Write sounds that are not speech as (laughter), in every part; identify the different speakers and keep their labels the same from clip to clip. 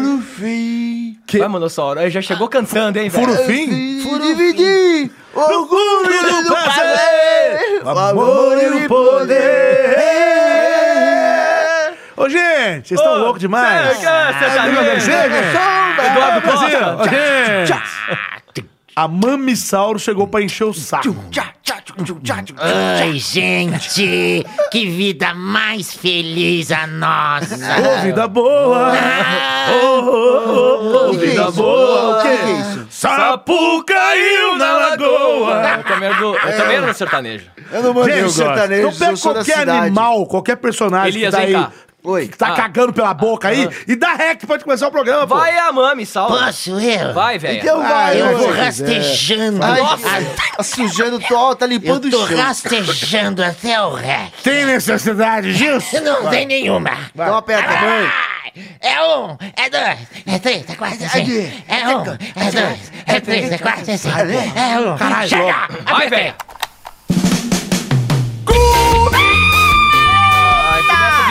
Speaker 1: Comi fim!
Speaker 2: Vai, Monossauro. Aí já chegou cantando, hein, velho?
Speaker 3: Furufim?
Speaker 1: Dividir o cúmulo do prazer, o amor e o poder.
Speaker 3: Ô, gente, vocês estão loucos demais. Ah,
Speaker 2: Chega! Eduardo Costa.
Speaker 3: Ô, gente. A Mamissauro chegou pra encher o saco.
Speaker 4: Ai, gente, que vida mais feliz a nossa.
Speaker 3: Ô, vida boa! Ô, vida boa!
Speaker 1: O que é isso?
Speaker 3: Sapo caiu na lagoa!
Speaker 2: É, Eu também era do- eu também era do sertanejo.
Speaker 1: Eu não mandei o
Speaker 3: Gente,
Speaker 1: sertanejo,
Speaker 3: então pega
Speaker 1: eu sou da
Speaker 3: qualquer
Speaker 1: cidade.
Speaker 3: animal, qualquer personagem
Speaker 2: Elias,
Speaker 3: que tá
Speaker 2: vem
Speaker 3: aí,
Speaker 2: cá.
Speaker 1: Oi.
Speaker 3: que tá
Speaker 2: Ah.
Speaker 3: cagando pela boca aí, e dá rec, pode começar o programa, pô.
Speaker 2: Vai a mami, salva.
Speaker 4: Posso eu?
Speaker 2: Vai, velho.
Speaker 1: Então
Speaker 4: Ah,
Speaker 1: vai,
Speaker 4: eu vou
Speaker 1: hoje.
Speaker 4: rastejando.
Speaker 1: Ai,
Speaker 4: Nossa,
Speaker 1: tá sujando o ó, tá
Speaker 4: eu
Speaker 1: limpando o
Speaker 4: tô
Speaker 1: chão.
Speaker 4: rastejando até o rec.
Speaker 3: Tem necessidade disso?
Speaker 4: Não tem nenhuma.
Speaker 1: Dá uma Então aperta, mãe.
Speaker 4: Ai, É um, é dois, é três, é quatro, é cinco. É um, é dois, é três, é quatro, é cinco. É um, chega!
Speaker 2: Vai, velho. Ai,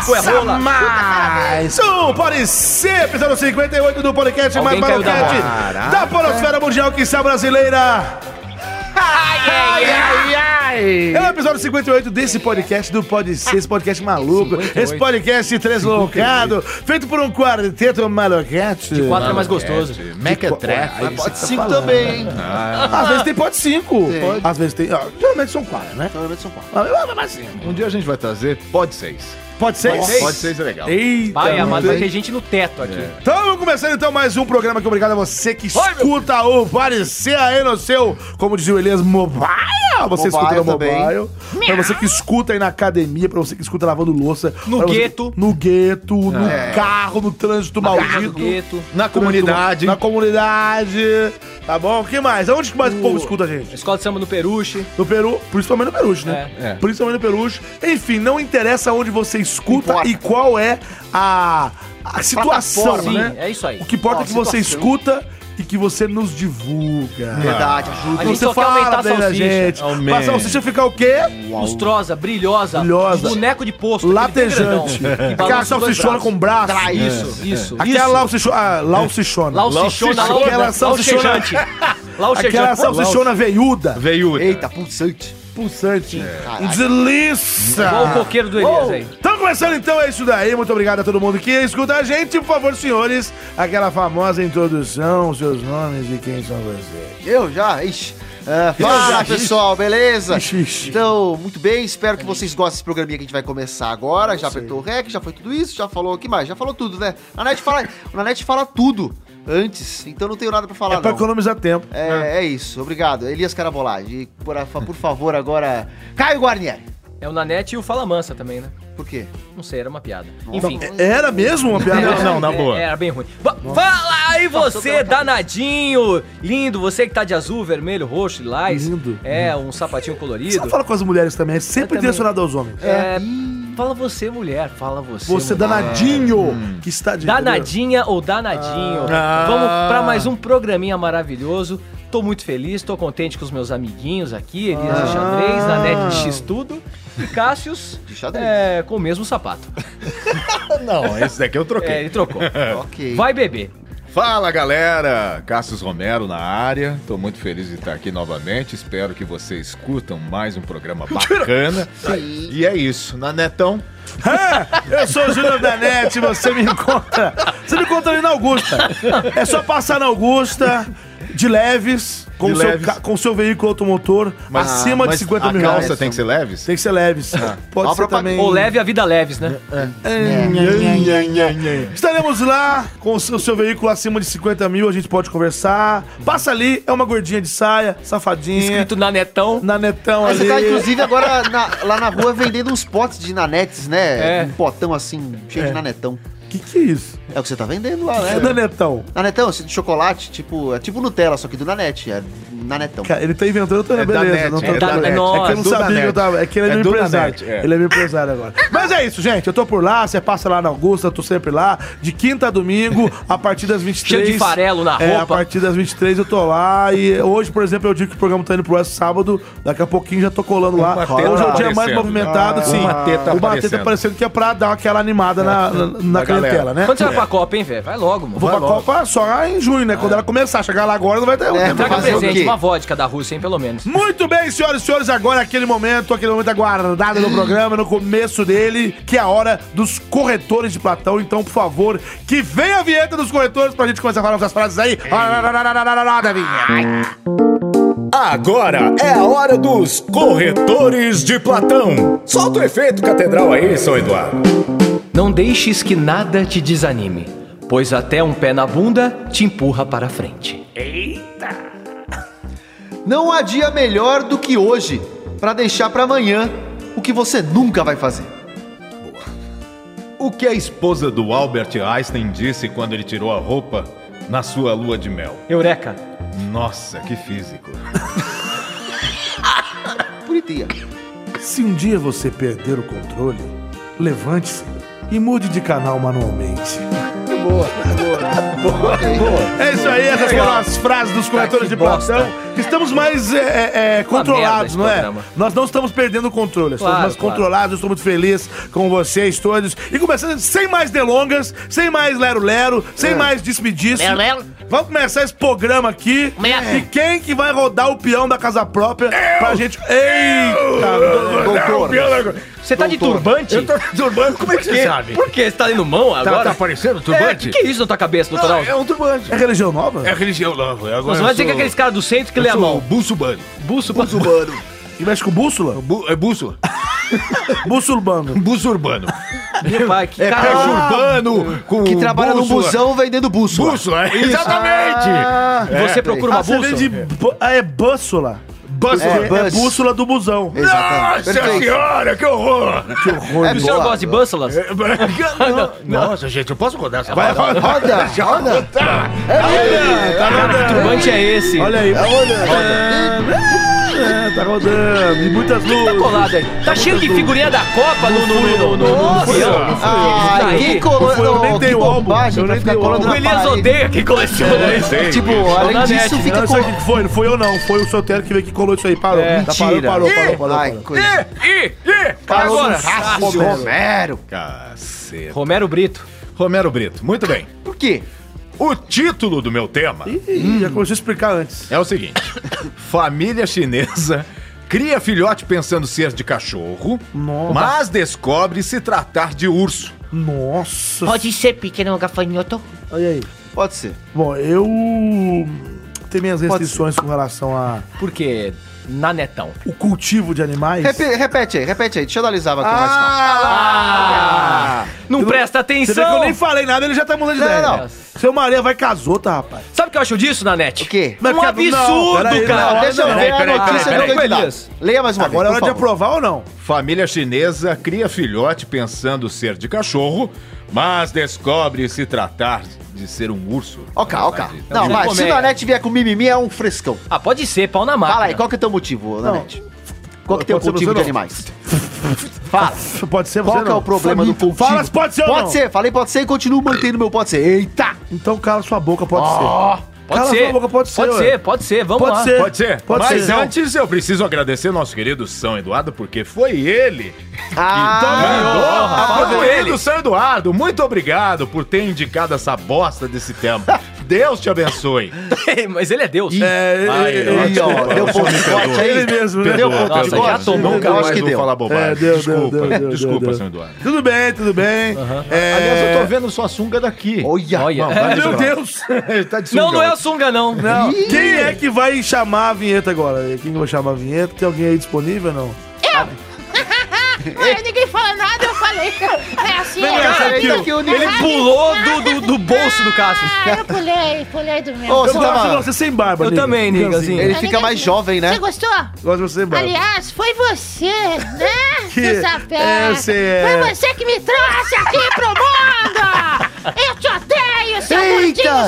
Speaker 2: começa de coerrola.
Speaker 3: Mais um Pode Ser, episódio 58 do podcast
Speaker 2: Alguém
Speaker 3: mais
Speaker 2: caiu da
Speaker 3: marcante da, Polosfera Mundial, que está brasileira. Ai, ai, ai. É o episódio 58 desse podcast do Pode Ser, esse podcast maluco, esse podcast deslocado, feito por um quarteto maloquete.
Speaker 2: O quatro é mais gostoso.
Speaker 3: Mequetrefe.
Speaker 1: Pode cinco também, hein?
Speaker 3: Às vezes tem pode cinco. Às vezes tem. ah, geralmente são quatro, né?
Speaker 1: Pelo menos são quatro.
Speaker 3: Ah, eu- mas assim,
Speaker 5: Um dia a gente vai trazer Pode 6.
Speaker 3: Pode ser?
Speaker 2: Pode seis.
Speaker 5: Pode 6 é legal.
Speaker 3: Eita,
Speaker 2: Vai,
Speaker 3: muito
Speaker 2: amado.
Speaker 3: bem.
Speaker 2: Vai ter gente no teto aqui.
Speaker 3: Estamos começando então mais um programa que obrigado a você que
Speaker 2: Vai, meu
Speaker 3: escuta o Parecer aí no seu, como dizia o Elias, mobile. Você
Speaker 1: Mobile
Speaker 3: escuta no
Speaker 1: também.
Speaker 3: mobile. Pra você que escuta aí na academia, pra você que escuta lavando louça.
Speaker 2: No
Speaker 3: pra você-
Speaker 2: gueto. É.
Speaker 3: No gueto, no carro, no trânsito
Speaker 2: Maldito
Speaker 3: maldito. é
Speaker 2: gueto.
Speaker 5: Na comunidade.
Speaker 3: Na comunidade. Tá bom? O que mais? Onde que mais o povo escuta a gente?
Speaker 2: Escola de samba no Peruche.
Speaker 3: No Peru, principalmente no Peruche, né?
Speaker 5: É. É.
Speaker 3: Principalmente no Peruche. Enfim, não interessa onde você escuta
Speaker 1: Importa.
Speaker 3: e qual é a, a situação,
Speaker 2: Sim,
Speaker 3: né?
Speaker 2: é isso aí.
Speaker 3: O que importa é que
Speaker 1: Nossa,
Speaker 3: você
Speaker 1: situação.
Speaker 3: escuta e que você nos divulga. Então,
Speaker 1: Verdade,
Speaker 2: A
Speaker 1: ajuda.
Speaker 2: gente só quer aumentar a
Speaker 3: bem da
Speaker 2: salsicha.
Speaker 3: gente.
Speaker 5: Aumenta.
Speaker 3: Pra salsicha ficar É o quê?
Speaker 2: Lustrosa, brilhosa,
Speaker 3: Brilhosa.
Speaker 2: boneco de posto.
Speaker 3: Latejante. Aquela salsichona com braço.
Speaker 1: Trai isso.
Speaker 2: Isso, isso.
Speaker 3: Aquela lausichona. Ah, lausichona.
Speaker 2: Lausichona,
Speaker 3: Aquela salsichona.
Speaker 2: (laughs) lausichante. Lausichante.
Speaker 3: Aquela salsichona veiuda.
Speaker 5: Veio.
Speaker 1: Eita, pulsante.
Speaker 3: Pulsante. É. Delícia.
Speaker 2: Igual o coqueiro do Elias aí.
Speaker 3: Então, começando então, é isso daí. Muito obrigado a todo mundo que escuta a gente. Por favor, senhores, aquela famosa introdução, seus nomes e quem são vocês.
Speaker 1: Eu já? Ixi. Ah, fala pessoal, beleza?
Speaker 3: Ixi, ixi.
Speaker 1: Então, muito bem, espero que vocês gostem desse programinha que a gente vai começar agora. Já apertou o rec, já foi tudo isso, já falou o que mais? Já falou tudo, né? Na net fala, na net fala tudo antes, então não tenho nada pra falar,
Speaker 3: É pra
Speaker 1: não.
Speaker 3: economizar tempo.
Speaker 1: É, é isso, obrigado. Elias Carabolage. E por, a- por favor, agora. Caio Guarnieri.
Speaker 2: É o Nanete e o Fala Mansa também, né?
Speaker 1: Por quê?
Speaker 2: Não sei, era uma piada. Enfim. É,
Speaker 3: Era mesmo uma piada?
Speaker 5: Não, não, na boa.
Speaker 2: Era bem ruim. Va- Fala aí você, danadinho! Lindo, você que tá de azul, vermelho, roxo, lilás.
Speaker 3: Lindo.
Speaker 2: É, um sapatinho
Speaker 3: Você não
Speaker 2: colorido.
Speaker 3: fala com as mulheres também, é sempre
Speaker 2: Eu também.
Speaker 3: direcionado aos homens.
Speaker 2: É, fala você, mulher. Fala você.
Speaker 3: Você
Speaker 2: mulher.
Speaker 3: danadinho
Speaker 2: Ah.
Speaker 3: que está de
Speaker 2: Danadinha ou danadinho.
Speaker 3: Ah.
Speaker 2: Vamos pra mais um programinha maravilhoso. Tô muito feliz, tô contente com os meus amiguinhos aqui, Elias de Xadrez, na net de X Tudo e Cássius
Speaker 1: (laughs) De xadrez.
Speaker 2: é, com o mesmo sapato.
Speaker 5: Não, esse daqui eu
Speaker 2: É,
Speaker 5: troquei.
Speaker 2: ele trocou.
Speaker 1: Ok.
Speaker 2: Vai beber.
Speaker 5: Fala galera, Cassius Romero na área. Tô muito feliz de estar aqui novamente. Espero que vocês escutam mais um (laughs) programa bacana. E é isso, na Netão.
Speaker 3: É, eu sou o Júnior Danete, você me encontra. Você me encontra ali na Augusta. É só passar na Augusta, de leves, com
Speaker 5: De
Speaker 3: o seu,
Speaker 5: leves.
Speaker 3: ca- com o seu veículo automotor, acima de
Speaker 5: mas
Speaker 3: 50
Speaker 5: a
Speaker 3: mil
Speaker 5: calça
Speaker 3: reais.
Speaker 5: tem que Ah. ser leve?
Speaker 3: Tem que ser leves. Pode
Speaker 1: Ó,
Speaker 3: ser
Speaker 1: propaganda.
Speaker 3: também.
Speaker 2: Ou leve a vida leves, né?
Speaker 3: Estaremos lá com o seu, seu veículo acima de 50 mil, a gente pode conversar. Passa ali, é uma gordinha de saia, safadinha.
Speaker 2: Escrito na netão.
Speaker 3: Na netão
Speaker 1: Aí
Speaker 3: ali.
Speaker 1: você tá, inclusive, agora na- lá na rua vendendo uns potes de nanetes, né?
Speaker 2: É.
Speaker 1: Um potão assim, cheio de nanetão.
Speaker 3: que, que é isso?
Speaker 1: É o que você tá vendendo lá,
Speaker 2: (laughs)
Speaker 3: É.
Speaker 1: né?
Speaker 3: Nanetão.
Speaker 1: Nanetão, esse de chocolate, tipo, é tipo Nutella, só que do Nanete, é Nanetão.
Speaker 3: Cara, ele tá inventando outra
Speaker 5: É da
Speaker 3: beleza.
Speaker 5: net,
Speaker 3: não tô-
Speaker 5: é
Speaker 2: da net.
Speaker 3: é que eu não
Speaker 5: É do da
Speaker 3: sabia que eu
Speaker 5: net.
Speaker 3: tava. É que ele é,
Speaker 5: É
Speaker 3: meu
Speaker 5: do da
Speaker 3: empresário.
Speaker 5: net, é.
Speaker 3: Ele é meu empresário agora. (laughs) Mas é isso, gente. Eu tô por lá, você passa lá na Augusta, eu tô sempre lá. De quinta a domingo, a partir das 23.
Speaker 2: Cheio de farelo na
Speaker 3: É,
Speaker 2: roupa.
Speaker 3: a partir das 23 eu tô lá. E hoje, por exemplo, eu digo que o programa tá indo pro ar sábado. Daqui a pouquinho já tô colando lá.
Speaker 5: Uma teta
Speaker 3: Hoje é o dia mais
Speaker 5: aparecendo.
Speaker 3: movimentado,
Speaker 5: Ah.
Speaker 3: sim.
Speaker 5: Uma teta aparecendo.
Speaker 3: aparecendo, que é pra dar aquela animada na, na, na
Speaker 5: Da
Speaker 3: clientela,
Speaker 5: galera.
Speaker 3: né?
Speaker 2: Quando você vai pra Copa, hein, velho? Vai logo, mano.
Speaker 3: Vou
Speaker 2: vai
Speaker 3: pra
Speaker 2: logo.
Speaker 3: Copa só em junho, né? Quando ela começar. Chegar lá agora não vai ter
Speaker 1: É,
Speaker 3: tempo.
Speaker 2: Traga
Speaker 1: Fazer o
Speaker 2: presente,
Speaker 1: quê?
Speaker 2: uma vodka da Rússia, hein, pelo menos.
Speaker 3: Muito bem, senhoras e senhores, agora é aquele momento, aquele momento aguardado no programa, no começo dele, que é a hora dos corretores de Platão. Então, por favor, que venha a vinheta dos corretores pra gente começar a falar nossas frases aí. Roda a vinheta.
Speaker 6: Agora é a hora dos corretores de Platão. Solta o efeito catedral aí, São Eduardo.
Speaker 2: Não deixes que nada te desanime, pois até um pé na bunda te empurra para frente.
Speaker 1: Não há dia melhor do que hoje pra deixar pra amanhã o que você nunca vai fazer.
Speaker 5: O que a esposa do Albert Einstein disse quando ele tirou a roupa na sua lua de mel?
Speaker 2: Eureka!
Speaker 5: Nossa, que físico.
Speaker 1: Bonitinha.
Speaker 3: Se um dia você perder o controle, levante-se e mude de canal manualmente.
Speaker 2: é
Speaker 3: É isso aí, essas
Speaker 2: né? Legal. Ah,
Speaker 3: foram as frases dos corretores
Speaker 2: que
Speaker 3: de Platão.
Speaker 2: bosta.
Speaker 3: Estamos mais é, é, é,
Speaker 2: merda
Speaker 3: controlados,
Speaker 2: esse
Speaker 3: não é?
Speaker 2: programa.
Speaker 3: Nós não estamos perdendo o controle, estamos
Speaker 2: Claro,
Speaker 3: mais
Speaker 2: claro.
Speaker 3: controlados. Eu Estou muito feliz com vocês todos. E começando sem mais delongas, sem mais lero-lero, sem
Speaker 2: É.
Speaker 3: mais despediço.
Speaker 4: Lero, lero.
Speaker 3: Vamos começar esse programa aqui.
Speaker 4: Começa.
Speaker 3: E quem que vai rodar o peão da casa própria pra gente. Eita!
Speaker 1: Doutor,
Speaker 2: Você tá de turbante? Eu tô de turbante, como é que você sabe? Por quê? Você tá ali no mão agora? Tá, aparecendo turbante? O que é isso na tua cabeça, doutor Alves?
Speaker 3: É religião nova?
Speaker 5: É religião nova.
Speaker 2: Você vai dizer que aqueles caras do centro que lê a mão.
Speaker 5: Bulsubano.
Speaker 2: Buço, buço.
Speaker 3: E mexe com bússola?
Speaker 5: Bu, é bússola?
Speaker 3: Bussulbano.
Speaker 5: Bus urbano.
Speaker 2: (laughs) Meu pai, que
Speaker 5: É
Speaker 2: cara.
Speaker 5: peixe urbano com
Speaker 1: que trabalha num
Speaker 5: bússola.
Speaker 1: busão vendendo bússola.
Speaker 5: Bússola, é, exatamente.
Speaker 1: Ah,
Speaker 2: Você procura uma
Speaker 3: Ah, você
Speaker 2: bússola?
Speaker 3: vende bu- ah, é bússola.
Speaker 5: Bússola.
Speaker 1: É, bus.
Speaker 3: bússola do busão.
Speaker 1: Exatamente.
Speaker 5: Nossa
Speaker 1: Perfeito.
Speaker 5: senhora, que horror.
Speaker 3: Que horror.
Speaker 1: É
Speaker 2: O senhor
Speaker 1: boa.
Speaker 2: gosta de bússolas?
Speaker 6: Nossa, gente, eu posso rodar essa
Speaker 3: Vai, roda.
Speaker 1: Roda, roda.
Speaker 2: Tá cara, que turbante é esse?
Speaker 3: Olha aí, vai
Speaker 1: roda.
Speaker 3: rodando, tá rodando. E muitas
Speaker 2: Tá
Speaker 3: luzes.
Speaker 2: colado aí. Tá cheio de figurinha da Copa no, no, no, no, no, no peão.
Speaker 1: Ah,
Speaker 2: Tá aí.
Speaker 1: quem colou-
Speaker 3: Eu nem
Speaker 1: que
Speaker 3: tenho álbum.
Speaker 1: bobagem
Speaker 3: Eu
Speaker 1: pra
Speaker 3: nem
Speaker 1: ficar
Speaker 3: tenho
Speaker 1: colando
Speaker 3: álbum.
Speaker 2: O
Speaker 1: na
Speaker 2: Elias
Speaker 1: parede.
Speaker 2: odeia quem coleciona isso.
Speaker 5: Sei.
Speaker 1: Tipo,
Speaker 2: Não
Speaker 1: além
Speaker 2: dá
Speaker 1: disso,
Speaker 2: net,
Speaker 1: fica
Speaker 3: Não, isso
Speaker 1: com...
Speaker 3: aqui que foi, não foi eu não, foi o Sotero que veio que colou isso aí, parou.
Speaker 2: É,
Speaker 3: Tá, parou,
Speaker 1: mentira.
Speaker 3: parou, parou, parou,
Speaker 1: Ai,
Speaker 3: parou.
Speaker 1: coisa.
Speaker 3: Parou
Speaker 2: agora,
Speaker 3: no
Speaker 2: Cássio
Speaker 3: saco, velho.
Speaker 1: Romero.
Speaker 5: Caceta.
Speaker 2: Romero Brito.
Speaker 5: Romero Brito, muito bem.
Speaker 1: Por quê?
Speaker 5: O título do meu tema
Speaker 3: Ih, Já começou a explicar antes.
Speaker 5: é o seguinte: Família chinesa cria filhote pensando ser de cachorro,
Speaker 3: Nossa.
Speaker 5: mas descobre se tratar de urso.
Speaker 3: Nossa.
Speaker 4: Pode ser pequeno gafanhoto.
Speaker 3: Olha aí.
Speaker 1: Pode ser.
Speaker 3: Bom, eu tenho minhas restrições com relação a
Speaker 2: Porque nanetão.
Speaker 3: o cultivo de animais.
Speaker 1: Repe- repete aí, repete aí. Deixa eu analisar pra mais
Speaker 2: Ah! Não presta
Speaker 3: Você vê que
Speaker 2: atenção.
Speaker 3: eu nem falei nada, ele já tá mudando de
Speaker 1: Não,
Speaker 3: ideia.
Speaker 1: não.
Speaker 3: Seu Maria vai casou, tá, rapaz?
Speaker 2: Sabe o que eu acho disso, Nanete?
Speaker 1: O quê?
Speaker 3: Mas
Speaker 2: um
Speaker 3: que- não,
Speaker 2: absurdo,
Speaker 3: peraí,
Speaker 2: cara.
Speaker 3: não,
Speaker 1: Deixa eu
Speaker 3: Peraí,
Speaker 1: ver a
Speaker 3: peraí,
Speaker 1: notícia
Speaker 2: peraí,
Speaker 1: do
Speaker 2: peraí.
Speaker 1: candidato. Leia mais uma
Speaker 3: Agora é
Speaker 1: vez,
Speaker 3: hora
Speaker 1: por
Speaker 3: de
Speaker 1: favor.
Speaker 3: aprovar ou não?
Speaker 5: Família chinesa cria filhote pensando ser de cachorro, mas descobre se tratar de ser um urso.
Speaker 1: Ok,
Speaker 5: Na
Speaker 1: ok.
Speaker 5: verdade, tá
Speaker 1: Não,
Speaker 5: bem.
Speaker 1: vai. Se
Speaker 2: Comédia.
Speaker 1: o Nanete vier com mimimi, é um frescão.
Speaker 2: Ah, pode ser, pau na máquina.
Speaker 1: Fala aí, qual que é o teu motivo, Nanete? Qual que é o
Speaker 3: Pode ser você
Speaker 1: teu cultivo de
Speaker 3: não.
Speaker 1: animais? Fala.
Speaker 3: Pode ser você
Speaker 1: Qual que é
Speaker 3: não.
Speaker 1: o problema do cultivo?
Speaker 3: Fala se pode ser ou
Speaker 1: Pode
Speaker 3: não.
Speaker 1: ser, falei pode ser e continuo mantendo meu pode ser. Eita!
Speaker 3: Então cala sua boca, pode
Speaker 2: Ó, pode
Speaker 3: Cala
Speaker 2: ser.
Speaker 3: sua boca, pode ser,
Speaker 2: Pode
Speaker 3: ué.
Speaker 2: ser, pode ser, vamos
Speaker 3: Pode
Speaker 2: lá. (laughs)
Speaker 3: ser.
Speaker 5: Pode ser?
Speaker 3: Pode
Speaker 5: Mas
Speaker 3: ser.
Speaker 5: antes eu preciso agradecer nosso querido São Eduardo, porque foi ele
Speaker 2: fala
Speaker 1: Ah,
Speaker 5: Ah,
Speaker 2: com
Speaker 5: meu
Speaker 2: ele.
Speaker 5: querido São Eduardo, muito obrigado por ter indicado essa bosta desse
Speaker 3: (laughs)
Speaker 5: tema. Deus te abençoe.
Speaker 2: Mas ele é Deus.
Speaker 3: ser. É,
Speaker 5: Ai,
Speaker 3: é,
Speaker 5: ó,
Speaker 3: é,
Speaker 1: Aí, ó,
Speaker 3: é,
Speaker 1: deu
Speaker 3: é,
Speaker 1: ponto de corte aí.
Speaker 3: Ele mesmo, né?
Speaker 1: Deu
Speaker 5: Perdoa,
Speaker 1: ponto de
Speaker 2: Nossa, já
Speaker 1: corte.
Speaker 2: tomou um
Speaker 5: Nunca
Speaker 1: Eu
Speaker 2: calor,
Speaker 5: mais
Speaker 1: acho que
Speaker 5: vou
Speaker 1: deu.
Speaker 5: falar bobagem.
Speaker 3: É, deu,
Speaker 5: desculpa,
Speaker 3: deu, deu, deu,
Speaker 5: desculpa,
Speaker 3: deu.
Speaker 5: São Eduardo.
Speaker 3: Tudo bem, tudo bem. É,
Speaker 5: Aliás, eu tô vendo sua sunga daqui.
Speaker 1: Olha.
Speaker 2: Olha.
Speaker 5: Vamos, vai
Speaker 3: Meu
Speaker 5: desgraça.
Speaker 3: Deus.
Speaker 5: Ele tá de sunga
Speaker 2: não, não é o
Speaker 5: hoje.
Speaker 2: Sunga, não.
Speaker 3: Não, (laughs) quem é que vai chamar a vinheta agora? Quem vai chamar a vinheta? Tem alguém aí disponível ou não?
Speaker 7: Aí Ah, ninguém fala nada, eu falei. É assim,
Speaker 3: Vem
Speaker 7: é.
Speaker 3: essa aqui,
Speaker 1: Eita,
Speaker 3: ó.
Speaker 1: que o
Speaker 2: Ele pulou do, do, do bolso é do
Speaker 1: (laughs)
Speaker 2: Cássio.
Speaker 7: Ah, eu pulei, pulei do meu.
Speaker 1: Ô,
Speaker 3: Eu
Speaker 1: Você
Speaker 3: gosto
Speaker 1: tava-
Speaker 3: de você é sem barba,
Speaker 2: Eu também, Niganzinho.
Speaker 1: Ele
Speaker 7: Ah,
Speaker 1: fica
Speaker 7: ninguém-
Speaker 1: mais jovem, né?
Speaker 7: Você gostou?
Speaker 3: Gosto de você sem barba.
Speaker 7: Aliás, foi você, né,
Speaker 3: Que-
Speaker 1: (laughs)
Speaker 7: seu sapeca?
Speaker 3: é, você é.
Speaker 7: Foi você que me trouxe aqui pro mundo! Eita!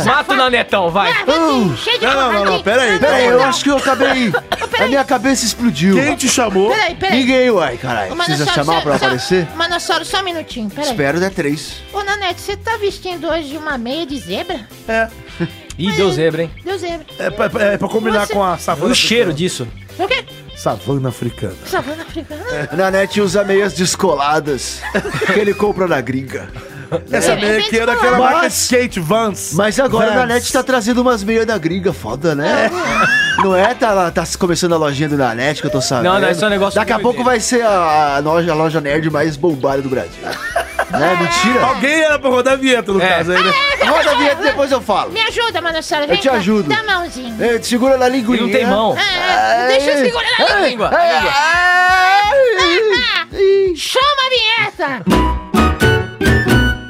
Speaker 2: Mato na Netão, vai.
Speaker 7: Marvetinho, cheio de
Speaker 3: Não, não, não, não, peraí,
Speaker 1: Peraí, eu acho que eu acabei. A minha cabeça explodiu.
Speaker 3: Quem te chamou?
Speaker 7: Peraí, peraí.
Speaker 1: Ninguém, uai, caralho.
Speaker 7: Ô,
Speaker 1: Precisa
Speaker 7: Manossauro,
Speaker 1: chamar
Speaker 7: só-
Speaker 1: pra
Speaker 7: só-
Speaker 1: aparecer?
Speaker 7: Manossauro, só um minutinho, peraí.
Speaker 1: Espero der três.
Speaker 7: Ô, Nanete, você tá vestindo hoje uma meia de zebra?
Speaker 2: Ih, deu zebra, hein?
Speaker 7: Deu zebra.
Speaker 3: É pra, é pra combinar
Speaker 7: Você-
Speaker 3: com a savana.
Speaker 2: O cheiro disso.
Speaker 7: O quê?
Speaker 3: Savana africana.
Speaker 7: Savana africana?
Speaker 1: A Nanete usa meias descoladas que ele compra na gringa.
Speaker 3: Essa
Speaker 7: É,
Speaker 3: meia
Speaker 7: bem
Speaker 3: aqui
Speaker 7: descolada.
Speaker 3: era aquela marca
Speaker 1: Mas-
Speaker 3: skate Vans.
Speaker 1: Mas agora a
Speaker 3: Vans.
Speaker 1: Nanete tá trazendo umas meias da gringa, foda, né? Não é? Tá, lá- tá começando a lojinha do Nanete que eu tô sabendo.
Speaker 2: Não, não, isso é um negócio
Speaker 1: Daqui a
Speaker 2: doido
Speaker 1: pouco
Speaker 2: dele.
Speaker 1: vai ser a, a loja, a loja nerd mais bombada do (laughs) Brasil. né? Mentira?
Speaker 3: Alguém era pra rodar a vinheta, no
Speaker 2: É.
Speaker 3: caso. Aí, né?
Speaker 1: Roda a vinheta depois eu falo.
Speaker 7: Me ajuda, Manossauro, vem
Speaker 1: te
Speaker 7: cá.
Speaker 1: ajudo.
Speaker 7: Dá a mãozinha.
Speaker 1: É, segura na linguinha.
Speaker 2: E
Speaker 1: É.
Speaker 2: não tem mão.
Speaker 7: Ah, deixa eu segurar na
Speaker 2: A
Speaker 7: língua.
Speaker 2: língua.
Speaker 7: Ah, Chama a vinheta!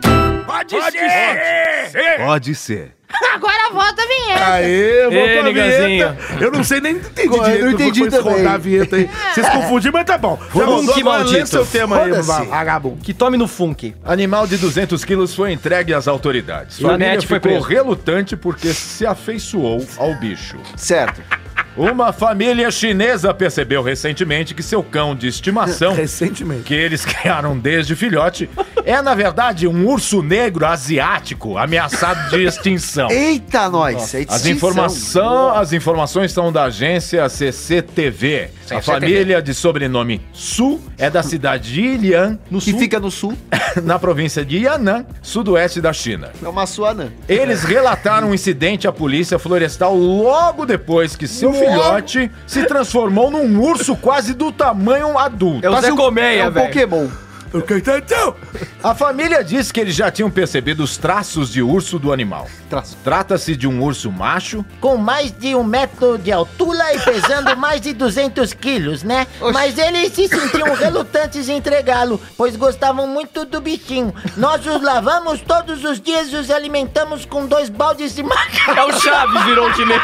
Speaker 7: Ah, é.
Speaker 5: Pode ser.
Speaker 7: Agora volta a vinheta.
Speaker 3: Aê, voltou
Speaker 2: Ei,
Speaker 3: a vinheta.
Speaker 2: Niganzinho.
Speaker 3: Eu não sei nem entendi
Speaker 1: Eu não
Speaker 3: direito.
Speaker 1: entendi
Speaker 3: depois
Speaker 1: também.
Speaker 3: rodar a vinheta aí.
Speaker 7: É.
Speaker 3: Vocês confundiram, mas tá bom. Já
Speaker 2: Funk
Speaker 3: rodou, agora lê
Speaker 2: maldito.
Speaker 3: seu tema aí,
Speaker 1: Foda-se.
Speaker 3: vagabundo.
Speaker 2: Que tome no funk.
Speaker 5: Animal de 200 quilos foi entregue às autoridades.
Speaker 2: E
Speaker 5: Família
Speaker 2: o Nete foi
Speaker 5: ficou
Speaker 2: preso.
Speaker 5: relutante porque se afeiçoou ao bicho.
Speaker 1: Certo.
Speaker 5: Uma família chinesa percebeu recentemente que seu cão de estimação,
Speaker 3: Recentemente.
Speaker 5: que eles criaram desde filhote, é na verdade um urso negro asiático ameaçado de extinção.
Speaker 1: Eita, nós. é
Speaker 5: As,
Speaker 1: extinção.
Speaker 5: informação, as informações são da agência CCTV. A família de sobrenome Su é da cidade de Ilian, no
Speaker 1: Que
Speaker 5: sul,
Speaker 1: fica no sul.
Speaker 5: (laughs) na província de Yan'an, sudoeste da China.
Speaker 1: É uma suana.
Speaker 5: Eles relataram um incidente à polícia florestal logo depois que seu filhote se transformou num urso quase do tamanho adulto.
Speaker 2: É o Zé
Speaker 1: é
Speaker 2: Colmeia,
Speaker 1: um
Speaker 2: velho.
Speaker 1: Pokémon.
Speaker 3: O que então?
Speaker 5: A família diz que eles já tinham percebido os traços de urso do animal.
Speaker 1: Traço.
Speaker 5: Trata-se de um urso macho
Speaker 4: Com mais de um metro de altura e pesando mais de 200 quilos, né?
Speaker 1: Oxi.
Speaker 4: Mas eles se
Speaker 7: (laughs)
Speaker 4: sentiam relutantes em entregá-lo, pois gostavam muito do bichinho. Nós os lavamos todos os dias e os alimentamos com dois baldes de macarrão.
Speaker 2: É o Chaves,
Speaker 1: (laughs)
Speaker 2: virou o chinês.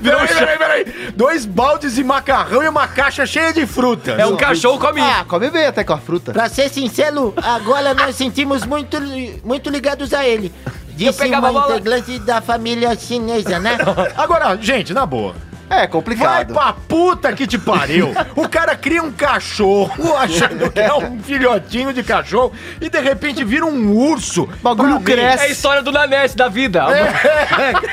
Speaker 5: Peraí, peraí, peraí. é- Dois baldes de macarrão e uma caixa cheia de frutas.
Speaker 2: É um cachorro come.
Speaker 1: Ah, come bem até com a fruta.
Speaker 4: Pra ser sincero, agora nós sentimos muito, li- muito ligados a ele. Disse
Speaker 2: pegava
Speaker 4: uma
Speaker 2: a bola.
Speaker 4: integrante da família chinesa, né?
Speaker 5: Agora, gente, na boa.
Speaker 1: É
Speaker 5: Vai
Speaker 1: complicado.
Speaker 5: pra puta que te pariu. O cara cria um cachorro (laughs) achando que é um filhotinho de cachorro e de repente vira um urso.
Speaker 1: bagulho
Speaker 5: Pra mim,
Speaker 2: É a história do Nanete da
Speaker 1: (laughs)
Speaker 2: vida.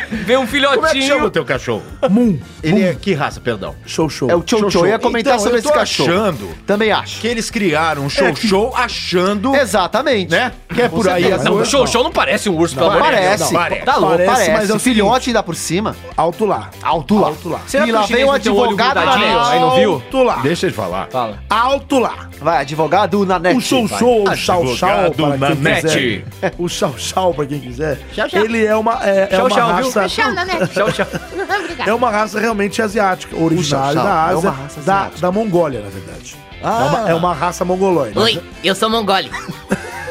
Speaker 2: Vem um
Speaker 5: Como é que chama o
Speaker 2: filhotinho.
Speaker 5: teu cachorro?
Speaker 3: Mum.
Speaker 5: Ele é que raça, perdão?
Speaker 3: Show, show.
Speaker 1: É o Tchon Tchon. Eu ia comentar
Speaker 5: Então,
Speaker 1: sobre
Speaker 5: eu
Speaker 1: esse
Speaker 5: tô
Speaker 1: cachorro.
Speaker 5: achando
Speaker 1: Também acho.
Speaker 5: que eles criaram um show show achando,
Speaker 1: Exatamente.
Speaker 5: né? Que é por aí
Speaker 2: Não, o
Speaker 5: agora.
Speaker 2: show show não parece um urso, pelo amor de Deus.
Speaker 1: Parece.
Speaker 5: Não, parece.
Speaker 1: Tá louco,
Speaker 3: Parece,
Speaker 1: parece.
Speaker 3: mas é o
Speaker 1: filhote ainda por cima.
Speaker 3: Alto lá.
Speaker 1: Alto lá.
Speaker 2: Será
Speaker 1: E
Speaker 2: que
Speaker 1: lá
Speaker 2: o
Speaker 1: vem
Speaker 2: chinês
Speaker 1: o
Speaker 2: não tem o olho
Speaker 1: advogado na
Speaker 2: grudadinho?
Speaker 1: net.
Speaker 2: Aí não viu?
Speaker 3: Alto lá.
Speaker 5: Deixa ele falar.
Speaker 2: Fala.
Speaker 3: Alto lá.
Speaker 1: Vai, advogado na net.
Speaker 3: O show
Speaker 1: É, vai. Ah,
Speaker 3: show, o chau chau,
Speaker 5: Advogado
Speaker 3: para quem
Speaker 5: Nanete.
Speaker 3: quiser. (laughs) O chau chau, pra quem quiser.
Speaker 4: Chau, chau.
Speaker 3: Ele é uma, é, é
Speaker 2: Chau,
Speaker 3: uma
Speaker 2: chau, viu?
Speaker 3: raça...
Speaker 7: Tchau, Nanete.
Speaker 2: Tchau, né? tchau.
Speaker 7: Obrigado.
Speaker 3: É uma raça realmente asiática,
Speaker 1: O
Speaker 3: originária
Speaker 1: chau-chau
Speaker 3: da
Speaker 1: é
Speaker 3: Ásia,
Speaker 1: uma raça
Speaker 3: da,
Speaker 1: asiática. Ah.
Speaker 3: da Mongólia, na verdade. É, uma, é uma raça mongoloide.
Speaker 8: Oi, eu sou mongólio.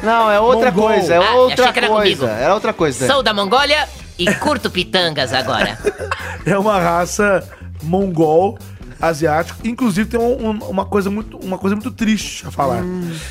Speaker 1: Não, é outra
Speaker 3: Mongol.
Speaker 1: coisa. É
Speaker 8: Ah,
Speaker 1: outra
Speaker 8: achei que era
Speaker 1: coisa.
Speaker 8: comigo.
Speaker 1: Era outra coisa. né?
Speaker 8: Sou da Mongólia e curto
Speaker 4: (laughs)
Speaker 8: pitangas agora.
Speaker 3: É uma raça mongol asiática. Inclusive tem um- um- uma coisa muito uma coisa muito triste a falar.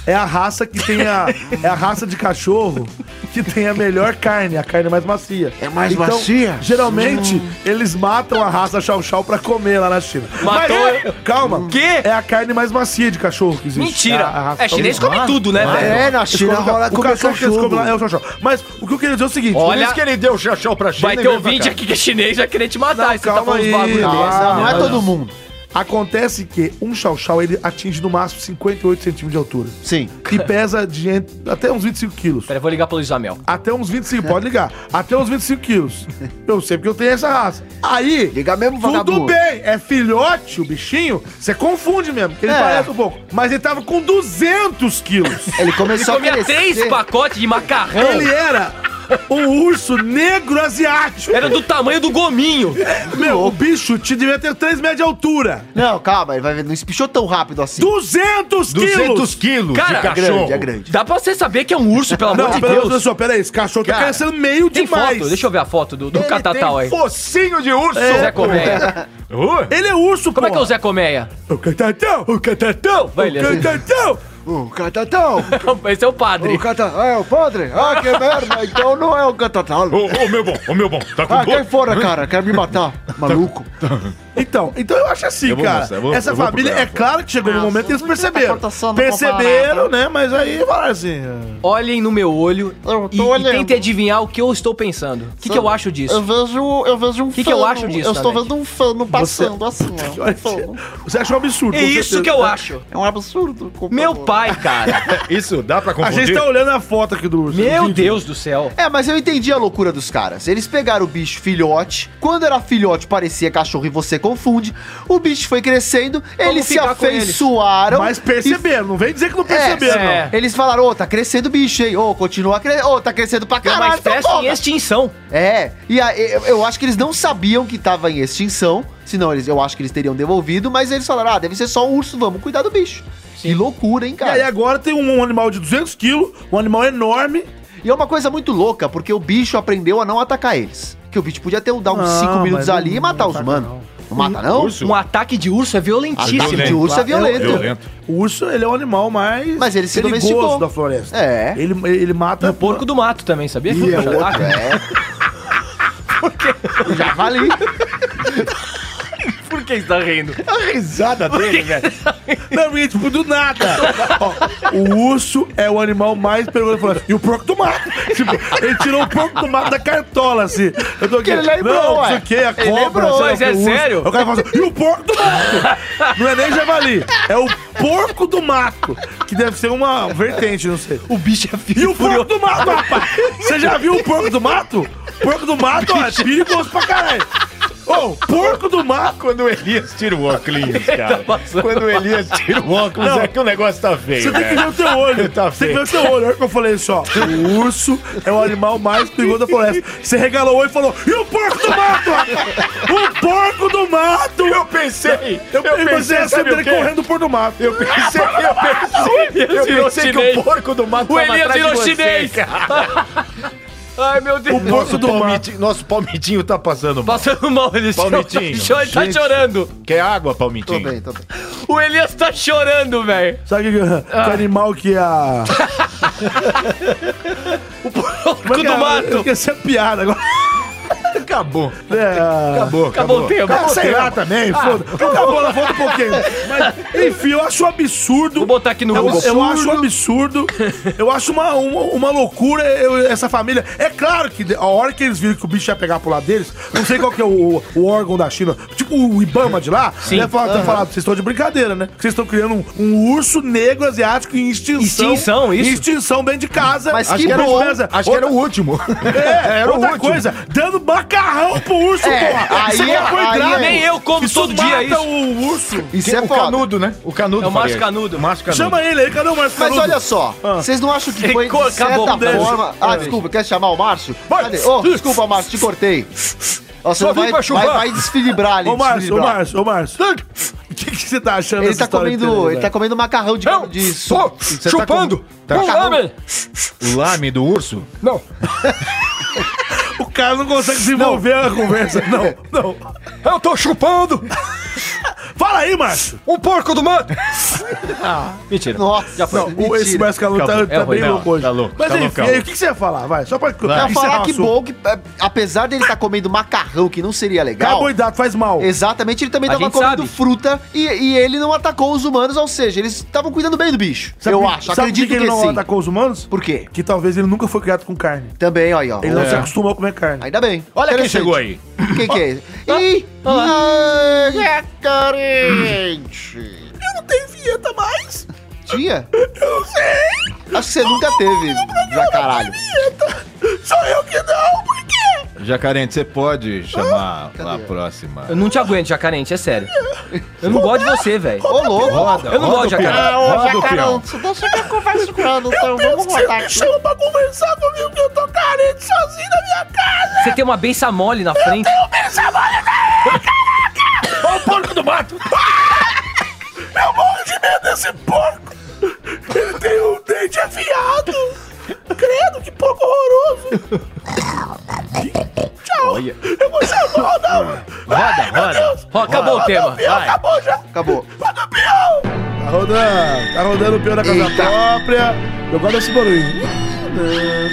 Speaker 3: É a raça que tem a é a raça de cachorro que tem a melhor carne, a carne mais macia. É
Speaker 1: mais macia?
Speaker 3: Geralmente eles matam a raça chau chau pra comer lá na China.
Speaker 2: Matou?
Speaker 3: Mas- calma.
Speaker 2: Quê?
Speaker 3: É a carne mais macia de cachorro que existe. É, a- a
Speaker 2: Mentira.
Speaker 3: raça
Speaker 2: É chinês
Speaker 3: chau-chau.
Speaker 2: come tudo, né, velho?
Speaker 1: É, na
Speaker 3: Eles
Speaker 1: China
Speaker 3: comem-
Speaker 1: rola
Speaker 3: o
Speaker 1: comer
Speaker 3: cachorro que eles comem lá é
Speaker 1: cachorro.
Speaker 3: o chau chau. Mas o que eu queria dizer é o seguinte.
Speaker 5: Por
Speaker 2: Olha-
Speaker 5: isso que ele deu o chachão pra China.
Speaker 2: Vai
Speaker 5: e
Speaker 2: ter
Speaker 5: veio pra
Speaker 2: ouvinte
Speaker 5: cá.
Speaker 2: aqui que é chinês vai querer te matar.
Speaker 3: Não,
Speaker 2: Você tá
Speaker 3: calma
Speaker 2: falando uns
Speaker 3: aí.
Speaker 2: bagulho desse. né?
Speaker 3: Ah,
Speaker 1: Não é
Speaker 3: não.
Speaker 1: todo mundo.
Speaker 3: Acontece que um chau-chau ele atinge no máximo 58 centímetros de altura.
Speaker 1: Sim. (laughs)
Speaker 3: E pesa de ent- até uns 25 quilos.
Speaker 2: Peraí, vou ligar pro Luiz Jamel.
Speaker 3: Até uns 25, pode ligar. Até uns 25 quilos. Eu sei porque eu tenho essa raça. Aí.
Speaker 1: Liga mesmo,
Speaker 3: Tudo
Speaker 1: vagabundo.
Speaker 3: bem, é filhote o bichinho, você confunde mesmo, porque ele
Speaker 1: É.
Speaker 3: parece um pouco. Mas ele tava com 200
Speaker 1: (laughs)
Speaker 3: quilos.
Speaker 1: Ele começou a
Speaker 2: Comia
Speaker 1: crescer.
Speaker 2: três pacotes de
Speaker 1: É
Speaker 2: macarrão.
Speaker 3: ele era um urso negro asiático.
Speaker 2: Era do tamanho do gominho.
Speaker 3: Meu, o bicho te devia ter 3 metros de altura.
Speaker 1: Não, calma, ele vai ver. Não espichou tão rápido assim.
Speaker 3: 200
Speaker 5: 200
Speaker 3: quilos!
Speaker 5: quilos
Speaker 2: Cara,
Speaker 5: de
Speaker 2: é
Speaker 1: É grande,
Speaker 5: cachorro.
Speaker 1: é grande.
Speaker 2: Dá pra você saber que é um urso, pelo amor
Speaker 3: Não,
Speaker 2: de
Speaker 3: pera,
Speaker 2: Deus.
Speaker 3: pessoal, pera aí, esse cachorro tá
Speaker 5: Cara,
Speaker 3: crescendo meio
Speaker 2: Tem
Speaker 3: demais.
Speaker 2: foto? Deixa eu ver a foto do, do
Speaker 5: Ele
Speaker 2: catatal
Speaker 5: tem
Speaker 2: aí. É,
Speaker 5: focinho de urso.
Speaker 2: Zé Colmeia.
Speaker 5: Uh,
Speaker 3: Ele é urso,
Speaker 2: Como é que é o
Speaker 3: porra.
Speaker 2: Zé Comeia?
Speaker 3: O catatão, o catatão,
Speaker 2: Vai, assim.
Speaker 3: o
Speaker 2: Leandro.
Speaker 3: catatão,
Speaker 1: O catatão!
Speaker 2: Esse é o padre.
Speaker 1: O catatão! É o padre? Ah, que merda! Então não é o catatão!
Speaker 5: (laughs)
Speaker 6: Ô, ô, meu bom, ô, meu bom, tá
Speaker 1: Ah,
Speaker 6: com
Speaker 1: cai
Speaker 6: dor?
Speaker 1: fora, cara! Quer me matar! Maluco!
Speaker 3: Então, então eu acho assim,
Speaker 5: Eu vou
Speaker 3: cara.
Speaker 5: mostrar, eu vou-
Speaker 3: essa
Speaker 5: eu vou
Speaker 3: família,
Speaker 5: procurar,
Speaker 3: é
Speaker 5: vou.
Speaker 3: claro que chegou no momento que eles
Speaker 1: não tem tanta
Speaker 3: perceberam.
Speaker 1: cotação no
Speaker 3: Perceberam,
Speaker 1: comparado.
Speaker 3: né? Mas aí falaram assim. ah,
Speaker 2: Olhem no meu olho
Speaker 1: Eu tô
Speaker 2: e, e
Speaker 1: olhando.
Speaker 2: tente adivinhar o que eu estou pensando. O que, que eu acho disso?
Speaker 1: Eu vejo, eu vejo um
Speaker 2: Que que eu acho disso,
Speaker 1: Eu estou
Speaker 2: Nanete?
Speaker 1: vendo um fano passando assim, ó.
Speaker 3: (laughs)
Speaker 1: Um
Speaker 3: olha,
Speaker 1: fano.
Speaker 3: Você achou um absurdo.
Speaker 2: É
Speaker 3: com
Speaker 2: isso
Speaker 3: certeza. né?
Speaker 2: que eu acho.
Speaker 1: É um absurdo. por
Speaker 2: Meu
Speaker 1: favor.
Speaker 2: pai, cara.
Speaker 5: Isso dá pra
Speaker 3: A
Speaker 5: confundir?
Speaker 3: gente tá olhando a foto aqui do urso.
Speaker 2: Meu Deus do céu.
Speaker 1: É, mas eu entendi a loucura dos caras. Eles pegaram o bicho filhote. Quando era filhote, parecia cachorro e você confunde. O bicho foi crescendo, eles se
Speaker 2: ficar com eles?
Speaker 1: afeiçoaram.
Speaker 3: Mas perceberam, não vem dizer que não
Speaker 1: E- É,
Speaker 3: perceberam,
Speaker 2: é.
Speaker 3: não.
Speaker 1: Eles falaram, ô, tá crescendo o bicho, hein? Ô, continua crescendo. Ô, tá crescendo pra
Speaker 2: É uma
Speaker 1: caralho, tá
Speaker 2: espécie
Speaker 1: bom.
Speaker 2: em extinção.
Speaker 1: É, e a- eu, eu acho que eles não sabiam que tava em extinção, senão eles, eu acho que eles teriam devolvido, mas eles falaram, ah, deve ser só um urso, vamos cuidar do bicho. Que loucura, hein,
Speaker 3: E aí
Speaker 1: cara?
Speaker 3: agora tem um animal de 200 quilos, um animal enorme.
Speaker 1: E é uma coisa muito louca, porque o bicho aprendeu a não atacar eles. Que o bicho podia ter um, dar uns
Speaker 3: Não,
Speaker 1: 5 minutos
Speaker 3: mas
Speaker 1: ali
Speaker 3: não-
Speaker 1: e matar
Speaker 3: não
Speaker 1: os
Speaker 3: ataca,
Speaker 1: humanos. Não mata, não?
Speaker 5: Urso?
Speaker 2: Um ataque de urso é violentíssimo.
Speaker 1: Ataque de urso é violento.
Speaker 5: Violento.
Speaker 3: O urso, ele é o animal mais
Speaker 1: Mas ele se
Speaker 3: perigoso
Speaker 1: domesticou.
Speaker 3: da floresta.
Speaker 1: É.
Speaker 3: Ele, ele mata...
Speaker 2: O um porco do mato também, sabia?
Speaker 3: E é
Speaker 2: Ataca.
Speaker 3: outro,
Speaker 1: O javali.
Speaker 2: (laughs) Por que você tá rindo?
Speaker 5: Risada dele, velho.
Speaker 3: Não, porque, tipo, do nada. (laughs) Ó, o urso é o animal mais perigoso da floresta. E o porco do mato. Tipo, ele tirou o porco do mato da cartola, assim. Eu tô aqui,
Speaker 1: Que ele lembrou,
Speaker 3: não,
Speaker 1: ué.
Speaker 3: isso aqui é a
Speaker 1: Ele
Speaker 3: cobra. sei
Speaker 1: lembrou,
Speaker 3: lá o
Speaker 2: mas
Speaker 3: que,
Speaker 2: é
Speaker 3: o urso.
Speaker 2: sério?
Speaker 3: Aí O cara fala assim, e o porco do mato? Não é nem javali, é o porco do mato. Que deve ser uma vertente, não sei.
Speaker 2: O bicho é
Speaker 3: E
Speaker 2: filho
Speaker 3: o porco do mato, rapaz? Você já viu o porco do mato? Porco do mato, ó, é perigoso pra caralho. Ô, porco do mato.
Speaker 5: Quando o Elias tira o óculos, cara.
Speaker 2: passando.
Speaker 5: Quando o Elias tira o óculos,
Speaker 3: Não.
Speaker 5: é que o negócio tá feio,
Speaker 3: Você tem que
Speaker 5: velho.
Speaker 3: ver o teu olho.
Speaker 5: Tá
Speaker 3: Você tem que ver
Speaker 5: feio.
Speaker 3: o teu olho. Olha o que eu falei isso, ó. O urso é o animal mais perigoso da floresta. Você regalou o olho e falou: E o porco do mato? O porco do mato!
Speaker 5: Eu pensei,
Speaker 3: Eu, eu pensei assim,
Speaker 5: sabe o
Speaker 3: ele
Speaker 5: quê?
Speaker 3: correndo por do mato.
Speaker 5: Eu pensei, eu pensei, eu
Speaker 2: virou
Speaker 5: pensei que
Speaker 2: chinês.
Speaker 5: o porco do mato
Speaker 2: O
Speaker 5: tava
Speaker 2: Elias
Speaker 5: atrás de
Speaker 2: virou
Speaker 5: você,
Speaker 2: chinês. (laughs)
Speaker 5: cara.
Speaker 2: Ai, meu Deus.
Speaker 3: O porco
Speaker 5: Nosso
Speaker 3: do mato.
Speaker 5: palmitinho, nosso palmitinho tá passando mal.
Speaker 2: Passando mal, Elias.
Speaker 5: Palmitinho.
Speaker 2: Ele tá
Speaker 5: Gente.
Speaker 2: chorando.
Speaker 5: Quer água,
Speaker 1: tô
Speaker 5: palmitinho?
Speaker 1: bem, tô bem.
Speaker 2: O Elias tá chorando, velho.
Speaker 3: Sabe que, que
Speaker 2: Ah.
Speaker 3: animal que é a.
Speaker 2: Porco do
Speaker 3: é Eu
Speaker 2: mato.
Speaker 3: esqueci a piada agora.
Speaker 5: Acabou.
Speaker 3: É, a-
Speaker 5: Acabou,
Speaker 2: Acabou o tempo.
Speaker 3: Ah, sei lá também, foda-se. Acabou, ela volta um pouquinho. Mas, enfim, eu acho um absurdo.
Speaker 2: Vou botar aqui no
Speaker 3: Eu,
Speaker 2: Google.
Speaker 3: eu acho um absurdo. Eu acho uma, uma, uma loucura eu- essa família. É claro que a hora que eles viram que o bicho ia pegar pro lado deles, não sei qual que é o, o órgão da China, tipo o Ibama de lá,
Speaker 2: Sim.
Speaker 3: deve falar, ter falado, vocês estão de brincadeira, né? Vocês estão criando um, um urso negro asiático em extinção.
Speaker 2: Extinção, isso.
Speaker 3: Em extinção dentro de casa.
Speaker 1: Mas
Speaker 3: Acho
Speaker 1: que
Speaker 3: era
Speaker 1: bom.
Speaker 3: beleza.
Speaker 5: Acho que era o último.
Speaker 3: (laughs) É, era outra coisa, dando macarrão pro urso,
Speaker 1: É,
Speaker 3: porra.
Speaker 1: aí
Speaker 3: Isso é
Speaker 1: é-
Speaker 3: coisa
Speaker 1: aí
Speaker 3: grave.
Speaker 1: é-
Speaker 2: Nem eu como
Speaker 3: é Isso
Speaker 2: todo dia é isso.
Speaker 3: mata o urso.
Speaker 1: Isso é
Speaker 5: o
Speaker 1: foda.
Speaker 5: canudo, né? O canudo.
Speaker 2: É o Márcio
Speaker 5: faria.
Speaker 2: Canudo.
Speaker 5: Márcio Canudo.
Speaker 3: (laughs) Chama ele aí, cadê o Marcelo?
Speaker 1: Mas olha só,
Speaker 3: Ah.
Speaker 1: vocês não acham que
Speaker 2: Ele
Speaker 1: foi de
Speaker 2: cortou,
Speaker 1: certa
Speaker 2: acabou,
Speaker 3: deixa.
Speaker 1: forma... Ah,
Speaker 3: Vai.
Speaker 1: desculpa, quer chamar o Márcio?
Speaker 3: Vai.
Speaker 1: Cadê? Ô, desculpa, Márcio, te cortei. Ó, Você
Speaker 3: Só
Speaker 1: não
Speaker 3: vim
Speaker 1: vai,
Speaker 3: pra
Speaker 1: vai,
Speaker 3: chupar.
Speaker 1: vai desfilibrar ali.
Speaker 3: Ô, Márcio, ô,
Speaker 1: desfilibrar.
Speaker 3: Márcio, ô, Márcio. (laughs) O que, que você tá achando
Speaker 1: Ele
Speaker 3: dessa
Speaker 1: tá
Speaker 3: história inteira aí,
Speaker 1: comendo, ele tá
Speaker 3: velho?
Speaker 1: comendo macarrão de,
Speaker 6: Não,
Speaker 1: de
Speaker 6: só chupando.
Speaker 5: Tá
Speaker 2: Vamos lá,
Speaker 5: achando
Speaker 2: velho.
Speaker 5: o lame do
Speaker 1: É
Speaker 5: urso?
Speaker 6: Não,
Speaker 3: O cara
Speaker 1: tá-
Speaker 3: não consegue desenvolver a conversa. Não, não.
Speaker 6: eu tô chupando
Speaker 3: Fala aí, Márcio.
Speaker 6: um porco do mato.
Speaker 2: Mentira.
Speaker 1: Nossa, já foi.
Speaker 3: O, esse Márcio Calu tá,
Speaker 5: Acabou.
Speaker 3: tá
Speaker 2: É ruim,
Speaker 3: bem
Speaker 5: não,
Speaker 3: louco hoje.
Speaker 5: tá louco,
Speaker 3: Mas
Speaker 5: tá
Speaker 3: enfim,
Speaker 5: loucão.
Speaker 3: aí, o que, que você ia falar? Vai, só pra
Speaker 1: Eu ia falar que
Speaker 3: bom.
Speaker 1: bom que, é, apesar dele estar comendo macarrão, que não seria legal,
Speaker 3: Carboidrato faz mal.
Speaker 1: exatamente, ele também
Speaker 2: A
Speaker 1: estava
Speaker 2: gente
Speaker 1: comendo
Speaker 2: sabe.
Speaker 1: fruta e, e ele não atacou os humanos, ou seja, eles estavam cuidando bem do bicho. eu
Speaker 3: por-
Speaker 1: acho,
Speaker 3: sabe
Speaker 1: acredito
Speaker 3: por que
Speaker 1: que,
Speaker 3: ele não
Speaker 1: sim.
Speaker 3: atacou os humanos?
Speaker 1: Por quê?
Speaker 3: Que talvez ele nunca foi criado com carne.
Speaker 1: Também, olha aí, ó.
Speaker 3: Ele não se acostumou a comer carne.
Speaker 1: Ainda bem.
Speaker 5: Olha quem
Speaker 1: Interessante.
Speaker 5: é chegou aí.
Speaker 1: (laughs) Quem que é esse? Ih, ih, é carente.
Speaker 3: Eu não tenho vinheta mais.
Speaker 1: Tia? Eu sei. Acho que você nunca teve, já caralho.
Speaker 3: Só eu que não, por quê?
Speaker 5: Jacarente, você pode chamar a
Speaker 1: Ah, Cadê?
Speaker 5: próxima.
Speaker 2: Eu não te aguento, jacarente, é sério. Eu não gosto de você, velho.
Speaker 1: Ô, louco.
Speaker 5: Roda,
Speaker 2: Eu não gosto de
Speaker 5: o peão,
Speaker 2: jacaré.
Speaker 5: Roda o peão.
Speaker 7: deixa que eu converso com ela, então vamos rodar aqui.
Speaker 3: Chama pra conversar comigo que eu tô carente sozinho na minha casa.
Speaker 2: Você tem uma benção mole na frente.
Speaker 3: Ó o porco do mato. eu morro de medo desse porco. Ele tem um dente afiado. Credo, que porco um
Speaker 1: (laughs)
Speaker 3: horroroso. Tchau. Eu vou chamar o da...
Speaker 2: Roda, roda. Acabou o tema.
Speaker 3: Acabou já.
Speaker 1: Acabou.
Speaker 3: Roda o peão. Tá rodando. Tá rodando o peão da casa
Speaker 5: Eita.
Speaker 3: própria. Eu gosto desse barulho.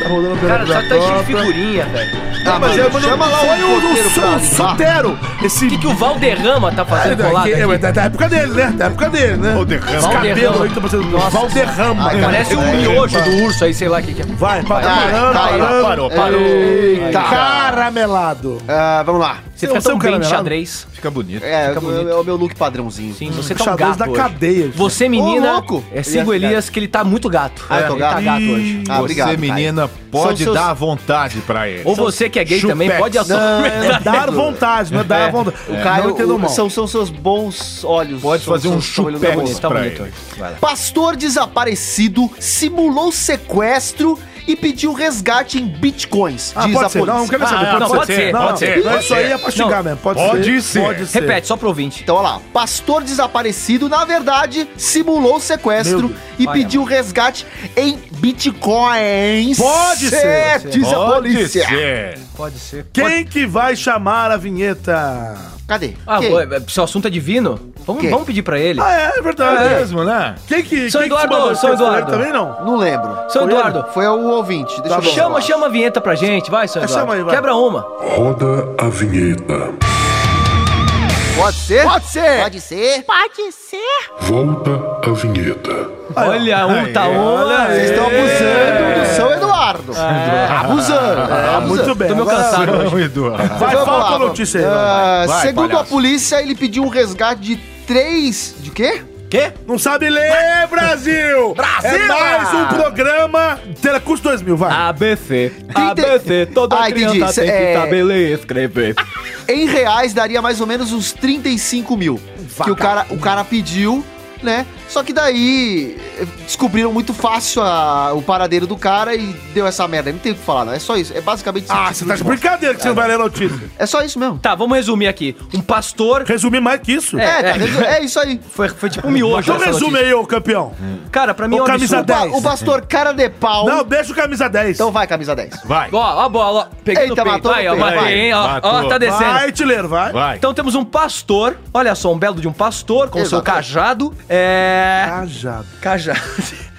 Speaker 3: Tá rodando o peão
Speaker 2: Cara, só
Speaker 3: da
Speaker 2: tá
Speaker 3: casa
Speaker 2: cheio de
Speaker 3: própria.
Speaker 2: figurinha, velho.
Speaker 1: Ah,
Speaker 3: mas eu mando,
Speaker 1: chama lá
Speaker 3: foi
Speaker 1: o
Speaker 3: o
Speaker 1: porteiro
Speaker 3: Su-
Speaker 1: pra limpar.
Speaker 3: Sutero. Esse
Speaker 2: O que, que o Valderrama tá
Speaker 3: Ah,
Speaker 2: fazendo
Speaker 3: não,
Speaker 2: colado
Speaker 3: que- é,
Speaker 2: aqui?
Speaker 3: mas tá, tá na época dele, né? Da época dele, né?
Speaker 5: Valderrama.
Speaker 3: Os cabelos
Speaker 2: Valderrama.
Speaker 3: aí que estão parecendo
Speaker 2: Nossa
Speaker 3: Valderrama. cara.
Speaker 2: Parece um
Speaker 3: É,
Speaker 2: miojo
Speaker 3: vai.
Speaker 2: do urso aí, sei lá o que, que é.
Speaker 3: Vai, vai, tá
Speaker 1: Vai,
Speaker 3: parando,
Speaker 1: tá aí,
Speaker 3: parando.
Speaker 5: Parou, parou.
Speaker 3: Eita.
Speaker 1: Aí,
Speaker 3: Caramelado.
Speaker 1: Ah, vamos lá.
Speaker 2: Você tá
Speaker 3: Você
Speaker 2: fica
Speaker 3: é um
Speaker 2: tão bem de
Speaker 3: caramelado?
Speaker 2: xadrez.
Speaker 5: Fica bonito.
Speaker 1: É,
Speaker 2: Fica
Speaker 1: eu-
Speaker 2: bonito.
Speaker 1: é o meu look padrãozinho.
Speaker 2: Sim, você tá um
Speaker 3: xadrez
Speaker 2: gato
Speaker 3: da
Speaker 2: hoje.
Speaker 3: cadeia.
Speaker 2: Você, menina,
Speaker 1: louco!
Speaker 2: é sigo
Speaker 3: Ele é
Speaker 2: Elias, que ele tá muito gato.
Speaker 1: Ah, eu
Speaker 2: É,
Speaker 1: tô
Speaker 2: ele tá
Speaker 1: gato?
Speaker 2: gato hoje.
Speaker 1: Ah, obrigado.
Speaker 5: você,
Speaker 1: Caio.
Speaker 5: menina, pode
Speaker 1: São seus-
Speaker 5: dar vontade pra ele.
Speaker 2: Ou você que é gay também,
Speaker 5: Chupex.
Speaker 2: pode (laughs) assumir.
Speaker 3: Dar vontade, não é dar vontade.
Speaker 1: O Caio,
Speaker 3: não entendo
Speaker 1: o-
Speaker 3: mal.
Speaker 1: são, são seus bons olhos.
Speaker 5: Pode
Speaker 1: São-
Speaker 5: fazer
Speaker 1: são-
Speaker 5: um
Speaker 1: são olhos
Speaker 5: chupex
Speaker 1: bonitos.
Speaker 2: tá
Speaker 5: pra
Speaker 2: bonito
Speaker 5: ele.
Speaker 1: Pastor desaparecido simulou sequestro e pediu resgate em bitcoins,
Speaker 3: Ah,
Speaker 1: diz a
Speaker 3: pode ser. Não, não
Speaker 1: polícia.
Speaker 3: quero saber.
Speaker 2: Ah, não, pode ser,
Speaker 3: Não,
Speaker 2: pode
Speaker 3: não,
Speaker 2: ser,
Speaker 3: não,
Speaker 2: pode
Speaker 3: Isso aí é pra xingar
Speaker 2: Não.
Speaker 3: mesmo. Pode,
Speaker 5: Pode
Speaker 3: ser,
Speaker 5: ser.
Speaker 3: Pode ser.
Speaker 2: Repete, só pro ouvinte.
Speaker 1: Então, olha lá. Pastor desaparecido, na verdade, simulou
Speaker 3: Meu
Speaker 1: sequestro
Speaker 3: Deus.
Speaker 1: e
Speaker 2: Olha,
Speaker 1: pediu resgate em bitcoins.
Speaker 3: Pode ser.
Speaker 5: é
Speaker 1: Diz a
Speaker 5: Pode
Speaker 1: polícia.
Speaker 5: ser.
Speaker 2: Pode ser.
Speaker 3: Quem que vai chamar a vinheta?
Speaker 1: Cadê?
Speaker 2: Ah,
Speaker 1: Quem?
Speaker 2: o- se o assunto é divino, vamos,
Speaker 1: Quem?
Speaker 2: vamos pedir pra ele.
Speaker 3: Ah, é, é verdade.
Speaker 5: É
Speaker 3: É.
Speaker 5: mesmo, né?
Speaker 3: Quem que.
Speaker 2: São
Speaker 3: quem que
Speaker 2: Eduardo,
Speaker 3: mandou
Speaker 2: São
Speaker 3: esse
Speaker 2: Eduardo.
Speaker 3: programa Também não.
Speaker 1: Não lembro.
Speaker 2: São
Speaker 1: Foi
Speaker 2: Eduardo.
Speaker 1: ele? Foi o ouvinte. Deixa
Speaker 3: Tá
Speaker 1: eu ver.
Speaker 3: bom.
Speaker 2: Chama, chama a vinheta pra gente, vai, São
Speaker 3: É,
Speaker 2: Eduardo.
Speaker 3: chama aí, vai.
Speaker 2: Quebra uma.
Speaker 6: Roda a vinheta.
Speaker 1: Pode ser? Pode ser.
Speaker 8: Pode ser?
Speaker 7: Pode ser?
Speaker 6: Volta a vinheta.
Speaker 2: Olha, um tá
Speaker 3: olha
Speaker 2: um.
Speaker 3: aí.
Speaker 1: Vocês estão abusando do São Eduardo. Abusando.
Speaker 3: Ah,
Speaker 1: abusando.
Speaker 3: muito bem.
Speaker 2: Tô meio
Speaker 3: Agora
Speaker 2: cansado.
Speaker 5: Não, Eduardo.
Speaker 3: Vai, fala
Speaker 1: Vamos lá,
Speaker 3: com a
Speaker 1: vamos.
Speaker 3: notícia aí. vai.
Speaker 1: Ah,
Speaker 5: Vai,
Speaker 1: segundo a
Speaker 5: palhaço.
Speaker 1: polícia, ele pediu um resgate de três. De quê?
Speaker 2: Quê?
Speaker 3: Não sabe (laughs) ler, Brasil! Brasil! É mais um programa. Tela custa 2 mil, vai.
Speaker 2: ABC,
Speaker 1: Trinta-
Speaker 2: ABC, toda
Speaker 1: Ah, entendi.
Speaker 2: criança
Speaker 1: Cê-
Speaker 2: tem
Speaker 1: é-
Speaker 2: que saber ler e escrever.
Speaker 1: Em reais daria mais ou menos uns 35 mil. Que o cara, o cara pediu, né? Só que daí eh, descobriram muito fácil a- o paradeiro do cara e deu essa merda. Não tem o que falar, não. É só isso. É basicamente
Speaker 3: Ah,
Speaker 1: isso.
Speaker 3: você tá de brincadeira que você não vai ler notícia.
Speaker 1: É só isso mesmo.
Speaker 2: Tá, vamos resumir aqui. Um pastor
Speaker 3: Resumir mais que isso.
Speaker 1: É, tá,
Speaker 2: é.
Speaker 1: resu- é isso aí.
Speaker 2: foi, foi tipo um miojo.
Speaker 3: Então
Speaker 2: essa
Speaker 3: resume
Speaker 2: notícia.
Speaker 3: aí, ô campeão.
Speaker 2: Cara, pra mim
Speaker 3: Ô,
Speaker 2: é um
Speaker 3: camisa
Speaker 2: absurdo.
Speaker 3: dez.
Speaker 1: Pa- O pastor cara de pau.
Speaker 3: Não, deixa o camisa 10.
Speaker 1: Então vai, camisa 10.
Speaker 5: Vai,
Speaker 2: Ó, ó a bola, ó. Pegando
Speaker 1: Eita,
Speaker 2: o peito.
Speaker 1: matou
Speaker 2: Vai,
Speaker 1: no
Speaker 2: ó,
Speaker 1: peito.
Speaker 2: matei,
Speaker 5: Vai,
Speaker 2: hein? Ó, ó,
Speaker 5: matou.
Speaker 2: tá descendo.
Speaker 3: vai, Tileiro, vai.
Speaker 5: vai.
Speaker 2: Então temos um pastor, olha só, um belo de um pastor com seu
Speaker 1: Exatamente.
Speaker 2: cajado. É.
Speaker 3: Cajado.
Speaker 2: Cajado.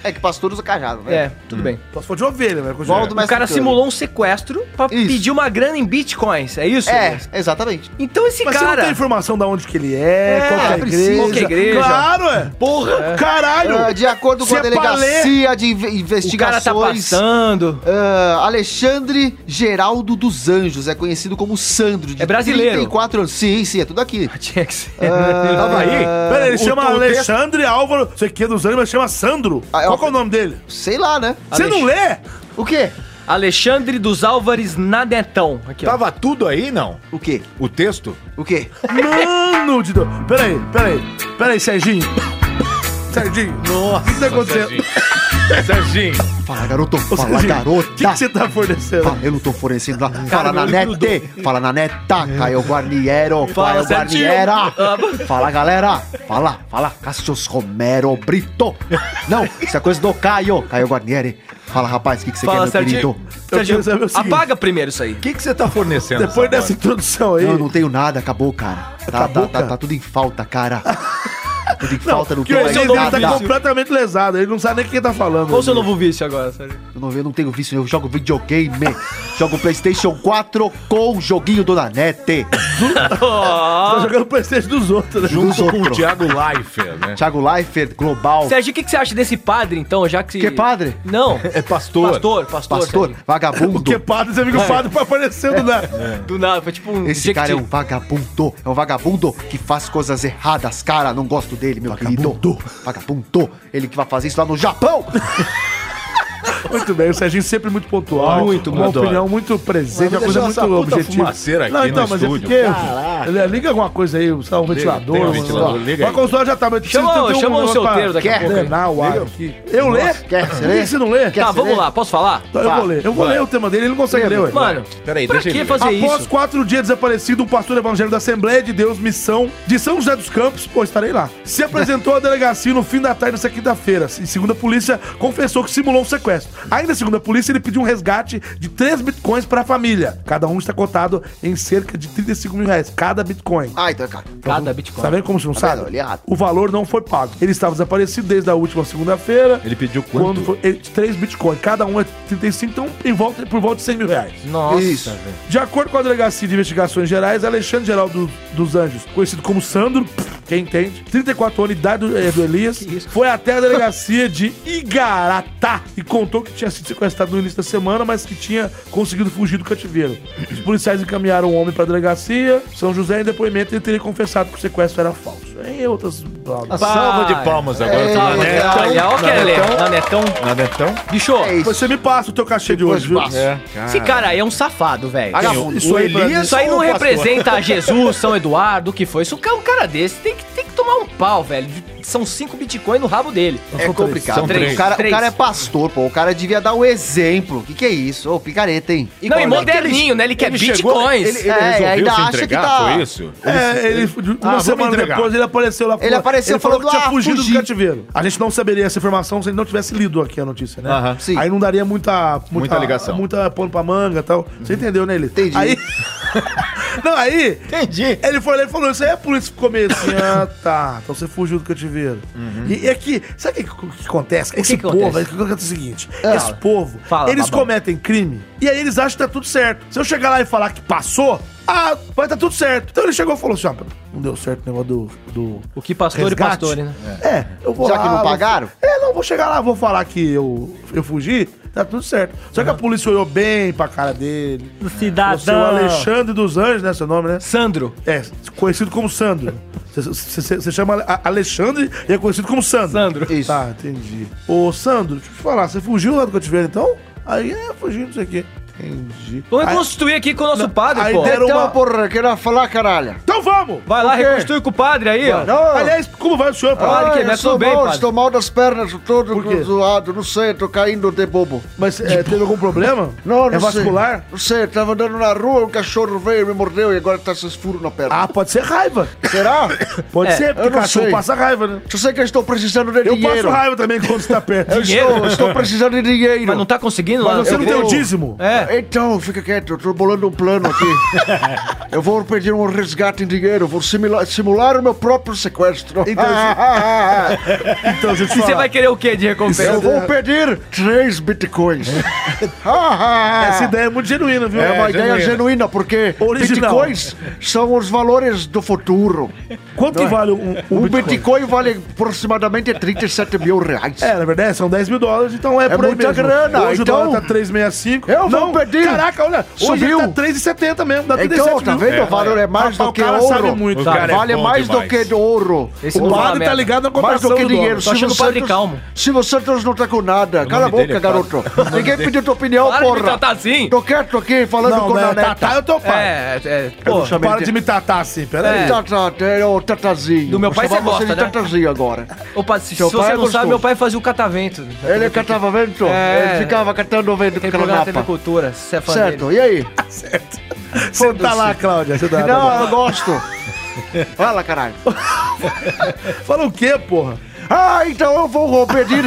Speaker 1: É que pastor usa cajado, né?
Speaker 2: (laughs) É, tudo bem.
Speaker 3: Só se for de ovelha, né? vai.
Speaker 1: Igual do
Speaker 2: O cara
Speaker 1: Mestre
Speaker 2: simulou um sequestro pra
Speaker 1: Isso.
Speaker 2: pedir uma grana em bitcoins, é isso?
Speaker 1: É, exatamente.
Speaker 2: Então esse
Speaker 3: Mas você não
Speaker 2: cara.
Speaker 3: tem informação da onde que ele é,
Speaker 2: É,
Speaker 3: qual que é a
Speaker 1: precisa.
Speaker 3: igreja.
Speaker 2: Qual que é a igreja?
Speaker 3: Claro, é. Porra, caralho.
Speaker 1: Ah, de acordo com
Speaker 3: Se
Speaker 1: a
Speaker 3: é pra ler,
Speaker 1: Delegacia de Inve-
Speaker 2: o cara tá
Speaker 1: Investigações.
Speaker 2: passando. (laughs)
Speaker 1: ah, Alexandre Geraldo dos Anjos, é conhecido como Sandro. De
Speaker 2: É brasileiro.
Speaker 1: 34 anos. Sim, sim, é tudo aqui.
Speaker 2: Tinha que ser.
Speaker 1: Ah.
Speaker 3: Tava aí. Pera, Ah, ele
Speaker 1: o-
Speaker 3: chama
Speaker 1: o texto-
Speaker 3: Alexandre Álvaro. Você que é dos anos, mas chama Sandro.
Speaker 1: Ah, é
Speaker 3: Qual
Speaker 1: o-
Speaker 3: que é o nome dele?
Speaker 1: Sei lá, né?
Speaker 3: Você não lê?
Speaker 1: O quê?
Speaker 2: Alexandre dos Álvares Nadetão. Aqui, ó.
Speaker 5: Tava tudo aí, não?
Speaker 1: O quê?
Speaker 5: O texto?
Speaker 1: O quê?
Speaker 3: Mano de Deus. Pera aí, pera aí. Pera aí, Serginho. Serginho. Nossa. O que que tá acontecendo?
Speaker 5: Serginho.
Speaker 1: Fala, garoto.
Speaker 3: Ô,
Speaker 1: Fala,
Speaker 3: Serginho,
Speaker 1: garota.
Speaker 3: O que que você tá fornecendo?
Speaker 1: Fala, eu não tô fornecendo lá. Fala na
Speaker 2: meu olho
Speaker 1: neta. Fala na neta. Caio Guarniero.
Speaker 2: Fala,
Speaker 1: Caio
Speaker 2: certinho.
Speaker 1: Guarniera. Fala, galera. Fala, fala. Cassius Romero Brito. Não, isso é coisa do Caio. Caio Guarnieri. Fala, rapaz, o que, que você
Speaker 2: Fala,
Speaker 1: quer, meu
Speaker 2: Serginho.
Speaker 1: querido?
Speaker 3: Eu quero saber o seguinte.
Speaker 2: apaga primeiro isso aí.
Speaker 5: O que que você tá fornecendo?
Speaker 3: Depois
Speaker 5: Samara?
Speaker 3: dessa introdução aí.
Speaker 1: Não, não tenho nada. Acabou, cara. Tá,
Speaker 3: Acabou,
Speaker 1: tá, tá,
Speaker 3: cara?
Speaker 1: tá tudo em falta, cara. tudo em falta, não
Speaker 3: Porque
Speaker 1: tenho
Speaker 3: o
Speaker 1: mais
Speaker 3: seu nome tá
Speaker 1: nada.
Speaker 3: completamente lesado. Ele não sabe nem quem tá falando.
Speaker 2: Qual o seu novo vício agora, Sérgio?
Speaker 1: Eu não, eu não tenho vício, eu jogo videogame. jogo Playstation 4 com o joguinho do Nanete.
Speaker 3: Tá jogando Playstation dos outros, né?
Speaker 1: Junto
Speaker 5: Com o Thiago Leifert, né?
Speaker 1: Thiago Leifert, Global.
Speaker 2: Sérgio, o que, que você acha desse padre, então, já que...
Speaker 1: Que padre?
Speaker 3: (laughs)
Speaker 2: Não.
Speaker 5: É pastor.
Speaker 2: Pastor, pastor.
Speaker 1: Pastor,
Speaker 2: Sérgio. (laughs)
Speaker 1: vagabundo.
Speaker 3: Porque padre, você fica o padre pra aparecendo, né?
Speaker 2: Do nada, foi tipo um...
Speaker 1: Esse cara é um
Speaker 2: executivo.
Speaker 1: vagabundo. É um vagabundo que faz coisas erradas, cara. Não gosto dele, meu querido. Vagabundo. Ele que vai fazer isso lá no Japão.
Speaker 3: Muito bem, o Serginho sempre muito pontual.
Speaker 5: Muito,
Speaker 3: Uma
Speaker 5: adoro.
Speaker 3: opinião muito presente, uma
Speaker 5: Mas
Speaker 3: coisa
Speaker 5: deixou
Speaker 3: muito
Speaker 5: essa puta
Speaker 3: objetiva.
Speaker 5: fumaceira aqui
Speaker 3: não, então,
Speaker 5: no
Speaker 3: mas
Speaker 5: estúdio.
Speaker 3: é porque. Ele liga alguma coisa aí, sei lá, um ventilador.
Speaker 5: tem um
Speaker 3: um-
Speaker 5: ventilador,
Speaker 3: sei lá.
Speaker 5: liga aí.
Speaker 3: Mas o consultório já tá, mas
Speaker 2: Chama-
Speaker 3: precisa ter
Speaker 2: chama o
Speaker 3: negócio
Speaker 2: solteiro daqui a
Speaker 3: pra
Speaker 2: pouco aí.
Speaker 3: drenar o ar aqui. Eu ler?
Speaker 1: Quer,
Speaker 3: Por
Speaker 1: você
Speaker 3: que
Speaker 1: lê?
Speaker 3: que você não lê?
Speaker 2: Tá, vamos
Speaker 1: Quer
Speaker 2: lá, posso falar?
Speaker 3: Então eu vou ler. Eu vou ler o tema dele, ele não consegue ler, ué.
Speaker 2: Mano,
Speaker 5: Peraí,
Speaker 2: pra
Speaker 5: deixa
Speaker 2: que
Speaker 5: ele-
Speaker 2: fazer
Speaker 3: Após
Speaker 2: isso?
Speaker 3: quatro dias desaparecido, um pastor evangélico da Assembleia de Deus Missão de São José dos Campos, pô, estarei lá, se apresentou à delegacia no fim da tarde dessa quinta-feira. E segundo a polícia, confessou que simulou um sequestro. Ainda segundo a polícia, ele pediu um resgate de 3 bitcoins para a família. Cada um está cotado em cerca de 35 mil reais, cada bitcoin.
Speaker 6: Ah, então é caro.
Speaker 2: Cada Bitcoin.
Speaker 3: Tá vendo como você não sabe?
Speaker 6: vendo? Ele é errado.
Speaker 3: O valor não foi pago. Ele estava desaparecido desde a última segunda-feira.
Speaker 5: Ele pediu
Speaker 3: Quando
Speaker 5: quanto?
Speaker 3: foi, ele, 3 bitcoins, cada um é 35, então em volta, por volta de 100 mil reais.
Speaker 2: Nossa,
Speaker 6: Isso.
Speaker 2: velho.
Speaker 3: De acordo com a Delegacia de Investigações Gerais, Alexandre Geraldo dos Anjos, conhecido como Sandro, pff, quem entende, 34 anos de idade do, eh, do Elias, foi até a delegacia de Igaratá e contou que tinha sido sequestrado no início da semana, mas que tinha conseguido fugir do cativeiro. Os policiais encaminharam o homem para a delegacia, São José, em depoimento, ele teria confessado que o sequestro era falso. Em outras palavras.
Speaker 5: Salva de
Speaker 2: Pai.
Speaker 5: palmas agora
Speaker 6: É,
Speaker 5: pro Nanetão.
Speaker 2: Olha, olha o que é Lê. Nanetão.
Speaker 5: Nanetão?
Speaker 2: Bicho,
Speaker 6: É isso.
Speaker 3: Você me passa o teu cachê de
Speaker 6: Depois
Speaker 3: hoje, viu?
Speaker 6: passa.
Speaker 5: É.
Speaker 2: esse cara aí é um safado, velho.
Speaker 6: Vagabundo.
Speaker 3: Isso aí, pra mim,
Speaker 2: Isso aí não
Speaker 5: ou o pastor?
Speaker 2: representa a Jesus, São Eduardo, o que foi. Isso é um cara desse. Tem que, tem que tomar um pau, velho. São cinco bitcoins no rabo dele.
Speaker 6: É complicado.
Speaker 5: São três.
Speaker 6: O, cara, o
Speaker 2: Três.
Speaker 6: cara é pastor, pô. O cara devia dar o exemplo. O que, que é isso? Ô, picareta, hein?
Speaker 2: não, e
Speaker 6: qual é?
Speaker 2: moderninho, né? Ele quer
Speaker 5: ele chegou,
Speaker 2: bitcoins.
Speaker 5: Ele, ele
Speaker 6: É,
Speaker 5: resolveu
Speaker 6: ainda
Speaker 5: se
Speaker 6: acha que
Speaker 5: entregar,
Speaker 6: tá-
Speaker 5: foi isso?
Speaker 3: É, ele,
Speaker 5: Ah,
Speaker 3: uma
Speaker 5: vamos
Speaker 3: semana
Speaker 5: entregar.
Speaker 3: depois ele apareceu lá
Speaker 6: Ele apareceu falando,
Speaker 3: que tinha
Speaker 6: "Ah,
Speaker 3: fugido
Speaker 6: fugi."
Speaker 3: do cativeiro. A gente não saberia essa informação se ele não tivesse lido aqui a notícia, né?
Speaker 5: Aham.
Speaker 6: Sim.
Speaker 3: Aí não daria muita, muita,
Speaker 5: Muita ligação. Uhum.
Speaker 3: Muita pano pra manga e tal. Você entendeu, né, ele?
Speaker 6: Entendi. (laughs)
Speaker 3: Aí. não, aí.
Speaker 9: Entendi.
Speaker 3: Ele foi lá e falou, isso aí a polícia ficou meio assim, ah, tá, então você fugiu do cativeiro.
Speaker 5: Uhum.
Speaker 3: E, e aqui, sabe o que, que acontece? Esse
Speaker 2: que
Speaker 3: povo,
Speaker 2: acontece?
Speaker 3: o que acontece é o seguinte,
Speaker 6: Ah.
Speaker 3: esse povo,
Speaker 2: Fala,
Speaker 3: eles
Speaker 2: babão.
Speaker 3: cometem crime e aí eles acham que tá tudo certo. Se eu chegar lá e falar que passou, ah, vai tá tudo certo. Então ele chegou e falou assim, ó, não deu certo o negócio do... do
Speaker 2: O que pastor e
Speaker 3: resgate.
Speaker 2: pastore, né?
Speaker 3: É. eu vou
Speaker 6: Já
Speaker 3: lá,
Speaker 6: que não
Speaker 3: vou-
Speaker 6: pagaram?
Speaker 3: É, não, vou chegar lá, vou falar que eu, eu fugi, tá tudo certo. Só que a polícia olhou bem pra cara dele. é O seu
Speaker 10: Cidadão.
Speaker 3: Alexandre dos Anjos, né, seu nome, né?
Speaker 2: Sandro.
Speaker 3: É, conhecido como Sandro. Você chama Ale- Alexandre e é conhecido como Sandro.
Speaker 2: Sandro.
Speaker 6: Isso.
Speaker 3: Tá, entendi. Ô, Sandro, deixa eu te falar, você fugiu lá do cativeiro, então? Aí, é, fugiu, não sei o quê. Entendi.
Speaker 2: Vamos
Speaker 3: Aí-
Speaker 2: reconstruir aqui com o nosso padre,
Speaker 3: aí
Speaker 2: pô.
Speaker 3: deram-
Speaker 6: Então,
Speaker 3: uma-
Speaker 6: porra, queria falar, caralho.
Speaker 3: Então vamos!
Speaker 2: Vai lá,
Speaker 6: O quê?
Speaker 2: reconstrui com o padre aí, ó.
Speaker 3: Aliás, como vai o senhor?
Speaker 2: Ah,
Speaker 3: padre?
Speaker 2: que
Speaker 6: eu
Speaker 2: é,
Speaker 6: sou
Speaker 2: tudo bem,
Speaker 6: mal,
Speaker 2: padre.
Speaker 6: estou mal das pernas, todo
Speaker 3: quê?
Speaker 6: zoado, não sei, tô caindo de bobo.
Speaker 3: Mas é, teve algum problema?
Speaker 6: Não, não
Speaker 3: É
Speaker 6: sei.
Speaker 3: vascular?
Speaker 6: Não sei, eu tava andando na rua, um cachorro veio, me mordeu e agora tá esses furos na perna.
Speaker 3: Ah, pode ser raiva.
Speaker 6: Será?
Speaker 3: Pode
Speaker 2: É,
Speaker 3: ser, porque
Speaker 6: eu não
Speaker 3: cachorro
Speaker 6: sei.
Speaker 3: passa raiva, né?
Speaker 6: Eu sei que eu estou precisando de
Speaker 3: Eu
Speaker 6: dinheiro. É
Speaker 3: passo raiva também quando você tá perto.
Speaker 6: Eu
Speaker 2: Dinheiro?
Speaker 6: estou, eu estou precisando de dinheiro.
Speaker 2: Mas não tá conseguindo lá.
Speaker 3: Mas você
Speaker 2: Eu
Speaker 3: não
Speaker 2: vou-
Speaker 3: tem o dízimo.
Speaker 2: É.
Speaker 6: Então, fica quieto, eu tô bolando um plano aqui. eu vou pedir um resgate em dinheiro, vou simula- simular o meu próprio sequestro. Ah,
Speaker 3: Então, Então, deixa eu te
Speaker 2: E você
Speaker 3: falar.
Speaker 2: vai querer o quê de
Speaker 6: eu
Speaker 2: recompensa?
Speaker 6: vou pedir três bitcoins.
Speaker 3: Essa ideia é muito genuína, viu?
Speaker 6: É uma
Speaker 5: É,
Speaker 6: ideia
Speaker 5: genuína.
Speaker 6: genuína, porque
Speaker 3: Original.
Speaker 6: bitcoins são os valores do futuro.
Speaker 3: Quanto que vale um, um
Speaker 6: Um bitcoin, vale aproximadamente 37 mil reais.
Speaker 3: É, na verdade, são 10 mil dólares, então é,
Speaker 6: É
Speaker 3: por aí
Speaker 6: muita
Speaker 3: mesmo.
Speaker 6: grana,
Speaker 3: Hoje
Speaker 6: então-
Speaker 3: o dólar tá 3,65.
Speaker 6: Eu vou
Speaker 3: Não,
Speaker 6: pedir.
Speaker 3: Caraca, olha, hoje
Speaker 6: Subiu.
Speaker 3: ele tá 3,70 mesmo, dá 37
Speaker 6: Então, tá
Speaker 3: mil.
Speaker 6: vendo? o valor é
Speaker 3: né? Rapaz,
Speaker 6: mais do que
Speaker 3: o cara
Speaker 6: ouro.
Speaker 3: sabe muito.
Speaker 5: O
Speaker 2: Tá,
Speaker 5: cara é
Speaker 6: vale
Speaker 5: bom
Speaker 6: mais do
Speaker 5: demais.
Speaker 6: que ouro.
Speaker 2: Esse
Speaker 3: O
Speaker 2: povo é uma
Speaker 3: padre tá
Speaker 2: merda.
Speaker 3: ligado na
Speaker 6: Mais
Speaker 3: cotação
Speaker 6: do que
Speaker 3: do Tá
Speaker 6: dinheiro.
Speaker 2: Tô
Speaker 6: Se
Speaker 2: achando
Speaker 6: você
Speaker 2: o padre calmo.
Speaker 6: Silvio Santos não tá com nada. Cala a boca,
Speaker 5: dele é
Speaker 6: garoto. Ninguém pediu tua opinião,
Speaker 2: Para de me
Speaker 6: porra.
Speaker 2: tratar assim.
Speaker 6: Tô quieto aqui falando
Speaker 3: Não,
Speaker 6: com a
Speaker 3: né?
Speaker 6: neta.
Speaker 3: Tatá eu tô pai.
Speaker 2: É, é, pô.
Speaker 3: Pô, para de me tatar assim, peraí.
Speaker 2: É.
Speaker 6: Tatá, é o tatazinho.
Speaker 2: Do meu
Speaker 6: Vou
Speaker 2: pai
Speaker 6: chamar
Speaker 2: você gosta,
Speaker 6: de
Speaker 2: né?
Speaker 6: tatazinho agora.
Speaker 2: Ô, padre, se, se
Speaker 6: Seu pai
Speaker 2: você não
Speaker 6: gostou.
Speaker 2: sabe, meu pai fazia o catavento.
Speaker 6: Ele catava vento,
Speaker 2: É.
Speaker 6: ele ficava catando vento com
Speaker 2: Tem
Speaker 6: aquela
Speaker 2: programa TV
Speaker 6: napa.
Speaker 2: Cultura, se é fã dele.
Speaker 6: Certo, e aí?
Speaker 3: (laughs) Você tá lá, Cláudia. Você tá lá.
Speaker 6: Não, eu gosto. Fala, caralho.
Speaker 3: Fala o quê, porra?
Speaker 6: Ah, então eu vou (laughs) pedir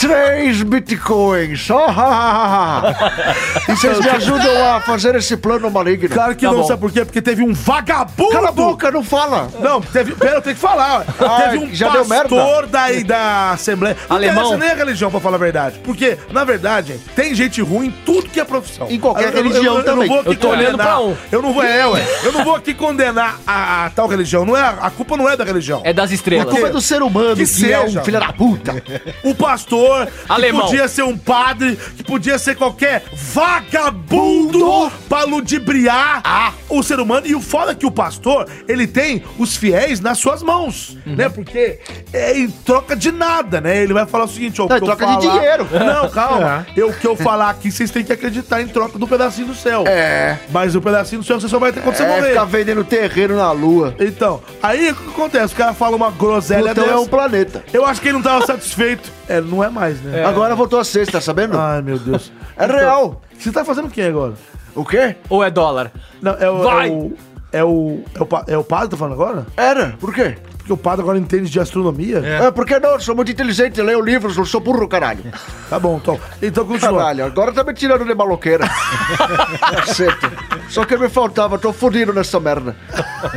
Speaker 6: três bitcoins. Oh, ha, ha, ha, ha. E vocês me ajudam a fazer esse plano maligno. Tá
Speaker 3: Claro que não, sabe por quê? Porque teve um vagabundo.
Speaker 6: Cala a boca, não fala.
Speaker 3: Não, teve. Pera, eu tenho que falar. ó.
Speaker 6: Ai,
Speaker 3: teve um
Speaker 6: já deu
Speaker 3: pastor daí da Assembleia. Não
Speaker 2: Alemão.
Speaker 3: interessa nem a religião, pra falar a verdade. Porque, na verdade, gente, tem gente ruim em tudo que é profissão.
Speaker 6: Em qualquer
Speaker 3: Eu- eu-
Speaker 6: religião
Speaker 3: eu, eu,
Speaker 6: também.
Speaker 3: Eu, não vou
Speaker 2: Eu tô
Speaker 3: aqui
Speaker 2: olhando
Speaker 3: condenar-
Speaker 2: pra um.
Speaker 3: Eu não vou, é, ué. Eu não vou aqui condenar a, a tal religião. Não é, a culpa não é da religião.
Speaker 2: É das
Speaker 6: A
Speaker 2: estrelas.
Speaker 6: culpa é do ser humano, que,
Speaker 3: Que
Speaker 6: é
Speaker 3: seja.
Speaker 6: um filho da puta.
Speaker 3: O Um pastor,
Speaker 2: Alemão.
Speaker 3: que podia ser um padre, que podia ser qualquer vagabundo pra ludibriar
Speaker 6: Ah.
Speaker 3: o ser humano. E o foda é que o pastor, ele tem os fiéis nas suas mãos,
Speaker 6: Uhum.
Speaker 3: né? Porque é em troca de nada, né? Ele vai falar o seguinte, ó, o
Speaker 6: Não,
Speaker 3: que eu
Speaker 6: troca de
Speaker 3: falar-
Speaker 6: dinheiro. É.
Speaker 3: Não,
Speaker 6: (laughs)
Speaker 3: calma. Eu, o que eu falar aqui, vocês têm que acreditar em troca do pedacinho do céu.
Speaker 6: É.
Speaker 3: Mas o pedacinho do céu você só vai ter quando você
Speaker 6: é,
Speaker 3: morrer.
Speaker 6: ficar vendendo terreno na lua.
Speaker 3: Então, aí o que acontece? O cara fala uma groselha
Speaker 6: Plutão
Speaker 3: dessa.
Speaker 6: é um planeta.
Speaker 3: Eu acho que ele não tava satisfeito. É, não é mais, né?
Speaker 6: Agora voltou a sexta, tá sabendo?
Speaker 3: Ai, meu (laughs) Deus.
Speaker 6: É real.
Speaker 3: Você tá fazendo o que agora?
Speaker 6: O quê?
Speaker 2: Ou é dólar?
Speaker 3: Não, é o.
Speaker 2: Vai!
Speaker 3: É o. É o, é o, pa- é o padre que tá falando agora?
Speaker 6: Era. Por quê?
Speaker 3: porque o padre agora entende de astronomia.
Speaker 6: É, porque não, sou muito inteligente, leio livros, não sou burro, (laughs) caralho.
Speaker 3: Tá bom, então. Então continua.
Speaker 6: Caralho, agora tá me tirando de
Speaker 3: (laughs)
Speaker 6: maloqueira. Cacete. Só que me faltava, tô fodido nessa merda.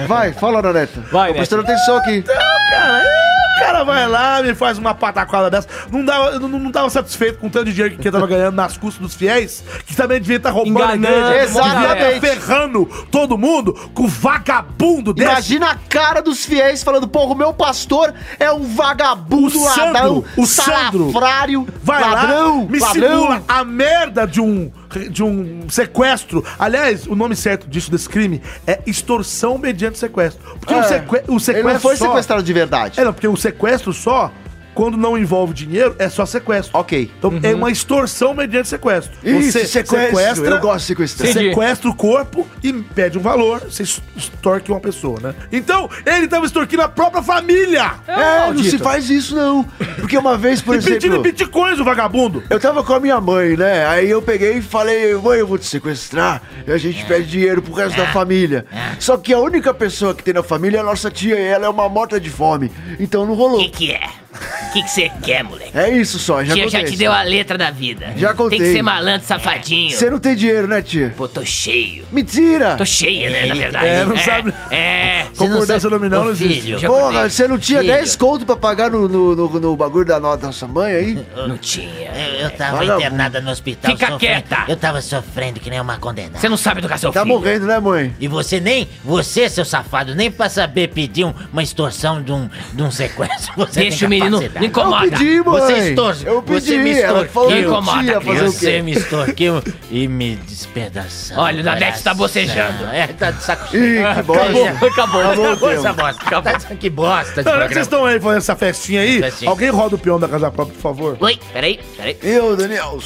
Speaker 6: Vai, fala, Naneta.
Speaker 2: Vai,
Speaker 6: Tô prestando atenção aqui.
Speaker 3: Cara, é, o cara vai lá, me faz uma pataquada dessa. Não dava, eu não, não tava satisfeito com o tanto de dinheiro que ele tava ganhando nas custas dos fiéis, que também devia estar roubando a
Speaker 2: Enganando,
Speaker 3: igreja. Devia
Speaker 6: exatamente.
Speaker 3: tá ferrando todo mundo com vagabundo desse.
Speaker 6: Imagina a cara dos fiéis falando, porra, o meu pastor é um vagabundo,
Speaker 3: O
Speaker 6: ladrão,
Speaker 3: Sandro, o Sandro.
Speaker 6: salafrário,
Speaker 3: Vai
Speaker 6: ladrão,
Speaker 3: lá, me
Speaker 6: ladrão.
Speaker 3: segura a merda de um, de um sequestro. Aliás, o nome certo disso, desse crime, é extorsão mediante sequestro. Porque o, seque- o
Speaker 6: É. Ele
Speaker 3: sequestro
Speaker 6: não foi
Speaker 3: só-
Speaker 6: sequestrado de verdade.
Speaker 3: É, não, porque o sequestro só, quando não envolve dinheiro, é só sequestro.
Speaker 6: Ok. Uhum.
Speaker 3: Então é uma extorsão mediante sequestro. Você É. sequestra,
Speaker 6: Eu gosto de sequestrar.
Speaker 2: Entendi.
Speaker 3: sequestra o corpo e pede um valor, você es- extorque uma pessoa, né? Então, ele tava extorquindo a própria família!
Speaker 6: É, não se
Speaker 2: maldito.
Speaker 6: faz isso não. Porque uma vez, por
Speaker 3: e pedindo
Speaker 6: exemplo...
Speaker 3: bitcoins, o vagabundo!
Speaker 6: Eu tava com a minha mãe, né? Aí eu peguei e falei, mãe, eu vou te sequestrar e a
Speaker 8: É.
Speaker 6: gente pede dinheiro pro resto da família. Só que a única pessoa que tem na família é a nossa tia e ela é uma morta de fome. Então não
Speaker 8: O que
Speaker 6: rolou.
Speaker 8: que é? O que que você quer, moleque?
Speaker 6: É isso só, já
Speaker 8: Tia
Speaker 6: contei.
Speaker 8: já te deu a letra da vida.
Speaker 6: Já
Speaker 8: Tem
Speaker 6: contei.
Speaker 8: que ser malandro, safadinho.
Speaker 6: Você não tem dinheiro, né, tia?
Speaker 8: Pô, tô cheio.
Speaker 6: Mentira!
Speaker 8: Tô cheia, né, na verdade.
Speaker 3: É, não sabe-
Speaker 8: É.
Speaker 3: Concordância nominal não existe.
Speaker 8: Filho, já
Speaker 6: Porra,
Speaker 8: acordei.
Speaker 6: você não tinha
Speaker 8: Filho,
Speaker 6: 10 conto pra pagar no, no, no- no bagulho da no- nossa
Speaker 8: (laughs)
Speaker 6: mãe aí?
Speaker 8: Não tinha.
Speaker 11: Eu, eu tava
Speaker 6: Vagabundo.
Speaker 11: internada no hospital.
Speaker 8: Fica quieta.
Speaker 11: Eu tava sofrendo que nem uma condenada.
Speaker 8: Você não sabe educar seu
Speaker 6: Tá
Speaker 8: filho.
Speaker 6: morrendo, né, mãe?
Speaker 11: E você nem, você, seu safado, nem pra saber pedir um- uma extorsão de um, de um sequestro. (laughs) Você
Speaker 8: Deixa
Speaker 11: tem
Speaker 8: o menino.
Speaker 11: capacidade.
Speaker 8: Não incomoda.
Speaker 6: Eu pedi, mãe!
Speaker 11: Você extorque.
Speaker 6: Eu pedi,
Speaker 11: você me
Speaker 6: ela
Speaker 11: extorquiu.
Speaker 6: falou que eu
Speaker 8: Incomoda,
Speaker 6: tinha fazer o
Speaker 11: Você
Speaker 6: quê?
Speaker 11: me extorquiu e me despedaçou.
Speaker 8: Olha, o Nanete tá
Speaker 11: Coração.
Speaker 8: bocejando.
Speaker 11: É, tá de saco cheio.
Speaker 6: Ih, que bosta!
Speaker 8: Acabou,
Speaker 6: Acabou o
Speaker 8: acabou
Speaker 6: tempo.
Speaker 8: essa bosta. Acabou.
Speaker 11: Tá de- que bosta de
Speaker 3: Não, já que
Speaker 11: programa.
Speaker 3: vocês estão aí fazendo essa festinha aí,
Speaker 11: Festinha.
Speaker 3: alguém roda o peão da casa própria, por favor.
Speaker 8: Oi, peraí, peraí.
Speaker 6: Eu, Daniel,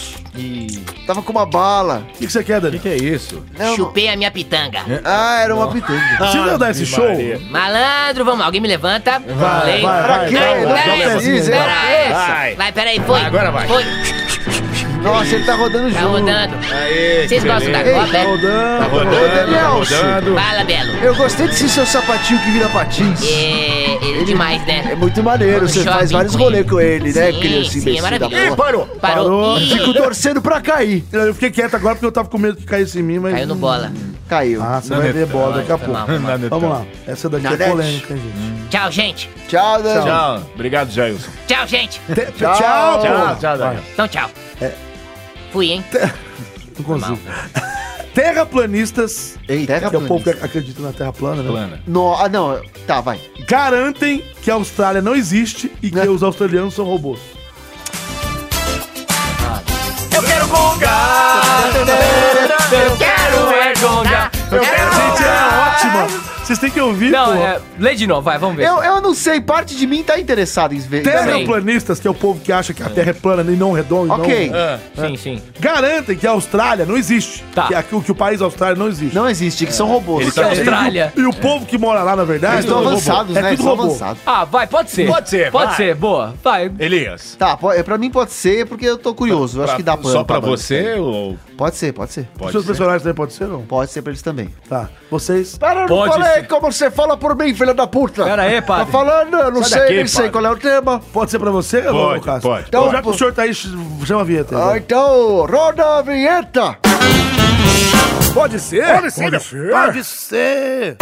Speaker 6: tava com uma bala.
Speaker 3: O que que você quer, Dani?
Speaker 1: Que é isso?
Speaker 6: Não,
Speaker 8: Chupei a minha pitanga.
Speaker 6: Ah, era uma pitanga.
Speaker 3: Se não dar esse show,
Speaker 1: Ah, Maria.
Speaker 8: Malandro, vamos, alguém me levanta. Falei.
Speaker 3: vai,
Speaker 6: Pra
Speaker 3: vai,
Speaker 6: quê?
Speaker 3: vai,
Speaker 6: Não
Speaker 3: vai,
Speaker 8: Pera
Speaker 3: vai,
Speaker 8: aí,
Speaker 6: precisa,
Speaker 3: vai.
Speaker 8: pera aí.
Speaker 1: Vai.
Speaker 8: Vai, pera aí, foi.
Speaker 1: Agora vai.
Speaker 8: Foi,
Speaker 11: tá
Speaker 6: Nossa, ele tá rodando
Speaker 8: tá
Speaker 6: junto.
Speaker 8: rodando.
Speaker 1: Aê,
Speaker 8: Vocês
Speaker 1: que
Speaker 8: gostam da
Speaker 1: beleza.
Speaker 6: Ei,
Speaker 8: Copa?
Speaker 6: tá
Speaker 1: Tá
Speaker 6: rodando.
Speaker 1: rodando, tá rodando.
Speaker 8: Fala, Belo.
Speaker 6: Eu gostei desse seu sapatinho que vira patins.
Speaker 8: É, é demais,
Speaker 6: É
Speaker 8: né?
Speaker 6: muito maneiro,
Speaker 8: Vamos
Speaker 6: você
Speaker 8: shopping
Speaker 6: faz vários
Speaker 8: com
Speaker 6: rolês
Speaker 8: ele.
Speaker 6: com ele, né,
Speaker 8: Sim,
Speaker 6: criança
Speaker 8: sim, é
Speaker 6: imbecil da
Speaker 8: maravilhoso.
Speaker 6: porra.
Speaker 1: Parou.
Speaker 8: Parou.
Speaker 3: Parou.
Speaker 8: Ih,
Speaker 6: Fico torcendo pra cair.
Speaker 3: Eu fiquei quieto agora porque eu tava com medo que caísse em mim, mas.
Speaker 8: Caiu no bola.
Speaker 6: Caiu.
Speaker 3: Ah, você
Speaker 1: Não,
Speaker 3: vai
Speaker 1: não,
Speaker 3: ver bola daqui a
Speaker 8: foi mal,
Speaker 3: pouco.
Speaker 8: foi mal.
Speaker 1: Nanetão.
Speaker 3: Vamos lá. Essa daqui é
Speaker 6: Nanete.
Speaker 3: polêmica, hein, gente.
Speaker 8: Tchau, gente.
Speaker 6: Tchau, Daniel.
Speaker 1: Tchau. Obrigado, Jailson.
Speaker 8: Tchau, gente.
Speaker 3: Te-
Speaker 6: Tchau.
Speaker 3: Tchau,
Speaker 1: Tchau,
Speaker 3: pô.
Speaker 1: tchau, Daniel.
Speaker 8: Então, tchau. Fui, hein?
Speaker 3: Não consigo. Terraplanistas,
Speaker 6: Eita,
Speaker 3: que é o povo que acredita na Terra plana, né?
Speaker 1: Plana.
Speaker 6: No, ah, não. Tá, vai.
Speaker 3: Garantem que a Austrália não existe e que
Speaker 6: Né?
Speaker 3: os australianos são robôs.
Speaker 8: é
Speaker 2: é
Speaker 3: Gente, é ótima. Vocês têm que ouvir,
Speaker 2: Não,
Speaker 3: pô.
Speaker 2: é, lê de novo, vai, vamos ver.
Speaker 6: Eu, eu não sei, parte de mim tá interessada em ver.
Speaker 3: Terraplanistas, que é o povo que acha que a Terra é plana e não redonda. e
Speaker 6: Ok.
Speaker 3: Não...
Speaker 2: Sim, sim.
Speaker 3: Garantem que a Austrália não existe.
Speaker 2: Tá.
Speaker 3: Que, aqui- que o país Austrália não existe.
Speaker 6: Não existe, que são robôs.
Speaker 2: Porque a Austrália.
Speaker 3: E o povo que mora lá, na verdade,
Speaker 6: Eles
Speaker 3: tá
Speaker 6: estão
Speaker 3: é tudo
Speaker 6: avançados,
Speaker 3: robô.
Speaker 6: né?
Speaker 3: É
Speaker 6: Eles
Speaker 3: tudo
Speaker 6: estão
Speaker 3: robô.
Speaker 6: avançados.
Speaker 2: Ah, vai, pode ser.
Speaker 1: Pode ser,
Speaker 2: Pode
Speaker 1: vai.
Speaker 2: ser, boa. Vai.
Speaker 1: Elias.
Speaker 6: Tá, po- é, pra mim pode ser, porque eu tô curioso. Eu acho que dá pano.
Speaker 1: Só pra
Speaker 6: banda.
Speaker 1: você ou
Speaker 6: Pode ser, pode ser.
Speaker 3: Os
Speaker 1: pode
Speaker 3: seus
Speaker 1: ser?
Speaker 3: personagens também podem ser, não?
Speaker 6: Pode ser pra eles também.
Speaker 3: Tá. Vocês.
Speaker 6: Para, eu
Speaker 2: Pode ser.
Speaker 6: como você fala por mim, filha da puta.
Speaker 2: Pera aí, padre.
Speaker 6: Tá falando, eu não
Speaker 1: Sai
Speaker 6: sei,
Speaker 1: daqui,
Speaker 6: nem sei
Speaker 1: padre.
Speaker 6: qual é o tema.
Speaker 3: Pode ser pra você,
Speaker 1: Pode,
Speaker 3: Lucas?
Speaker 1: pode,
Speaker 3: Então,
Speaker 1: pode.
Speaker 3: já que o senhor tá aí, ch- chama a vinheta.
Speaker 6: Ah, então, roda a vinheta.
Speaker 3: Pode ser? Pode ser. Pode ser.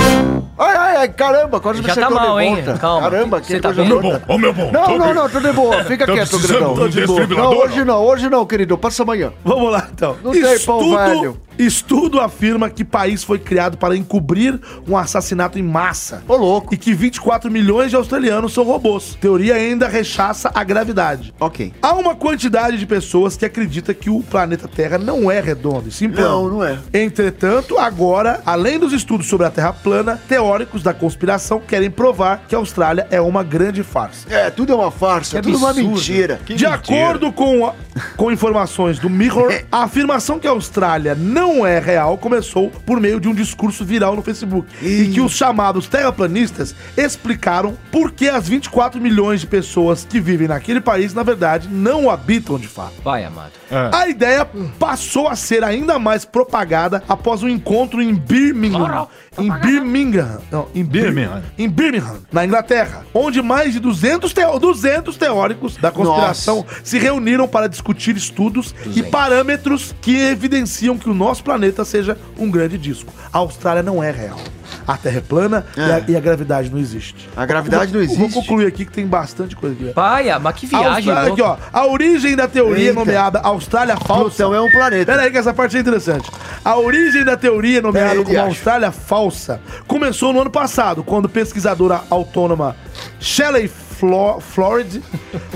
Speaker 6: Ai, ai, ai, caramba, quase me
Speaker 2: Já tá
Speaker 6: sentou
Speaker 2: mal,
Speaker 6: de
Speaker 2: hein?
Speaker 6: volta.
Speaker 2: Calma.
Speaker 6: Caramba, que
Speaker 2: Você tá
Speaker 6: coisa
Speaker 2: bem?
Speaker 6: louca.
Speaker 1: Ô, meu bom.
Speaker 6: Não,
Speaker 1: tô
Speaker 6: não,
Speaker 1: bem.
Speaker 6: não, tudo de boa. Fica
Speaker 1: Tô
Speaker 6: quieto,
Speaker 1: precisando
Speaker 6: grandão.
Speaker 1: de um desfibrilador,
Speaker 6: Não, hoje não, hoje não, querido. Passa amanhã.
Speaker 3: Vamos lá, então.
Speaker 6: Não tem pão velho.
Speaker 3: estudo afirma que país foi criado para encobrir um assassinato em massa.
Speaker 6: Ô, louco.
Speaker 3: E que 24 milhões de australianos são robôs. Teoria ainda rechaça a gravidade.
Speaker 6: Ok.
Speaker 3: Há uma quantidade de pessoas que acredita que o planeta Terra não é redondo, e sim plano.
Speaker 6: Não, não é.
Speaker 3: Entretanto, agora, além dos estudos sobre a Terra plana, teóricos da conspiração querem provar que a Austrália é uma grande farsa.
Speaker 6: É, tudo é uma farsa, tudo uma mentira.
Speaker 3: de acordo com, a- com informações do Mirror, a afirmação que a Austrália não é real começou por meio de um discurso viral no Facebook. E que os chamados terraplanistas explicaram por que as 24 milhões de pessoas que vivem naquele país, na verdade, não o habitam de fato.
Speaker 2: Vai, amado.
Speaker 3: A ideia passou a ser ainda mais propagada após um encontro em Birmingham, em Birmingham. Não, em Birmingham. Em Birmingham, na Inglaterra, onde mais de 200, teo- 200 teóricos da conspiração se reuniram para discutir estudos e parâmetros que evidenciam que o nosso planeta seja um grande disco. A Austrália não é real. A Terra é plana e a- e, a, gravidade não existe.
Speaker 1: A gravidade não
Speaker 3: Vou
Speaker 1: existe.
Speaker 3: concluir aqui que tem bastante coisa aqui.
Speaker 2: Paia, mas que viagem,
Speaker 3: Austrália,
Speaker 6: é
Speaker 3: aqui, ó. A origem da teoria
Speaker 1: Eita.
Speaker 3: nomeada Austrália falsa.
Speaker 1: Plutão é um planeta.
Speaker 3: Pera aí que essa parte é interessante. A origem da teoria nomeada
Speaker 1: Pera aí,
Speaker 3: como
Speaker 1: acho.
Speaker 3: Austrália falsa começou no ano passado, quando pesquisadora autônoma Shelley Flo
Speaker 2: (laughs)
Speaker 3: Florid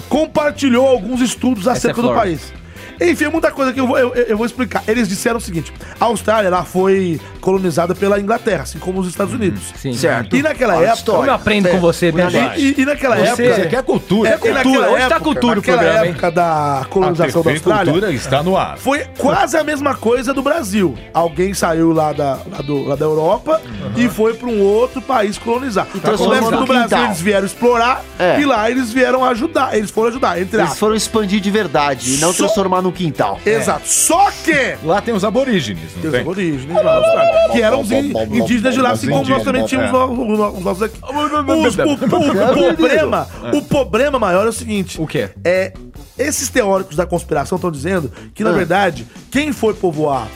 Speaker 3: compartilhou alguns estudos acerca do
Speaker 2: Florid.
Speaker 3: país. Enfim, é muita coisa que eu vou, eu, eu- eu vou explicar. Eles disseram o seguinte: a Austrália ela foi colonizada pela Inglaterra, assim como os Estados Unidos.
Speaker 2: Uhum, Sim.
Speaker 3: E naquela
Speaker 2: Como
Speaker 3: época.
Speaker 1: Olha a
Speaker 2: eu
Speaker 1: história.
Speaker 2: aprendo com você,
Speaker 3: E-
Speaker 2: minha gente.
Speaker 3: E, e naquela
Speaker 2: Você-
Speaker 3: época.
Speaker 2: Isso aqui
Speaker 5: é cultura.
Speaker 3: É cultura.
Speaker 2: cultura.
Speaker 3: Hoje
Speaker 2: Hoje tá
Speaker 3: época,
Speaker 2: cultura o
Speaker 3: naquela
Speaker 2: programa, hein?
Speaker 3: época da colonização da Austrália.
Speaker 5: Ah, cultura está no ar.
Speaker 3: Foi quase a mesma coisa do Brasil. Alguém saiu lá da, lá do- lá da Europa e foi para um outro país colonizar. Então,
Speaker 1: transformou
Speaker 3: começa
Speaker 1: num
Speaker 3: no Brasil,
Speaker 1: quintal.
Speaker 3: eles vieram explorar
Speaker 1: É.
Speaker 3: e lá eles vieram ajudar. Eles foram ajudar, entre
Speaker 1: Eles
Speaker 3: aspas.
Speaker 1: foram expandir de verdade e não
Speaker 3: Só-
Speaker 1: transformar num quintal.
Speaker 3: Exato. Só que
Speaker 5: Lá tem os aborígenes, não
Speaker 3: Tem os
Speaker 5: tem?
Speaker 3: aborígenes lá na Austrália, né, que eram os in- indígenas de lá, assim como nós também tínhamos
Speaker 5: É.
Speaker 3: os no- os nossos aqui. Os- o, o- o problema, o problema maior é o seguinte.
Speaker 2: O quê?
Speaker 3: É, esses teóricos da conspiração estão dizendo que, na verdade, quem foi povoar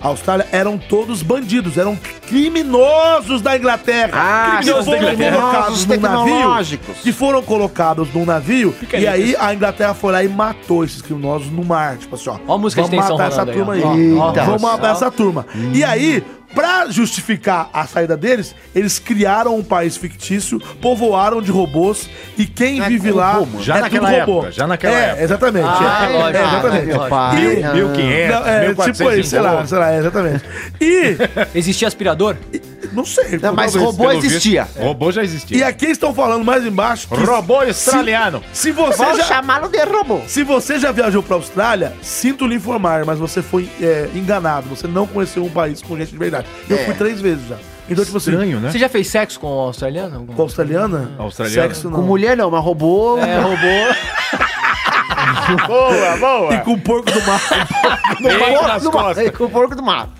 Speaker 3: a Austrália eram todos bandidos, eram criminosos da Inglaterra.
Speaker 1: Ah,
Speaker 3: que
Speaker 1: seus
Speaker 3: foram
Speaker 1: criminosos
Speaker 3: colocados num navio.
Speaker 1: tecnológicos.
Speaker 3: Que foram colocados num navio. E aí a Inglaterra foi lá e matou esses criminosos no mar. Tipo assim, ó.
Speaker 2: Ó a música de
Speaker 3: vamos
Speaker 2: tensão
Speaker 3: matar essa
Speaker 2: rolando aí, ó.
Speaker 3: turma aí.
Speaker 1: Eita.
Speaker 3: Ó, Vamos
Speaker 2: Nossa.
Speaker 3: matar essa turma. E aí, pra justificar a saída deles, eles criaram um país fictício, povoaram de robôs e quem
Speaker 1: é
Speaker 3: vive lá
Speaker 5: Já naquela época, já naquela
Speaker 3: é,
Speaker 5: época.
Speaker 3: Exatamente.
Speaker 2: Ah,
Speaker 3: é,
Speaker 2: lógico,
Speaker 3: é, exatamente.
Speaker 2: lógico, lógico.
Speaker 1: Pai,
Speaker 3: Mil-
Speaker 5: 1500,
Speaker 1: ah,
Speaker 3: Não, é, tipo aí, sei lá, sei lá, é, exatamente. E,
Speaker 2: Existia aspirador?
Speaker 3: não sei.
Speaker 1: Não, mas
Speaker 3: talvez.
Speaker 1: robô existia.
Speaker 5: Robô já
Speaker 3: E
Speaker 5: existia.
Speaker 3: aqui estão falando mais embaixo que
Speaker 5: Robô australiano.
Speaker 3: se você
Speaker 1: Vamos
Speaker 3: já...
Speaker 1: chamá-lo de robô.
Speaker 3: Se você já viajou pra Austrália, sinto lhe informar, mas você foi é, enganado. Você não conheceu um país com gente de verdade. Eu
Speaker 5: É.
Speaker 3: fui três vezes já. Então, tipo assim,
Speaker 5: Estranho, né?
Speaker 2: Você já fez sexo com o australiano? Algum-
Speaker 3: com a australiana?
Speaker 5: Australiana.
Speaker 3: Sexo
Speaker 1: Com
Speaker 3: não.
Speaker 1: mulher não, mas robô.
Speaker 2: É, roubou.
Speaker 5: Boa, boa.
Speaker 3: E com o porco do
Speaker 5: (laughs)
Speaker 3: mar.
Speaker 1: No porco
Speaker 5: nas
Speaker 1: do
Speaker 6: (laughs)
Speaker 5: costas.
Speaker 1: mato. Com o porco do mato.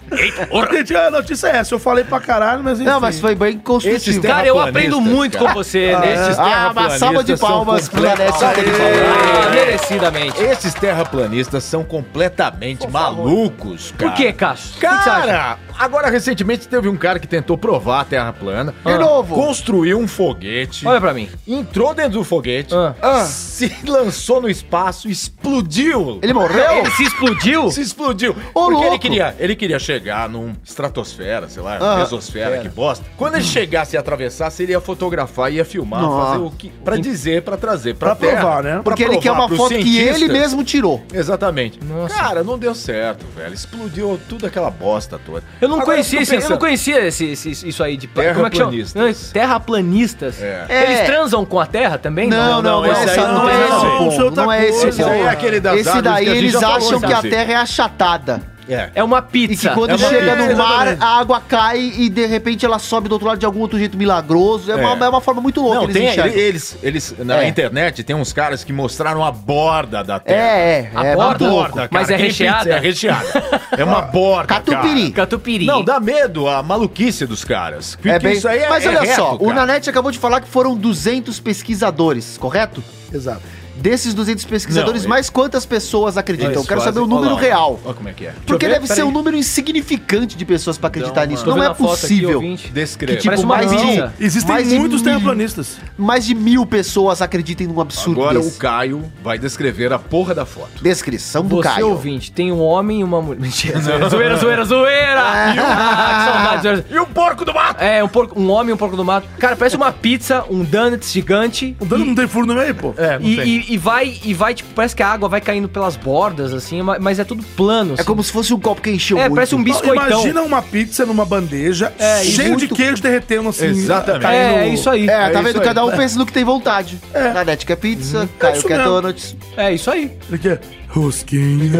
Speaker 3: Gente, a notícia é essa. Eu falei pra caralho, mas enfim.
Speaker 1: Não, mas foi bem
Speaker 5: Esses
Speaker 1: construtivo.
Speaker 5: terra-
Speaker 2: Cara, eu
Speaker 5: Terraplanista,
Speaker 2: aprendo muito
Speaker 5: cara. é.
Speaker 2: com você, né?
Speaker 1: Ah, uma salva de palmas pro Nanete.
Speaker 2: Ah, merecidamente.
Speaker 5: Esses terraplanistas são completamente malucos, cara.
Speaker 2: Por quê, Cássio? O que que você acha?
Speaker 5: Cara, agora recentemente teve um cara que tentou provar a Terra plana.
Speaker 1: Ah. De novo.
Speaker 5: Construiu um foguete.
Speaker 2: Olha pra mim.
Speaker 5: Entrou dentro do foguete.
Speaker 2: Ah.
Speaker 5: ah, Se lançou no espaço, explodiu.
Speaker 1: Ele morreu?
Speaker 2: Ele se explodiu?
Speaker 5: se explodiu.
Speaker 1: Ô,
Speaker 5: porque
Speaker 1: louco.
Speaker 5: ele queria, ele queria chegar num estratosfera, sei lá,
Speaker 1: Ah.
Speaker 5: mesosfera, que bosta. Quando ele chegasse e atravessasse, ele ia fotografar, ia filmar,
Speaker 1: Nossa.
Speaker 5: fazer o que para dizer, pra trazer pra,
Speaker 3: Pra
Speaker 5: terra,
Speaker 3: provar, né?
Speaker 5: pra
Speaker 1: Porque ele
Speaker 5: provar
Speaker 1: quer uma
Speaker 5: pros
Speaker 1: foto que ele
Speaker 5: cientistas.
Speaker 1: mesmo tirou.
Speaker 5: Exatamente.
Speaker 2: Nossa.
Speaker 5: Cara, não deu certo, velho. Explodiu tudo aquela bosta toda.
Speaker 2: Eu não
Speaker 5: Agora
Speaker 2: conhecia,
Speaker 5: fico
Speaker 2: esse, eu não
Speaker 5: pensando,
Speaker 2: conhecia esse, esse- isso aí de é
Speaker 5: Terraplanistas.
Speaker 2: Não, terraplanistas.
Speaker 5: É.
Speaker 2: Eles
Speaker 1: É.
Speaker 2: transam com a terra também?
Speaker 1: Não, não, não,
Speaker 5: esse aí
Speaker 1: essa-
Speaker 5: não
Speaker 1: não
Speaker 5: tem
Speaker 1: é
Speaker 5: nada a
Speaker 1: esse
Speaker 5: ver.
Speaker 1: o
Speaker 3: Isso é
Speaker 1: ponto.
Speaker 3: outra
Speaker 1: Não é esse o
Speaker 5: coisa. Esse aí é aquele
Speaker 1: ponto.
Speaker 5: das
Speaker 1: Esse
Speaker 5: árvores
Speaker 1: daí
Speaker 5: que a gente
Speaker 1: eles
Speaker 5: já falou,
Speaker 1: acham que a
Speaker 5: inclusive.
Speaker 1: terra é achatada.
Speaker 5: É.
Speaker 2: É uma
Speaker 1: E
Speaker 2: pizza.
Speaker 1: que quando
Speaker 5: É uma
Speaker 1: chega
Speaker 5: pizza,
Speaker 1: no mar,
Speaker 3: exatamente.
Speaker 1: a água cai e de repente ela sobe do outro lado de algum outro jeito milagroso. É, Uma,
Speaker 5: É.
Speaker 1: é uma forma muito louca
Speaker 5: Não,
Speaker 1: eles
Speaker 5: tem,
Speaker 1: enxergam.
Speaker 5: eles, eles, na
Speaker 1: É.
Speaker 5: internet, tem uns caras que mostraram a borda da terra.
Speaker 1: É, é,
Speaker 2: A
Speaker 1: é.
Speaker 2: borda,
Speaker 1: muito
Speaker 2: borda. Mas é
Speaker 5: Aquele
Speaker 2: recheada?
Speaker 5: pizza É recheada. É
Speaker 1: (laughs)
Speaker 5: uma borda,
Speaker 1: Catupiry.
Speaker 5: cara.
Speaker 2: Catupiry.
Speaker 5: Não, dá medo a maluquice dos caras.
Speaker 1: É
Speaker 5: Porque
Speaker 1: bem...
Speaker 5: isso aí é
Speaker 1: Mas
Speaker 5: é
Speaker 1: olha só,
Speaker 5: reto,
Speaker 1: o
Speaker 5: cara.
Speaker 1: Nanete acabou de falar que foram 200 pesquisadores, correto?
Speaker 3: Exato.
Speaker 1: Desses 200 pesquisadores,
Speaker 5: Não,
Speaker 1: mais quantas pessoas acreditam? Eu
Speaker 5: Eles
Speaker 1: quero saber o
Speaker 5: fazem-
Speaker 1: número
Speaker 5: Olha lá,
Speaker 1: real.
Speaker 5: Olha como é que é.
Speaker 1: Porque
Speaker 2: ver,
Speaker 1: deve ser
Speaker 2: peraí.
Speaker 1: um número insignificante de pessoas pra acreditar nisso.
Speaker 2: Tô
Speaker 1: Não
Speaker 2: vendo
Speaker 1: é
Speaker 2: a foto aqui,
Speaker 1: possível.
Speaker 2: ouvinte.
Speaker 5: Descreva.
Speaker 1: tipo,
Speaker 2: Parece uma
Speaker 1: mais
Speaker 2: pizza.
Speaker 1: de,
Speaker 3: Existem
Speaker 1: mais de
Speaker 3: muitos
Speaker 1: mil-
Speaker 3: terraplanistas.
Speaker 1: Mais de mil pessoas acreditem num absurdo
Speaker 5: Agora o
Speaker 1: desse.
Speaker 5: Caio vai descrever a porra da foto.
Speaker 1: Descrição do
Speaker 2: Você
Speaker 1: Caio.
Speaker 2: ouvinte, tem um homem e uma mulher. Mentira, zoeira, zoeira, zoeira, zoeira! Ah, (laughs) que saudade, zoeira.
Speaker 5: E o porco do mato!
Speaker 2: É, um, porco- um homem e um porco do mato. Cara, parece uma pizza, um donuts gigante.
Speaker 3: O dano não tem furo no meio, pô.
Speaker 5: É,
Speaker 2: E, e- e vai, e vai, tipo, parece que a água vai caindo pelas bordas, assim, ma- mas é tudo plano.
Speaker 1: É
Speaker 2: assim.
Speaker 1: como se fosse um copo que encheu
Speaker 2: É,
Speaker 1: muito.
Speaker 2: parece um biscoitão.
Speaker 3: Imagina uma pizza numa bandeja
Speaker 2: É, e
Speaker 3: cheio de
Speaker 1: muito-
Speaker 3: queijo derretendo assim.
Speaker 5: Exatamente.
Speaker 3: caindo-
Speaker 2: É, é isso aí.
Speaker 1: É,
Speaker 5: É
Speaker 1: tá
Speaker 5: isso
Speaker 1: vendo?
Speaker 5: aí.
Speaker 1: Cada um pensa no que tem vontade. É. Nanete quer pizza, Caio
Speaker 3: isso
Speaker 1: quer
Speaker 3: mesmo.
Speaker 1: donuts.
Speaker 2: É isso aí.
Speaker 3: (laughs) Ele quer rosquinha.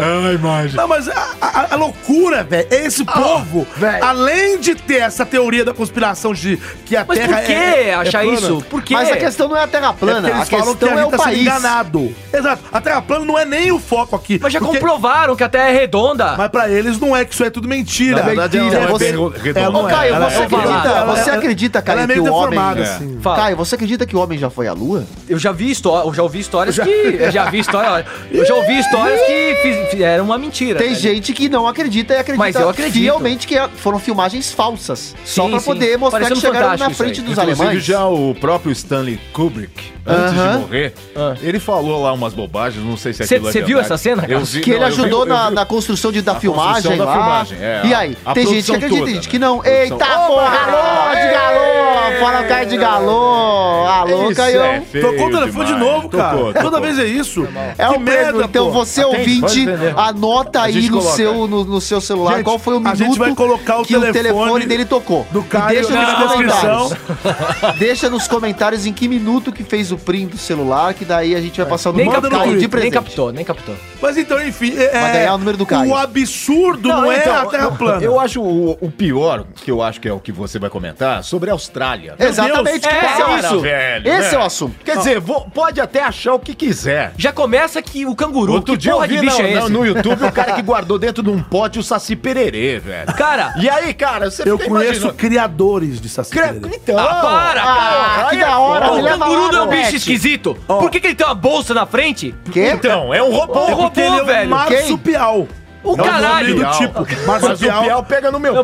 Speaker 3: a É imagem. Não, mas a, a- a, a loucura, velho, é esse povo, além de ter essa teoria da conspiração de que a
Speaker 2: Mas
Speaker 3: Terra
Speaker 2: por que
Speaker 3: é, é
Speaker 2: achar
Speaker 3: plana.
Speaker 2: isso? Por quê?
Speaker 1: Mas a questão não é a Terra plana,
Speaker 3: É porque
Speaker 1: a
Speaker 3: eles falam
Speaker 1: questão
Speaker 3: que a
Speaker 1: é
Speaker 3: gente
Speaker 1: o
Speaker 3: tá sendo
Speaker 1: país.
Speaker 3: enganado. Exato. A Terra plana não é nem o foco aqui.
Speaker 2: Mas já
Speaker 3: porque-
Speaker 2: comprovaram que a Terra é redonda.
Speaker 3: Mas pra eles não é que isso é tudo mentira.
Speaker 5: Na verdade, ela é
Speaker 3: Você-
Speaker 5: bem redonda.
Speaker 3: ela não
Speaker 1: Ô,
Speaker 3: é.
Speaker 1: Caio,
Speaker 3: Ela
Speaker 1: você
Speaker 3: é
Speaker 1: acredita,
Speaker 3: redonda.
Speaker 1: você
Speaker 3: Ela-
Speaker 1: acredita, Caio,
Speaker 3: ela é
Speaker 1: que
Speaker 3: meio
Speaker 1: o homem...
Speaker 3: deformada,
Speaker 1: É.
Speaker 3: assim.
Speaker 2: Fala.
Speaker 1: Caio, você acredita que o homem já foi à Lua?
Speaker 2: Eu já vi história, eu já ouvi histórias que. Eu já vi história, eu já ouvi histórias que fiz- fiz- era uma mentira. né?
Speaker 1: Tem
Speaker 2: velho.
Speaker 1: gente que não acredita e acredita
Speaker 2: Mas eu acredito.
Speaker 1: fielmente que é- foram filmagens falsas. só
Speaker 2: Sim,
Speaker 1: pra
Speaker 2: sim.
Speaker 1: poder mostrar
Speaker 2: Parecendo
Speaker 1: que chegaram
Speaker 2: fantástico
Speaker 1: na
Speaker 2: isso
Speaker 1: frente
Speaker 2: aí.
Speaker 1: dos
Speaker 5: Inclusive,
Speaker 1: alemães.
Speaker 5: já o próprio Stanley Kubrick, antes
Speaker 1: Aham.
Speaker 5: de morrer, ele falou lá umas bobagens, não sei se
Speaker 2: Ah. Cê-
Speaker 5: aquilo é
Speaker 2: cê viu essa cena, cara?
Speaker 5: Eu vi,
Speaker 1: Que ele
Speaker 5: não, eu vi-
Speaker 1: ajudou
Speaker 5: eu
Speaker 1: na,
Speaker 5: vi-
Speaker 1: na construção de, da
Speaker 5: a
Speaker 1: filmagem
Speaker 5: construção da
Speaker 1: lá.
Speaker 5: filmagem, é,
Speaker 1: e
Speaker 5: a-
Speaker 1: aí,
Speaker 5: a
Speaker 1: tem gente que
Speaker 5: produção
Speaker 1: acredita,
Speaker 5: toda,
Speaker 1: tem gente
Speaker 5: né?
Speaker 1: que não.
Speaker 5: Produção-
Speaker 1: Eita, porra! Alô, de galô! Fora o Caio de galô! Alô,
Speaker 5: Isso
Speaker 1: Caio!
Speaker 5: é feio
Speaker 3: Tocou o telefone de
Speaker 5: demais.
Speaker 3: novo, cara.
Speaker 5: Tocou,
Speaker 3: Toda
Speaker 5: tocou.
Speaker 3: vez é isso.
Speaker 1: É
Speaker 3: Que
Speaker 1: o prêmio. Então
Speaker 3: pô.
Speaker 1: você
Speaker 5: Atende, pode
Speaker 1: ouvinte,
Speaker 5: entender.
Speaker 1: anota
Speaker 5: A gente
Speaker 1: aí no
Speaker 5: coloca.
Speaker 1: seu, no, no seu celular
Speaker 3: Gente,
Speaker 1: qual foi o
Speaker 3: a
Speaker 1: minuto
Speaker 3: gente vai colocar o
Speaker 1: que o telefone
Speaker 3: telefone
Speaker 1: dele tocou.
Speaker 3: do
Speaker 1: E
Speaker 3: Caio
Speaker 1: deixa
Speaker 3: na
Speaker 1: nos
Speaker 3: descrição.
Speaker 1: comentários. deixa nos comentários em que minuto que fez o print do celular, que daí a gente vai passar o
Speaker 2: Nem
Speaker 1: número do
Speaker 2: captou,
Speaker 1: Caio de
Speaker 2: nem
Speaker 1: presente.
Speaker 2: captou, nem captou.
Speaker 3: Mas então, enfim. É,
Speaker 1: Vai ganhar o número do Caio.
Speaker 3: O absurdo não,
Speaker 5: Não,
Speaker 3: é
Speaker 5: então,
Speaker 3: a Terra plana.
Speaker 5: Eu acho o, o pior, que eu acho que é o que você vai comentar, sobre a Austrália.
Speaker 1: Exatamente,
Speaker 2: Deus,
Speaker 1: esse é o
Speaker 2: cara,
Speaker 1: isso.
Speaker 5: velho,
Speaker 1: Esse é o
Speaker 5: né?
Speaker 1: assunto.
Speaker 5: Quer dizer, vou- pode até achar o que quiser.
Speaker 2: Já começa que o canguru,
Speaker 5: Outro
Speaker 2: que
Speaker 5: dia
Speaker 2: porra
Speaker 5: eu vi
Speaker 2: de bicho
Speaker 5: na-
Speaker 2: é
Speaker 5: na-
Speaker 2: esse?
Speaker 5: no YouTube o cara que guardou dentro de um pote o Saci Pererê,
Speaker 3: (laughs)
Speaker 5: velho.
Speaker 2: Cara,
Speaker 5: (laughs) E aí, cara, você
Speaker 3: Eu
Speaker 5: fica
Speaker 3: conheço
Speaker 5: imaginando-
Speaker 3: criadores de saci
Speaker 5: Cre-
Speaker 3: pererê.
Speaker 5: Então,
Speaker 2: Ah, para, cara.
Speaker 1: Ah, que
Speaker 5: aí
Speaker 1: da
Speaker 5: é
Speaker 1: hora,
Speaker 5: foda.
Speaker 1: me
Speaker 2: o
Speaker 1: leva
Speaker 2: canguru
Speaker 1: lá,
Speaker 2: não é um
Speaker 1: moleque.
Speaker 2: bicho esquisito. Por que, que ele tem uma bolsa na frente?
Speaker 1: Quê?
Speaker 5: Então, é um robô.
Speaker 2: É um robô,
Speaker 3: Porque ele é um
Speaker 2: velho.
Speaker 3: marsupial. É
Speaker 2: O
Speaker 5: Não,
Speaker 2: caralho.
Speaker 5: não,
Speaker 3: Do
Speaker 5: não.
Speaker 3: tipo,
Speaker 5: Marsupial.
Speaker 3: marsupial.
Speaker 5: pega no meu...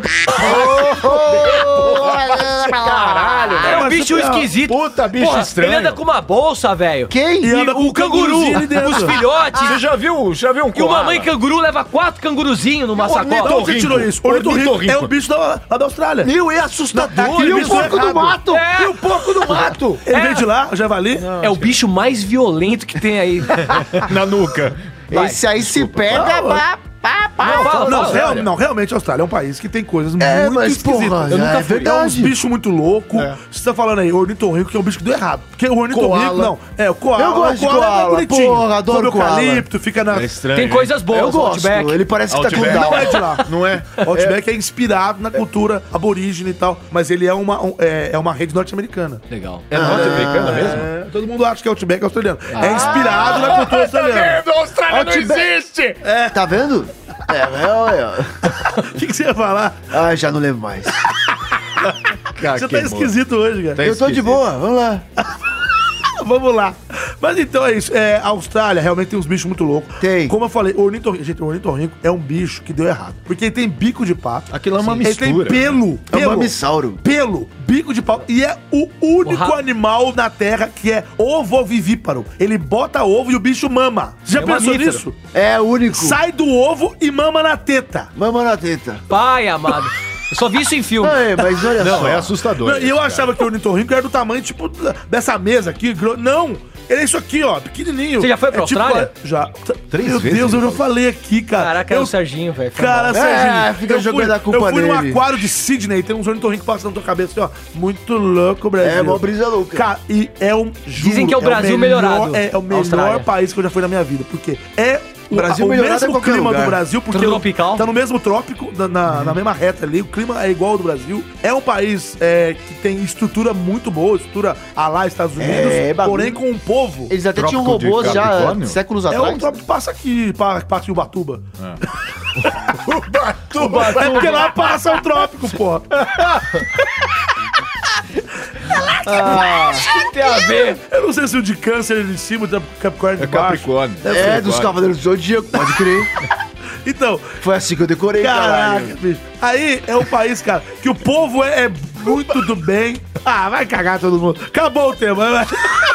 Speaker 5: Caralho,
Speaker 2: É um
Speaker 3: Mas
Speaker 2: bicho
Speaker 3: super-
Speaker 2: esquisito.
Speaker 5: Puta bicho
Speaker 2: Porra,
Speaker 5: estranho.
Speaker 2: Ele anda com uma bolsa, velho.
Speaker 1: Quem?
Speaker 2: E
Speaker 3: E anda com
Speaker 2: o
Speaker 3: um
Speaker 2: canguru,
Speaker 3: canguruzinho dentro.
Speaker 2: os filhotes.
Speaker 5: Você já viu, já viu um
Speaker 2: e o
Speaker 5: koala?
Speaker 2: mamãe canguru leva quatro canguruzinhos numa
Speaker 3: Da
Speaker 2: sacola.
Speaker 5: ornitorrinco.
Speaker 3: onde você tirou isso?
Speaker 5: Ornitorrinco.
Speaker 3: Ornitorrinco. É o bicho da, lá da Austrália.
Speaker 5: Meu, é assustador.
Speaker 3: Aquele
Speaker 1: E o
Speaker 3: bicho
Speaker 1: porco do
Speaker 3: errado.
Speaker 1: mato?
Speaker 2: É.
Speaker 5: E o porco do mato.
Speaker 3: Ele
Speaker 2: É.
Speaker 3: veio de lá, o javali.
Speaker 2: É o bicho mais violento que tem aí.
Speaker 5: Na nuca.
Speaker 1: Esse aí se pega,
Speaker 3: Não,
Speaker 1: pá, pá, pá.
Speaker 2: Não, fala,
Speaker 3: Não,
Speaker 2: fala.
Speaker 3: real- não, realmente a Austrália é um país que tem coisas
Speaker 1: É,
Speaker 3: muito esquisitas.
Speaker 2: Eu nunca fui.
Speaker 3: é verdade. É uns bichos muito louco. Você tá falando aí, ornitorrinco, que é um bicho que deu errado. Porque o ornitorrinco,
Speaker 5: Koala.
Speaker 3: não. É, o coala.
Speaker 1: Eu gosto
Speaker 3: o koala é mais
Speaker 1: de koala,
Speaker 3: bonitinho.
Speaker 1: porra, adoro
Speaker 3: Come
Speaker 1: koala.
Speaker 3: eucalipto, fica na...
Speaker 5: É estranho.
Speaker 2: Tem
Speaker 5: hein?
Speaker 2: coisas boas,
Speaker 1: Eu
Speaker 2: o
Speaker 1: gosto,
Speaker 2: Outback.
Speaker 1: ele parece que tá com
Speaker 5: Outback.
Speaker 1: down.
Speaker 3: Não é de lá.
Speaker 5: Não é?
Speaker 3: Outback é, inspirado na cultura aborígene e tal, mas ele é uma, um- é, é uma rede norte-americana.
Speaker 2: Legal.
Speaker 5: É norte-americana mesmo?
Speaker 3: É, todo mundo acha que Outback é australiano.
Speaker 1: Ah.
Speaker 3: é inspirado na cultura
Speaker 1: (laughs)
Speaker 3: australiana.
Speaker 5: A Austrália
Speaker 1: Outback.
Speaker 5: existe!
Speaker 1: Tá vendo? É, velho.
Speaker 3: O que, que você ia falar?
Speaker 1: Ah, já não lembro mais.
Speaker 5: Ah,
Speaker 3: Você tá esquisito hoje, cara.
Speaker 1: Eu tô de boa, vamos lá.
Speaker 3: Vamos lá. Mas então é isso. É, a Austrália realmente tem uns bichos muito loucos.
Speaker 1: Tem.
Speaker 3: Como eu falei, ornitorrinco. Gente, o ornitorrinco é um bicho que deu errado. Porque ele tem bico de pato.
Speaker 5: Aquilo é uma
Speaker 3: Ele tem
Speaker 5: mistura.
Speaker 3: pelo.
Speaker 1: É um
Speaker 3: pelo,
Speaker 1: mamissauro.
Speaker 3: pelo, bico de pau. E é o único
Speaker 2: ra-
Speaker 3: animal na Terra que é ovovivíparo. Ele bota ovo e o bicho mama. Você já
Speaker 2: É um
Speaker 3: pensou
Speaker 2: mamífero.
Speaker 3: nisso?
Speaker 1: É único.
Speaker 3: Sai do ovo e mama na teta.
Speaker 1: Mama na teta.
Speaker 2: Pai amado. Eu só vi isso em
Speaker 1: (laughs)
Speaker 2: filme.
Speaker 1: Ai, mas olha
Speaker 5: Não,
Speaker 1: só.
Speaker 5: é assustador.
Speaker 3: Não, E eu
Speaker 5: isso,
Speaker 3: achava que o ornitorrinco era do tamanho, tipo, da- dessa mesa aqui. gro- Não! Ele é isso aqui, ó, pequenininho.
Speaker 2: Você já foi pra
Speaker 3: É tipo-
Speaker 2: Austrália?
Speaker 3: já.
Speaker 5: Três
Speaker 3: Meu
Speaker 5: vezes
Speaker 3: Deus, eu
Speaker 5: ele
Speaker 3: já falei aqui, cara.
Speaker 2: Caraca, é um
Speaker 3: eu,
Speaker 2: era o Serginho, velho. Foi
Speaker 3: Cara,
Speaker 2: mal.
Speaker 3: Serginho.
Speaker 1: É, fica
Speaker 3: eu
Speaker 1: jogando
Speaker 3: fui-
Speaker 1: a culpa
Speaker 3: Eu fui num
Speaker 1: nele.
Speaker 3: aquário de Sydney, tem uns ornitorrincos passando na tua cabeça, assim, ó. Muito louco, Brasil.
Speaker 1: É, mó brisa louca.
Speaker 3: Cara, e é um... juro,
Speaker 2: Dizem que é o Brasil
Speaker 3: melhor-
Speaker 2: melhorado,
Speaker 3: É, é o melhor
Speaker 2: Austrália.
Speaker 3: país que eu já fui na minha vida, porque é... O,
Speaker 1: Brasil
Speaker 3: o
Speaker 1: melhorado é
Speaker 3: mesmo
Speaker 1: qualquer
Speaker 3: clima
Speaker 1: lugar.
Speaker 3: do Brasil, porque
Speaker 2: Tropical.
Speaker 3: tá no mesmo trópico, na, na- na mesma reta ali, o clima é igual ao do Brasil. É um país é, que tem estrutura muito boa, estrutura a lá Estados Unidos,
Speaker 1: É, bagulho.
Speaker 3: porém com um povo.
Speaker 1: Eles até tinham
Speaker 5: Trópico de
Speaker 1: robôs já
Speaker 5: Capricórnio?
Speaker 1: séculos
Speaker 3: É o
Speaker 1: Tá atrás.
Speaker 3: trópico que passa aqui, pa- passa em Ubatuba. (laughs)
Speaker 5: O
Speaker 3: É porque lá passa o trópico, pô.
Speaker 2: O que tem a ver?
Speaker 3: Eu não sei se o de câncer é de cima, o de Capricórnio é
Speaker 5: É
Speaker 3: de baixo.
Speaker 5: Capricórnio.
Speaker 1: É, dos Cavaleiros do Zodíaco, pode crer.
Speaker 3: Então,
Speaker 1: Foi assim que eu decorei,
Speaker 3: caraca,
Speaker 1: caralho.
Speaker 3: bicho. Aí é um país, cara, que o povo é, é muito do bem. Ah, vai cagar todo mundo. Acabou o tema. vai. (laughs)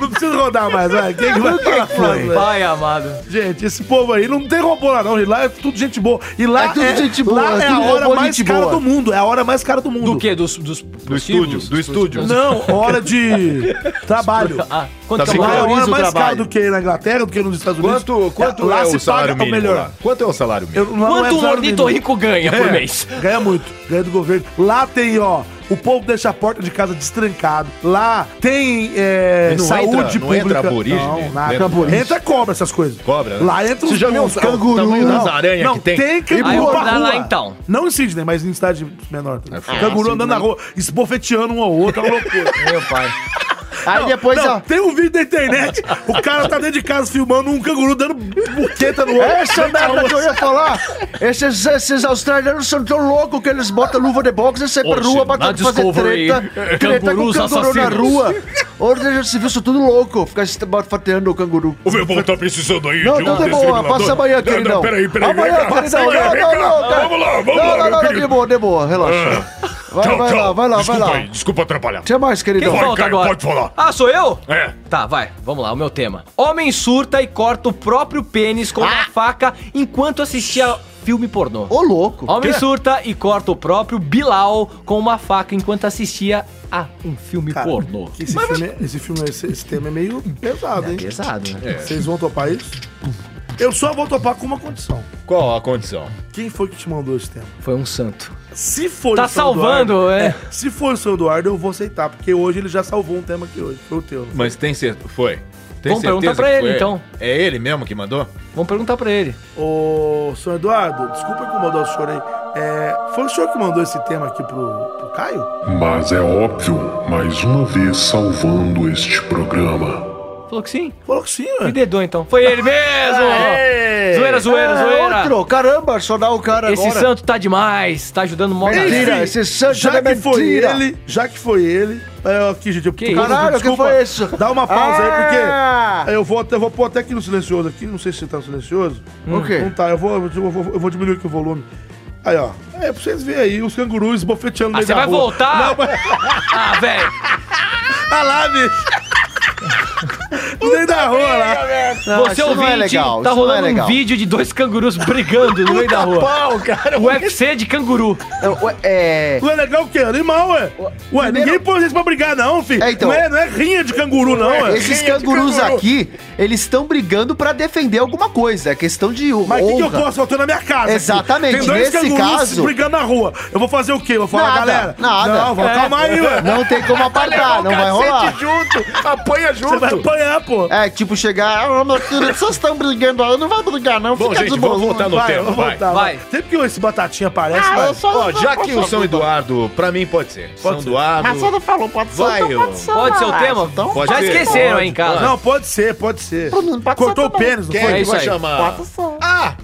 Speaker 3: Não precisa rodar mais, vai. Quem que vai falar mais, vai?
Speaker 2: Pai amado.
Speaker 3: Gente, esse povo aí não tem robô lá, não. gente. Lá é tudo gente boa. E lá
Speaker 1: É tudo gente
Speaker 3: lá
Speaker 1: boa,
Speaker 3: é
Speaker 1: tudo
Speaker 3: a hora
Speaker 1: robô,
Speaker 3: mais
Speaker 1: gente
Speaker 3: cara
Speaker 1: boa.
Speaker 3: do mundo. É a hora mais cara do mundo.
Speaker 2: Do quê? Dos, dos
Speaker 5: Do estúdio, do estúdio.
Speaker 3: Não, hora
Speaker 1: (laughs)
Speaker 3: de trabalho.
Speaker 2: Ah, quanto
Speaker 5: Tá
Speaker 2: que é
Speaker 3: Lá é a
Speaker 2: o
Speaker 5: bem
Speaker 3: hora
Speaker 5: Valoriza o
Speaker 3: mais cara
Speaker 5: trabalho.
Speaker 3: do que na Inglaterra, do que nos Estados Unidos.
Speaker 5: Quanto, quanto
Speaker 3: lá
Speaker 5: é
Speaker 3: se
Speaker 5: o salário
Speaker 3: paga, ou
Speaker 5: mínimo?
Speaker 3: melhor,
Speaker 5: lá? Quanto é o salário mínimo?
Speaker 3: Eu- lá não é
Speaker 2: Quanto um
Speaker 3: salário mínimo.
Speaker 2: ornitorrinco ganha por mês?
Speaker 3: Ganha muito, ganha do governo. Lá tem, ó, O povo deixa a porta de casa destrancada. Lá tem é,
Speaker 5: E não
Speaker 3: saúde
Speaker 5: entra- não
Speaker 3: pública.
Speaker 5: entra aborígene?
Speaker 3: Não, nada.
Speaker 5: Entra aborígene?
Speaker 3: Entra cobra, essas coisas.
Speaker 5: Cobra, né?
Speaker 3: Lá entra
Speaker 5: Você já viu
Speaker 3: os
Speaker 5: os ca- o tamanho das aranhas
Speaker 3: não,
Speaker 5: que tem?
Speaker 3: Tem canguru
Speaker 2: Aí eu vou
Speaker 3: pra
Speaker 2: dar lá,
Speaker 3: rua.
Speaker 2: então.
Speaker 3: Não em Sydney, mas em cidade menor. também.
Speaker 5: foda.
Speaker 3: canguru
Speaker 1: Ah,
Speaker 3: andando na
Speaker 1: Sydney.
Speaker 3: rua, esbofeteando um ao outro, é uma loucura.
Speaker 2: Meu pai.
Speaker 1: Aí
Speaker 3: Não,
Speaker 1: depois,
Speaker 3: não,
Speaker 1: ó.
Speaker 3: Tem um vídeo da internet, o cara tá dentro de casa filmando um canguru dando buqueta no outro.
Speaker 1: Essa merda que eu ia falar! Esses, esses australianos são tão loucos que eles botam luva de boxe e saem pra
Speaker 5: Hoje,
Speaker 1: rua pra
Speaker 2: na
Speaker 1: fazer
Speaker 2: Discovery,
Speaker 1: treta. Treta
Speaker 2: (laughs)
Speaker 1: com
Speaker 2: cangurus
Speaker 1: canguru na
Speaker 2: assassinos.
Speaker 1: rua. Hoje já se viu, são tudo louco, ficar fatiando o canguru.
Speaker 6: O meu bom tá precisando aí
Speaker 1: Não,
Speaker 6: de um
Speaker 1: tudo de boa,
Speaker 6: desfibrilador.
Speaker 1: passa amanhã, queridão.
Speaker 6: Não, peraí, peraí.
Speaker 1: Amanhã,
Speaker 6: vem cá,
Speaker 1: queridão.
Speaker 6: vem cá,
Speaker 1: Não,
Speaker 6: vem
Speaker 1: não,
Speaker 6: cá.
Speaker 1: não, cara.
Speaker 6: Vamos lá, vamos
Speaker 1: Não,
Speaker 6: lá,
Speaker 1: não,
Speaker 6: meu
Speaker 1: não, não,
Speaker 6: querido.
Speaker 1: de
Speaker 6: Ah,
Speaker 1: boa, de boa, relaxa. Vai,
Speaker 6: Tchau,
Speaker 1: vai
Speaker 6: tchau.
Speaker 1: lá, vai lá, vai
Speaker 6: desculpa
Speaker 1: lá.
Speaker 6: aí, desculpa atrapalhar.
Speaker 1: Até mais,
Speaker 2: Quem
Speaker 1: queridão.
Speaker 6: Vai,
Speaker 2: falta
Speaker 6: Caio,
Speaker 2: agora?
Speaker 6: pode falar.
Speaker 2: Ah, sou eu?
Speaker 6: É.
Speaker 2: Tá, vai. Vamos lá, o meu tema. Homem surta e corta o próprio pênis com uma faca enquanto assistia filme pornô.
Speaker 1: Ô, louco.
Speaker 2: Homem surta e corta o próprio Bilal com uma faca enquanto assistia a um filme
Speaker 3: Cara,
Speaker 2: pornô.
Speaker 3: Esse filme, esse, filme esse, esse tema é meio pesado, hein? É.
Speaker 2: Pesado, né?
Speaker 3: Vocês vão topar isso? Eu só vou topar com uma condição.
Speaker 5: Qual a condição?
Speaker 3: Quem foi que te mandou esse tema?
Speaker 2: Foi um santo.
Speaker 3: Se foi
Speaker 2: Tá
Speaker 3: o seu
Speaker 2: salvando,
Speaker 3: Eduardo,
Speaker 2: é.
Speaker 3: Se for o seu Eduardo, eu vou aceitar, porque hoje ele já salvou um tema aqui hoje. Foi o teu.
Speaker 5: Mas tem certeza. Foi. Tem
Speaker 2: Vamos perguntar
Speaker 5: certeza
Speaker 2: pra
Speaker 5: que
Speaker 2: ele,
Speaker 5: foi
Speaker 2: então.
Speaker 5: É ele mesmo que mandou?
Speaker 2: Vamos perguntar pra ele.
Speaker 3: Ô, senhor Eduardo, desculpa incomodar o senhor aí. É, foi o senhor que mandou esse tema aqui pro, pro Caio?
Speaker 12: Mas é óbvio, mais uma vez salvando este programa.
Speaker 2: Falou que sim.
Speaker 3: Falou que sim,
Speaker 2: Me
Speaker 3: ué.
Speaker 2: dedou então. Foi ele mesmo! zoeira, zoeira,
Speaker 1: É,
Speaker 2: zoeira.
Speaker 1: outro, caramba, só dá o cara
Speaker 2: Esse
Speaker 1: agora.
Speaker 2: santo tá demais, tá ajudando mó galera.
Speaker 1: Mentira, esse santo
Speaker 3: Já
Speaker 1: é
Speaker 3: que foi
Speaker 1: mentira.
Speaker 3: ele, já que foi ele. é, Aqui, gente, eu
Speaker 2: Que
Speaker 3: todo mundo,
Speaker 1: Caralho, o que
Speaker 3: desculpa,
Speaker 1: foi isso?
Speaker 3: Dá uma pausa aí,
Speaker 1: Ah!
Speaker 3: porque eu vou, até, eu vou pôr até aqui no silencioso aqui, não sei se tá no silencioso.
Speaker 1: O quê?
Speaker 3: Não tá, eu vou, eu vou, eu vou- eu vou diminuir aqui o volume. Aí, ó. É pra vocês verem aí, os cangurus bofeteando no
Speaker 2: Ah,
Speaker 3: meio
Speaker 2: você
Speaker 3: da
Speaker 2: vai
Speaker 3: rua.
Speaker 2: voltar?
Speaker 3: Não, mas... (laughs)
Speaker 2: Ah, velho.
Speaker 3: Olha lá, bicho. No meio da rua, lá.
Speaker 1: Não,
Speaker 2: Você
Speaker 1: isso não
Speaker 2: ouvinte,
Speaker 1: é legal,
Speaker 2: tá
Speaker 1: isso não é
Speaker 2: rolando um
Speaker 1: legal.
Speaker 2: vídeo de dois cangurus brigando no meio da rua.
Speaker 5: cara.
Speaker 2: UFC de canguru.
Speaker 1: É,
Speaker 3: Não é legal o quê? Animal, ué. Ué, ninguém põe vocês pra brigar, não, filho.
Speaker 1: É, então.
Speaker 3: não, é, não é rinha de canguru, não, é. ué.
Speaker 1: É, esses cangurus aqui, eles estão brigando pra defender alguma coisa. É questão de honra.
Speaker 3: Mas o que, que eu posso? Eu tô na minha casa.
Speaker 1: Exatamente,
Speaker 3: filho. Tem dois
Speaker 1: nesse
Speaker 3: cangurus
Speaker 1: caso-
Speaker 3: brigando na rua. Eu vou fazer o quê? Eu Vou falar,
Speaker 1: Nada,
Speaker 3: galera.
Speaker 1: nada. É.
Speaker 3: Não, vou
Speaker 5: É.
Speaker 3: acalmar aí, ué.
Speaker 1: Não tem como apartar, não vai rolar.
Speaker 5: um junto, apanha
Speaker 3: Você vai
Speaker 5: junto.
Speaker 3: apanhar, pô.
Speaker 1: É, tipo, chegar... Ah, meu querido, vocês estão brigando aí, não vai brigar não,
Speaker 5: Bom,
Speaker 1: fica
Speaker 5: gente,
Speaker 1: de
Speaker 5: vamos
Speaker 1: boa.
Speaker 5: voltar no tema, vai.
Speaker 2: Vai.
Speaker 3: Sempre que esse batatinha aparece,
Speaker 7: Ah,
Speaker 3: vai.
Speaker 7: eu sou.
Speaker 5: Ó, já que o São Eduardo, pra mim pode ser. São
Speaker 3: ser.
Speaker 5: Eduardo.
Speaker 7: Mas você Ah, não falou, pode ser,
Speaker 5: Vai,
Speaker 7: então
Speaker 5: eu-
Speaker 7: pode ser.
Speaker 2: Pode ser o
Speaker 7: não.
Speaker 2: tema?
Speaker 7: Então,
Speaker 5: Pode
Speaker 2: Já
Speaker 5: ser?
Speaker 2: esqueceram
Speaker 5: Pode,
Speaker 2: aí em casa.
Speaker 3: Não, pode ser, pode ser.
Speaker 7: Pra mim, pode
Speaker 3: Cortou
Speaker 7: ser
Speaker 3: o pênis, não
Speaker 5: Quem
Speaker 3: foi?
Speaker 5: é
Speaker 2: É
Speaker 5: que
Speaker 2: isso
Speaker 5: vai
Speaker 2: aí.
Speaker 5: chamar?
Speaker 7: Pode ser.
Speaker 5: Ah!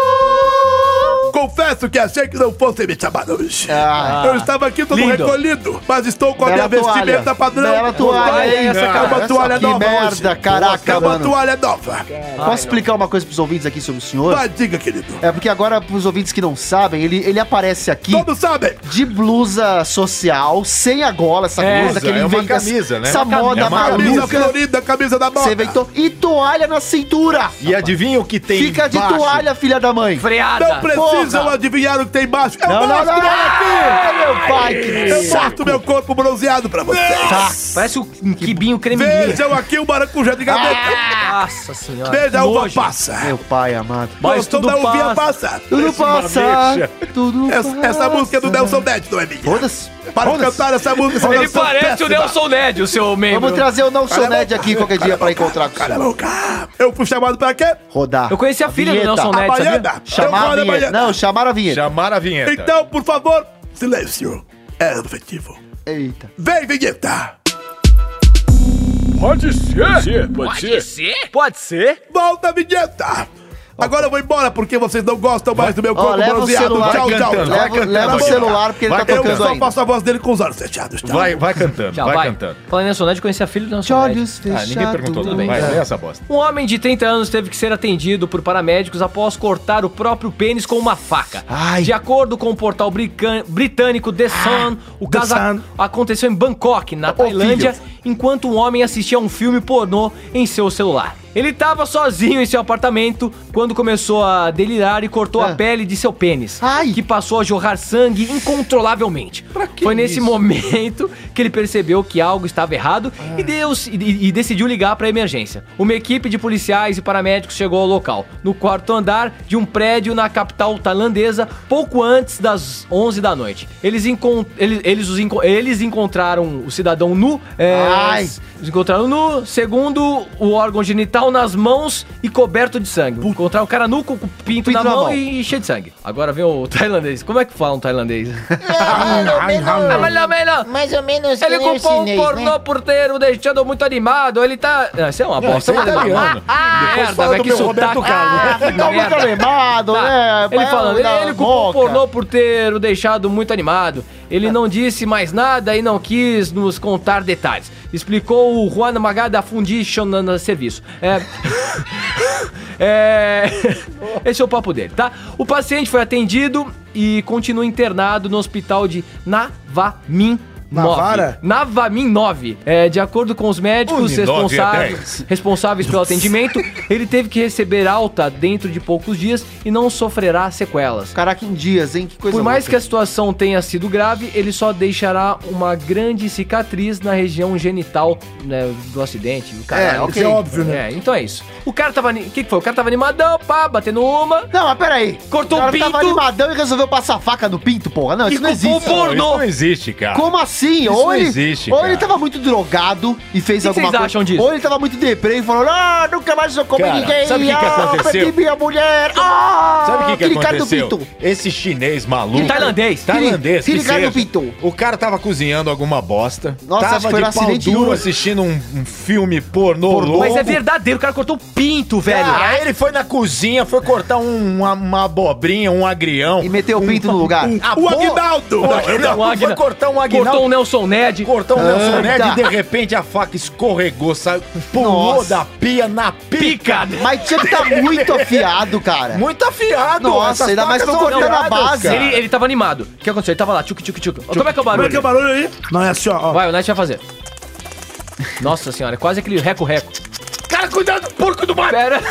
Speaker 7: Aguinaldo!
Speaker 3: Confesso que achei que não fosse me chamar hoje.
Speaker 1: Ah.
Speaker 3: Eu estava aqui todo
Speaker 2: Lindo.
Speaker 3: recolhido, mas estou com a minha
Speaker 1: Bela toalha.
Speaker 3: vestimenta padrão.
Speaker 1: Bela toalha, hein, essa
Speaker 3: é
Speaker 1: cara.
Speaker 3: uma
Speaker 1: Essa-
Speaker 3: toalha
Speaker 1: que
Speaker 3: nova
Speaker 1: merda,
Speaker 3: hoje.
Speaker 1: caraca,
Speaker 3: É uma
Speaker 1: mano.
Speaker 3: toalha nova.
Speaker 1: Posso explicar uma coisa pros ouvintes aqui sobre o senhor?
Speaker 3: Mas diga, querido.
Speaker 1: É porque agora, pros ouvintes que não sabem, ele, ele aparece aqui...
Speaker 3: Todos sabem.
Speaker 1: de blusa social, sem a gola, essa
Speaker 2: É,
Speaker 1: blusa que ele
Speaker 5: é uma
Speaker 1: inventa,
Speaker 5: camisa, né?
Speaker 1: Essa
Speaker 5: É uma camisa.
Speaker 1: moda
Speaker 5: É uma
Speaker 3: Camisa
Speaker 1: maluca.
Speaker 3: florida, camisa da moda.
Speaker 1: Você inventou. E toalha na cintura.
Speaker 5: E adivinha o que tem
Speaker 1: Fica de
Speaker 5: embaixo?
Speaker 1: toalha, filha da mãe.
Speaker 2: Freada.
Speaker 3: Não precisam
Speaker 1: Porra.
Speaker 3: adivinhar o que tem embaixo. Eu
Speaker 1: Não, não,
Speaker 3: mostro
Speaker 1: não,
Speaker 3: ela aqui.
Speaker 1: Ah, meu pai, que
Speaker 3: Eu
Speaker 1: saco.
Speaker 3: mostro meu corpo bronzeado pra vocês.
Speaker 2: Tá. Parece um quibinho creminho.
Speaker 3: Vejam aqui o maracujá de gaveta.
Speaker 2: Nossa
Speaker 1: Ah,
Speaker 2: senhora.
Speaker 3: Veja a uva
Speaker 2: Nojo.
Speaker 3: passa.
Speaker 1: Meu pai amado.
Speaker 2: Mas
Speaker 3: Gostou
Speaker 2: tudo
Speaker 3: da uvinha
Speaker 2: passa.
Speaker 3: passa?
Speaker 1: Tudo passa, tudo
Speaker 3: Essa,
Speaker 1: passa.
Speaker 3: essa música é do Nelson Dead, não é minha?
Speaker 1: Foda-se.
Speaker 3: Para de
Speaker 1: Foda-se.
Speaker 3: cantar essa música, essa
Speaker 2: Ele
Speaker 3: canção
Speaker 2: parece o
Speaker 3: péssima.
Speaker 2: Nelson Ned, o seu membro.
Speaker 1: Vamos trazer o Nelson Ned aqui qualquer dia pra encontrar com o
Speaker 3: Cala a
Speaker 1: senhor.
Speaker 3: boca. Eu fui chamado pra quê?
Speaker 1: Rodar.
Speaker 2: Eu conheci a filha
Speaker 1: Vinheta.
Speaker 2: do Nelson
Speaker 3: A
Speaker 2: Ned, sabia?
Speaker 3: baiana. Eu
Speaker 1: Chamaram
Speaker 3: falo
Speaker 1: a vinheta.
Speaker 3: baiana.
Speaker 1: Não, chamaram
Speaker 5: (laughs)
Speaker 1: a vinheta.
Speaker 5: Chamar a vinheta.
Speaker 3: Então, por favor, silêncio. É efetivo.
Speaker 1: Eita.
Speaker 3: Vem, vinheta.
Speaker 6: Pode ser, pode
Speaker 8: Pode
Speaker 6: ser.
Speaker 8: ser?
Speaker 2: Pode ser?
Speaker 3: Volta a vinheta. Agora eu vou embora porque vocês não gostam mais do meu
Speaker 1: Ó,
Speaker 3: corpo
Speaker 1: leva o
Speaker 3: bronzeado.
Speaker 1: celular,
Speaker 3: Tchau,
Speaker 5: vai
Speaker 3: tchau, Tá
Speaker 5: cantando,
Speaker 3: tchau.
Speaker 5: vai
Speaker 1: Leva,
Speaker 5: cantando,
Speaker 1: leva o
Speaker 5: vai.
Speaker 1: celular porque ele
Speaker 5: Vai
Speaker 1: tá
Speaker 3: Eu
Speaker 1: tocando
Speaker 3: só
Speaker 1: ainda.
Speaker 3: faço a voz dele com os olhos fechados. tá? tchau.
Speaker 5: Vai, vai cantando,
Speaker 2: Já
Speaker 5: vai,
Speaker 2: vai.
Speaker 5: cantando.
Speaker 2: Falando em Nelson Ned, eu conheci a filha do
Speaker 1: De
Speaker 2: Nelson Ned.
Speaker 1: olhos
Speaker 5: Ah,
Speaker 1: fechados.
Speaker 5: ninguém perguntou
Speaker 2: tudo
Speaker 5: nada.
Speaker 2: bem.
Speaker 1: né?
Speaker 5: Vai, lê essa bosta.
Speaker 2: Um homem de 30 anos teve que ser atendido por paramédicos após cortar o próprio pênis com uma faca.
Speaker 1: Ai.
Speaker 2: De acordo com o portal brican- britânico The Sun, o
Speaker 3: Ah, The
Speaker 2: caso
Speaker 3: Sun.
Speaker 2: a- aconteceu em Bangkok, na Tailândia, enquanto um homem assistia a um filme pornô em seu celular. Ele tava sozinho em seu apartamento quando começou a delirar e cortou
Speaker 3: Ah.
Speaker 2: a pele de seu pênis, que passou a jorrar sangue incontrolavelmente. Foi nesse momento que ele percebeu que algo estava errado e, deu- e- e decidiu ligar para emergência. Uma equipe de policiais e paramédicos chegou ao local, no quarto andar de um prédio na capital tailandesa, pouco antes das 11 da noite. Eles, encon- eles, eles os enco- eles encontraram o cidadão nu. é,
Speaker 1: Ai.
Speaker 2: eles encontraram nu, segundo o órgão genital nas mãos e coberto de sangue. Encontraram o cara nu com o pinto, na, mão, e cheio de sangue. Agora vem o (laughs) tailandês. Como é que fala um (laughs) tailandês? Ah, mas não, mas não.
Speaker 4: Mais ou menos que
Speaker 2: Ele
Speaker 4: nem o
Speaker 2: culpou
Speaker 4: chinês,
Speaker 2: um pornô
Speaker 4: né?
Speaker 2: por ter o deixado muito animado. Ele tá. Ah, Isso é uma
Speaker 1: Não,
Speaker 2: bosta.
Speaker 1: isso é italiano.
Speaker 2: Ah,
Speaker 1: Depois
Speaker 2: merda,
Speaker 1: fala
Speaker 2: velho.
Speaker 1: do
Speaker 2: Que
Speaker 1: meu
Speaker 2: sotaque.
Speaker 1: Roberto Carlos.
Speaker 2: Ah,
Speaker 1: Ficou
Speaker 2: puta
Speaker 1: muito
Speaker 2: merda.
Speaker 1: animado, né?
Speaker 2: Tá. Ele
Speaker 1: Pai,
Speaker 2: falando, ele,
Speaker 1: da
Speaker 2: ele culpou o
Speaker 1: boca.
Speaker 2: pornô por ter o deixado muito animado. Ele não disse mais nada e não quis nos contar detalhes. Explicou o Juan Magada Foundation na- na Serviço. É. (laughs) É. (laughs) Esse é o papo dele, tá? O paciente foi atendido e continua internado no hospital de Navamin. 9.
Speaker 3: Navara?
Speaker 2: Navamin 9. É, de acordo com os médicos
Speaker 5: Uni, nove é
Speaker 2: responsáveis,
Speaker 5: dez.
Speaker 2: responsáveis pelo atendimento, ele teve que receber alta dentro de poucos dias e não sofrerá sequelas.
Speaker 1: Caraca, em dias, hein? Que coisa
Speaker 2: Por mais
Speaker 1: louca.
Speaker 2: que a situação tenha sido grave, ele só deixará uma grande cicatriz na região genital né, do acidente. O cara,
Speaker 1: É, ok. Isso é óbvio,
Speaker 2: né? É, então é isso. O cara tava. ani- O que, que foi? O cara tava animadão, pá, batendo uma.
Speaker 1: Não, mas peraí.
Speaker 2: Cortou
Speaker 1: o
Speaker 2: o
Speaker 1: cara
Speaker 2: pinto.
Speaker 1: tava animadão e resolveu passar a faca no pinto, porra. Não,
Speaker 2: E
Speaker 1: isso não
Speaker 2: culpou
Speaker 1: existe.
Speaker 2: o pornô.
Speaker 5: Isso não existe, cara.
Speaker 1: Como assim?
Speaker 5: Ah, Isso
Speaker 1: ou
Speaker 5: não
Speaker 1: ele,
Speaker 5: existe,
Speaker 1: ou
Speaker 5: cara.
Speaker 1: ele tava muito drogado e fez
Speaker 2: que
Speaker 1: alguma
Speaker 2: vocês
Speaker 1: coisa.
Speaker 2: acham disso?
Speaker 1: Ou ele tava muito deprê e falou: Ah, nunca mais eu comi
Speaker 5: Cara,
Speaker 1: ninguém.
Speaker 5: sabe o que que
Speaker 1: ah,
Speaker 5: aconteceu?
Speaker 1: perdi minha mulher. Ah,
Speaker 5: Sabe o que, que
Speaker 1: aquele cara do
Speaker 5: aconteceu?
Speaker 1: pinto.
Speaker 5: Esse chinês maluco.
Speaker 2: Tailandês.
Speaker 5: Tailandês.
Speaker 1: Aquele
Speaker 5: que
Speaker 1: cara do
Speaker 5: seja.
Speaker 1: pinto.
Speaker 5: O cara tava cozinhando alguma bosta.
Speaker 1: Nossa,
Speaker 5: tava
Speaker 1: acho que foi
Speaker 5: de
Speaker 1: um
Speaker 5: pau
Speaker 1: acidente
Speaker 5: duro
Speaker 1: duro.
Speaker 5: assistindo um, um filme pornô louco.
Speaker 2: Mas é verdadeiro, o cara cortou o pinto, velho.
Speaker 5: Ah, aí ele foi na cozinha, foi cortar um- uma, uma abobrinha, um agrião.
Speaker 1: E meteu o pinto no lugar.
Speaker 5: Ah,
Speaker 6: O
Speaker 5: pô-
Speaker 6: Aguinaldo!
Speaker 5: Não,
Speaker 2: Não,
Speaker 5: não, foi
Speaker 2: Agna-
Speaker 5: cortar um aguinaldo.
Speaker 2: Cortou o Nelson Ned.
Speaker 5: Cortou um Nelson
Speaker 1: Ah,
Speaker 5: Ned
Speaker 1: tá.
Speaker 5: e de repente a faca escorregou, saiu, pulou
Speaker 1: Nossa.
Speaker 5: da pia na pica.
Speaker 2: Pica.
Speaker 1: Mas tinha que tá muito afiado, cara.
Speaker 5: (laughs) Muito afiado.
Speaker 1: Nossa,
Speaker 5: essas
Speaker 1: ainda mais
Speaker 5: facas
Speaker 1: tão
Speaker 5: são
Speaker 1: cortando a
Speaker 5: afiadas,
Speaker 1: base.
Speaker 5: cara.
Speaker 2: Ele, ele tava animado. O que aconteceu? Ele tava lá, tchuc, tchuc, tchuc. Como é que é o
Speaker 3: Como
Speaker 2: barulho?
Speaker 3: é que é o barulho aí? Não, é assim, ó. ó.
Speaker 2: Vai, o Nath vai fazer. Nossa senhora, é quase aquele reco-reco.
Speaker 5: Cara, cuidado do porco do mar.
Speaker 2: Pera.